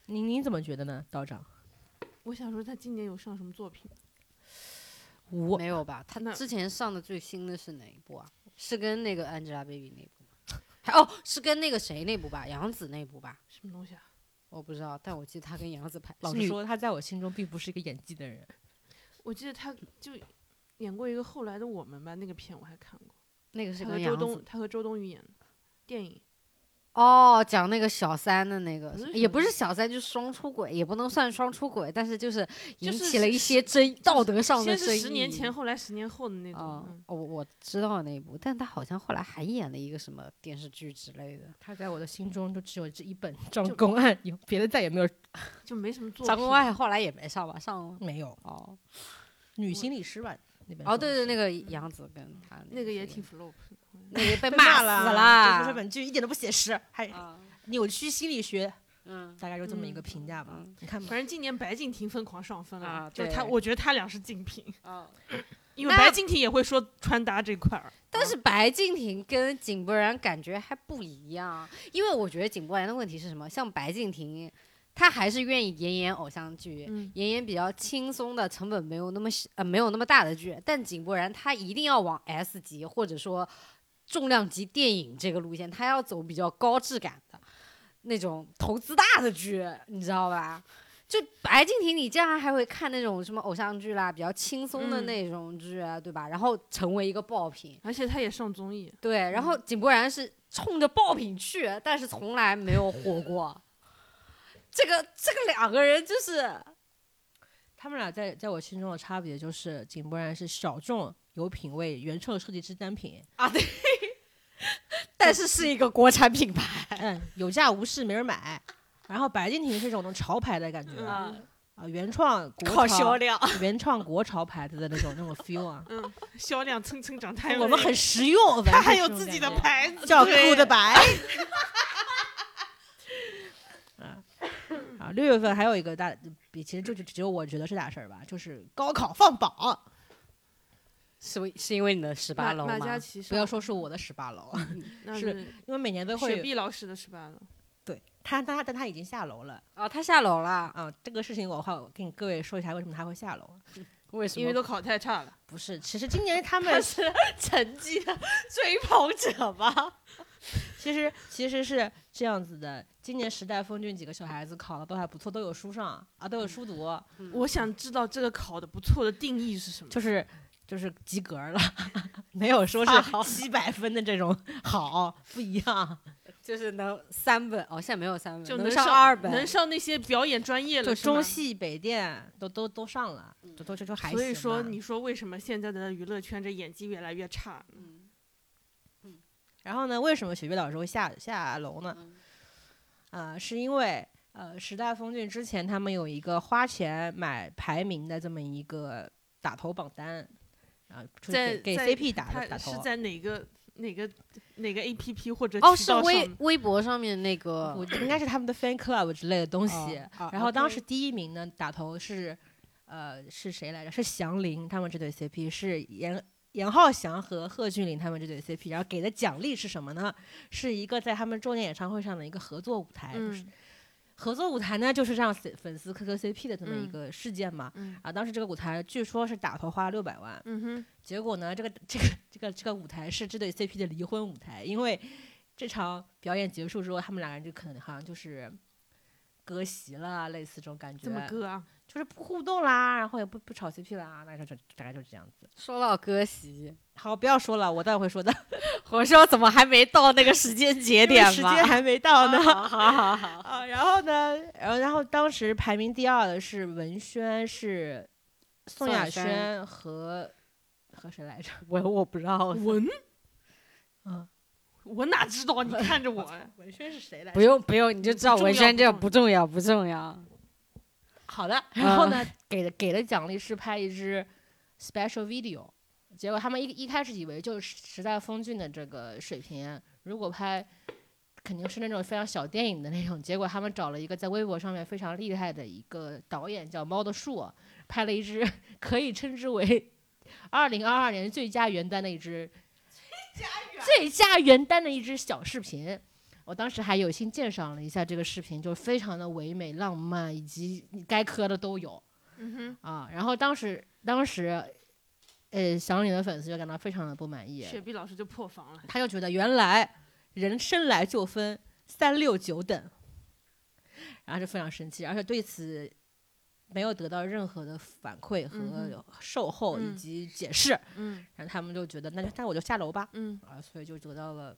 Speaker 1: 您您怎么觉得呢，道长？
Speaker 3: 我想说他今年有上什么作品？
Speaker 1: 我
Speaker 4: 没有吧？他
Speaker 3: 那
Speaker 4: 之前上的最新的是哪一部啊？是跟那个 Angelababy 那部吗？还哦，是跟那个谁那部吧？杨紫那部吧？
Speaker 3: 什么东西啊？
Speaker 4: 我不知道，但我记得他跟杨紫拍。
Speaker 1: 老
Speaker 4: 是
Speaker 1: 实
Speaker 4: 女，
Speaker 1: 说，他在我心中并不是一个演技的人。
Speaker 3: 我记得他就演过一个《后来的我们》吧，那个片我还看过，
Speaker 4: 那个是
Speaker 3: 他和
Speaker 4: 跟
Speaker 3: 周
Speaker 4: 杨紫
Speaker 3: 冬，他和周冬雨演的电影。
Speaker 4: 哦，讲那个小三的那个
Speaker 3: 不是，什
Speaker 4: 也
Speaker 3: 么
Speaker 4: 不是小三，就是双出轨，也不能算双出轨，但是就是引
Speaker 3: 就是
Speaker 4: 起了一
Speaker 3: 是
Speaker 4: 些争道德上的争
Speaker 3: 先是
Speaker 4: 议。
Speaker 3: 十年前，后来十年后的那种。
Speaker 4: 哦
Speaker 3: 嗯，
Speaker 4: 我我知道那一部，但他好像后来还演了一个什么电视剧之类的。
Speaker 1: 他在我的心中就只有这一本《张公案》，有别的再也没有
Speaker 3: 就没什么作品。
Speaker 4: 张公爱后来也没上吧？上了
Speaker 1: 没有
Speaker 4: 哦
Speaker 1: 女心理师吧那边
Speaker 4: 哦，对对，那个杨紫跟他
Speaker 3: 那个也
Speaker 4: 谁
Speaker 3: 挺 flop 的。
Speaker 4: 那个被
Speaker 1: 被
Speaker 4: 骂
Speaker 1: 骂
Speaker 4: 死
Speaker 1: 了，就是这本剧一点都不写实，还
Speaker 4: 啊
Speaker 1: 扭曲心理学，
Speaker 4: 嗯
Speaker 1: 大概就这么一个
Speaker 3: 嗯
Speaker 1: 评价吧
Speaker 4: 嗯。
Speaker 1: 你看吧
Speaker 3: 反，正今年白敬亭疯狂上分了，
Speaker 4: 啊
Speaker 3: 就
Speaker 4: 对
Speaker 3: 他，我觉得他俩是竞品，
Speaker 4: 啊，
Speaker 3: 因为
Speaker 4: 那
Speaker 3: 白敬亭也会说穿搭这块儿。
Speaker 4: 但是白敬亭跟井柏然感觉还不一样，因为我觉得井柏然的问题是什么？像白敬亭，他还是愿意演演偶像剧，
Speaker 3: 嗯，
Speaker 4: 演演比较轻松的、成本没有那么小呃没有那么大的剧，但井柏然他一定要往 S 级或者说重量级电影这个路线，他要走比较高质感的那种投资大的剧，你知道吧？就白敬亭，你这样还会看那种什么偶像剧啦，比较轻松的
Speaker 3: 嗯
Speaker 4: 那种剧啊，对吧？然后成为一个爆品，
Speaker 3: 而且他也上综艺，
Speaker 4: 对，然后井柏然是冲着爆品去，但是从来没有火过。 *laughs* 这个这个两个人就是
Speaker 1: 他们俩在在我心中的差别就是，井柏然是小众有品味、原创设计师单品，
Speaker 4: 啊，对，但是是一个国产品牌
Speaker 1: 嗯， *laughs* 有价无市，没人买。然后白敬亭是一种那种潮牌的感觉啊，
Speaker 3: 嗯，
Speaker 1: 原创国
Speaker 4: 靠销
Speaker 1: 潮，
Speaker 4: 量。
Speaker 1: 原创国潮牌子的那种那种 feel
Speaker 3: *laughs*
Speaker 1: 啊。
Speaker 3: 嗯销量蹭蹭涨，他
Speaker 1: 我们很实用，
Speaker 3: 他
Speaker 1: 反正
Speaker 3: 还
Speaker 1: 就
Speaker 3: 有
Speaker 1: 是这种
Speaker 3: 自己的
Speaker 1: 感觉
Speaker 3: 牌子，
Speaker 1: 叫
Speaker 3: 对
Speaker 1: Good
Speaker 3: *laughs*
Speaker 1: 白。啊啊！六月份还有一个大，比其实就就只有我觉得是大事儿吧，就是高考放榜。
Speaker 4: *laughs* 是为是因为你的十八
Speaker 3: 马
Speaker 4: 楼
Speaker 3: 马
Speaker 4: 吗？
Speaker 3: 嘉祺
Speaker 1: 不要说是我的十八楼，
Speaker 3: 那
Speaker 1: 是
Speaker 3: 是
Speaker 1: 因为每年都会
Speaker 3: 雪
Speaker 1: 有
Speaker 3: 碧老师的是吧？
Speaker 1: 对他，他但他已经下楼了
Speaker 4: 啊，他下楼了，
Speaker 1: 啊。这个事情我话我跟各位说一下，为什么他会下楼？
Speaker 4: 为什
Speaker 3: 因
Speaker 4: 么
Speaker 3: 为？都考太差了，
Speaker 1: 不是，其实今年他们
Speaker 4: *laughs* 成绩的追捧者吧？
Speaker 1: 其实其实是这样子的，今年时代峰峻几个小孩子考的都还不错，都有书上啊，都有
Speaker 3: 嗯
Speaker 1: 书读。
Speaker 3: 我想知道这个考的不错的定义是什么？
Speaker 1: 就是就是及格了， *laughs* 没有说是七百分的这种好，不一样。
Speaker 4: *laughs* 就是能三本哦，现在没有三本，
Speaker 3: 就
Speaker 4: 能
Speaker 3: 上
Speaker 4: 二本，
Speaker 3: 能上那些表演专业了，
Speaker 1: 就是
Speaker 3: 吗
Speaker 1: 中戏、北电都都都上了，都都就就还行吧。啊
Speaker 3: 所以说，你说为什么现在的娱乐圈这演技越来越差呢？
Speaker 4: 嗯
Speaker 1: 然后呢，为什么雪碧老师会下下楼呢？
Speaker 4: 嗯
Speaker 1: 啊、是因为呃，时代峰峻之前他们有一个花钱买排名的这么一个打头榜单。啊，就是
Speaker 3: 在
Speaker 1: 给给
Speaker 3: 在
Speaker 1: CP 打的
Speaker 3: 他
Speaker 1: 打头啊
Speaker 3: 是，在哪个哪个哪个 A P P 或者
Speaker 4: 哦，
Speaker 3: 渠
Speaker 4: 是
Speaker 3: 道
Speaker 4: 微
Speaker 3: 上嗯
Speaker 4: 微博上面那
Speaker 3: 呃
Speaker 4: 个
Speaker 1: 我应该是他们的 fan club 之类的东西。
Speaker 3: 哦
Speaker 4: 啊
Speaker 1: 然后当
Speaker 4: OK
Speaker 1: 时第一名呢，打头是，呃，是谁来着？是祥林他们这对 CP，是严严浩翔和贺峻霖他们这对 CP。然后给的奖励是什么呢？是一个在他们周年演唱会上的一个合作舞台。就是
Speaker 3: 嗯
Speaker 1: 合作舞台呢，就是让 C- 粉丝磕磕 CP 的这么一
Speaker 3: 嗯
Speaker 1: 个事件嘛。
Speaker 3: 嗯
Speaker 1: 啊，当时这个舞台据说是打头花了六百万，
Speaker 3: 嗯哼
Speaker 1: 结果呢，这个这个这个这个舞台是这对 CP 的离婚舞台，因为这场表演结束之后，他们两个人就可能好像就是割席了，类似这种感觉。
Speaker 3: 这么割啊？
Speaker 1: 就是不互动啦，然后也不不炒 CP 啦，大概就大概就这样子。
Speaker 4: 说到割席，
Speaker 1: 好，不要说了，我待会会说的，
Speaker 4: 我说怎么还没到那个时间节
Speaker 1: 因为
Speaker 4: 点
Speaker 1: 时
Speaker 4: 吧？
Speaker 1: 间还没到呢。
Speaker 4: 好好好好，
Speaker 1: *laughs* 啊，然后呢，然后然后当时排名第二的是文轩，是宋
Speaker 4: 宋亚
Speaker 1: 亚
Speaker 4: 轩
Speaker 1: 轩和和谁来着？
Speaker 4: *laughs* 我我不知道，
Speaker 3: 文，
Speaker 1: 嗯，
Speaker 3: 我哪知道？你看 *laughs* 着我哎，
Speaker 1: 文轩是谁来
Speaker 4: 不用不用，你就知道
Speaker 3: 不重
Speaker 4: 文
Speaker 3: 要
Speaker 4: 轩
Speaker 3: 不
Speaker 4: 这
Speaker 3: 重
Speaker 4: 不重要不重要。
Speaker 1: 好 *laughs* 的，然后呢，给的给的奖励是拍一支 special video，结果他们一一开始以为就是时代峰峻的这个水平，如果拍肯定是那种非常小电影的那种，结果他们找了一个在微博上面非常厉害的一个导演叫猫的树，拍了一支 *laughs* 可以称之为二零二二年最佳元旦的一支最佳元旦的一支小视频。我当时还有幸鉴赏了一下这个视频，就非常的唯美浪漫，以及你该磕的都有
Speaker 3: 嗯哼，
Speaker 1: 啊。然后当时当时，呃，小李的粉丝就感到非常的不满意，
Speaker 3: 雪碧老师就破防了。
Speaker 1: 他就觉得原来人生来就分三六九等，然后就非常生气，而且对此没有得到任何的反馈
Speaker 3: 嗯
Speaker 1: 和售后以
Speaker 3: 嗯
Speaker 1: 及解释，
Speaker 3: 嗯
Speaker 1: 然后他们就觉得那就那我就下楼吧
Speaker 3: 嗯，
Speaker 1: 啊，所以就得到了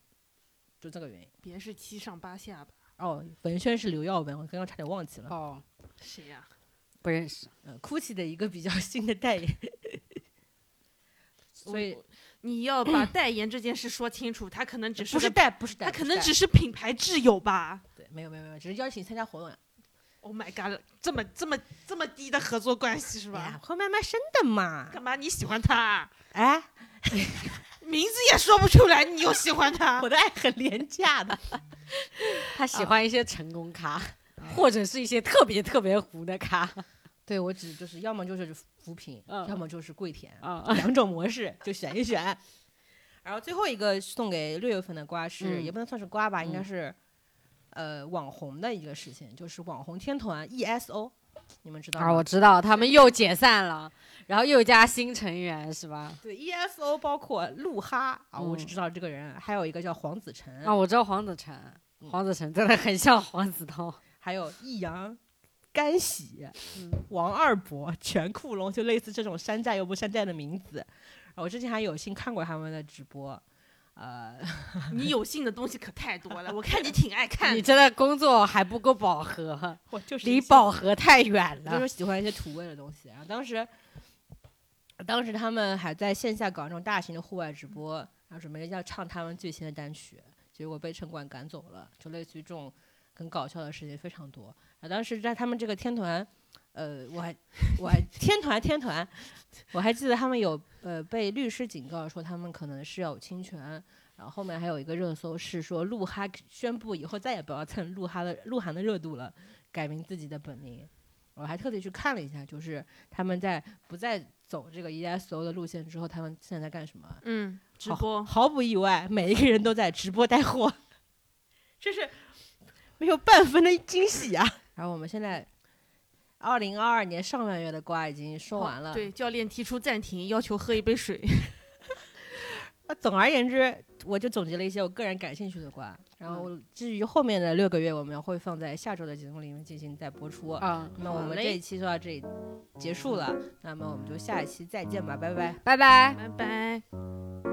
Speaker 1: 就这个原因。
Speaker 3: 别是七上八下吧？
Speaker 1: 哦，文轩是刘耀文，我刚刚差点忘记了。
Speaker 4: 哦，
Speaker 3: 谁呀、
Speaker 4: 不认识。
Speaker 1: 呃，GUCCI 的一个比较 *laughs* 新的代言。所以
Speaker 3: 我你要把代言这件事说清楚，他可能只是
Speaker 1: 不是
Speaker 3: 个
Speaker 1: 代，不是代，
Speaker 3: 他
Speaker 1: 不
Speaker 3: 可
Speaker 1: 是
Speaker 3: 能
Speaker 1: 代
Speaker 3: 只是品牌挚友吧
Speaker 1: 对，没有没有没有，只是邀请参加活动啊呀。
Speaker 3: ？Oh my god，这么这么这么低的合作关系是
Speaker 1: 是
Speaker 3: 吧？？
Speaker 1: 会慢慢升的嘛。
Speaker 3: 干嘛你喜欢他啊？
Speaker 1: 哎，
Speaker 3: 名字也说不出来，你又喜欢
Speaker 1: *laughs*
Speaker 3: 他
Speaker 1: 我？的爱很廉价的。
Speaker 4: 他喜欢一些成功咖，或者是一些特别特别糊的咖
Speaker 1: 对我只就是要么就是扶贫，
Speaker 4: 嗯
Speaker 1: 要么就是跪舔，
Speaker 4: 啊。
Speaker 1: 两种模式就选一 *laughs* 选。然后最后一个送给六月份的瓜是，
Speaker 4: 嗯
Speaker 1: 也不能算是瓜吧，应该
Speaker 4: 嗯
Speaker 1: 是呃网红的一个事情，就是网红天团 ESO，你们知道吗？
Speaker 4: 啊，我知道他们又解散了，然后又加新成员是吧？
Speaker 1: 对，ESO 包括鹿哈啊，我只
Speaker 4: 嗯
Speaker 1: 知道这个人，还有一个叫黄子晨，
Speaker 4: 啊，我知道黄子晨，
Speaker 1: 嗯
Speaker 4: 黄子晨真的很像黄子韬。
Speaker 1: 还有易烊干喜、
Speaker 4: 嗯
Speaker 1: 王二博、全库龙，就类似这种山寨又不山寨的名字。啊我之前还有幸看过他们的直播，呃，
Speaker 3: *laughs*
Speaker 1: *laughs*
Speaker 3: 你有幸的东西可太多了，我看 *laughs* 你挺爱看
Speaker 4: 你
Speaker 3: 的。
Speaker 4: 真的工作还不够饱和，
Speaker 1: 我就是一
Speaker 4: 离
Speaker 1: 些
Speaker 4: 饱和太远
Speaker 1: 就
Speaker 4: 了啊
Speaker 1: 是。喜欢一些土味的东西。然后当时，当时他们还在线下搞那种大型的户外直播，然后准备要唱他们最新的单曲，结果被城管赶走了，就类似于这种很搞笑的事情非常多。然后当时在他们这个天团，呃，我还我还天团天团，我还记得他们有呃被律师警告说他们可能是要有侵权。然后后面还有一个热搜是说鹿哈宣布以后再也不要蹭鹿哈的鹿晗的热度了，改名自己的本名。我还特地去看了一下，就是他们在不再走这个 ESO 的路线之后，他们现在在干什么？啊
Speaker 3: 嗯，直播
Speaker 1: 毫不意外，每一个人都在直播带货， *laughs* 这是没有半分的惊喜
Speaker 3: *laughs*
Speaker 1: 啊！然后我们现在二零二二年上半月的瓜已经说完了。
Speaker 3: 哦对，教练提出暂停，要求喝一杯水。
Speaker 1: 那啊总而言之，我就总结了一些我个人感兴趣的瓜，然
Speaker 3: 嗯
Speaker 1: 后至于后面的六个月，我们会放在下周的节目里面进行再播出。
Speaker 3: 哦
Speaker 4: 啊，
Speaker 1: 那我们这一期就到这里结束了，那么我们就下一期再见吧，拜拜。
Speaker 4: 拜拜。
Speaker 3: 拜拜。
Speaker 1: 拜拜。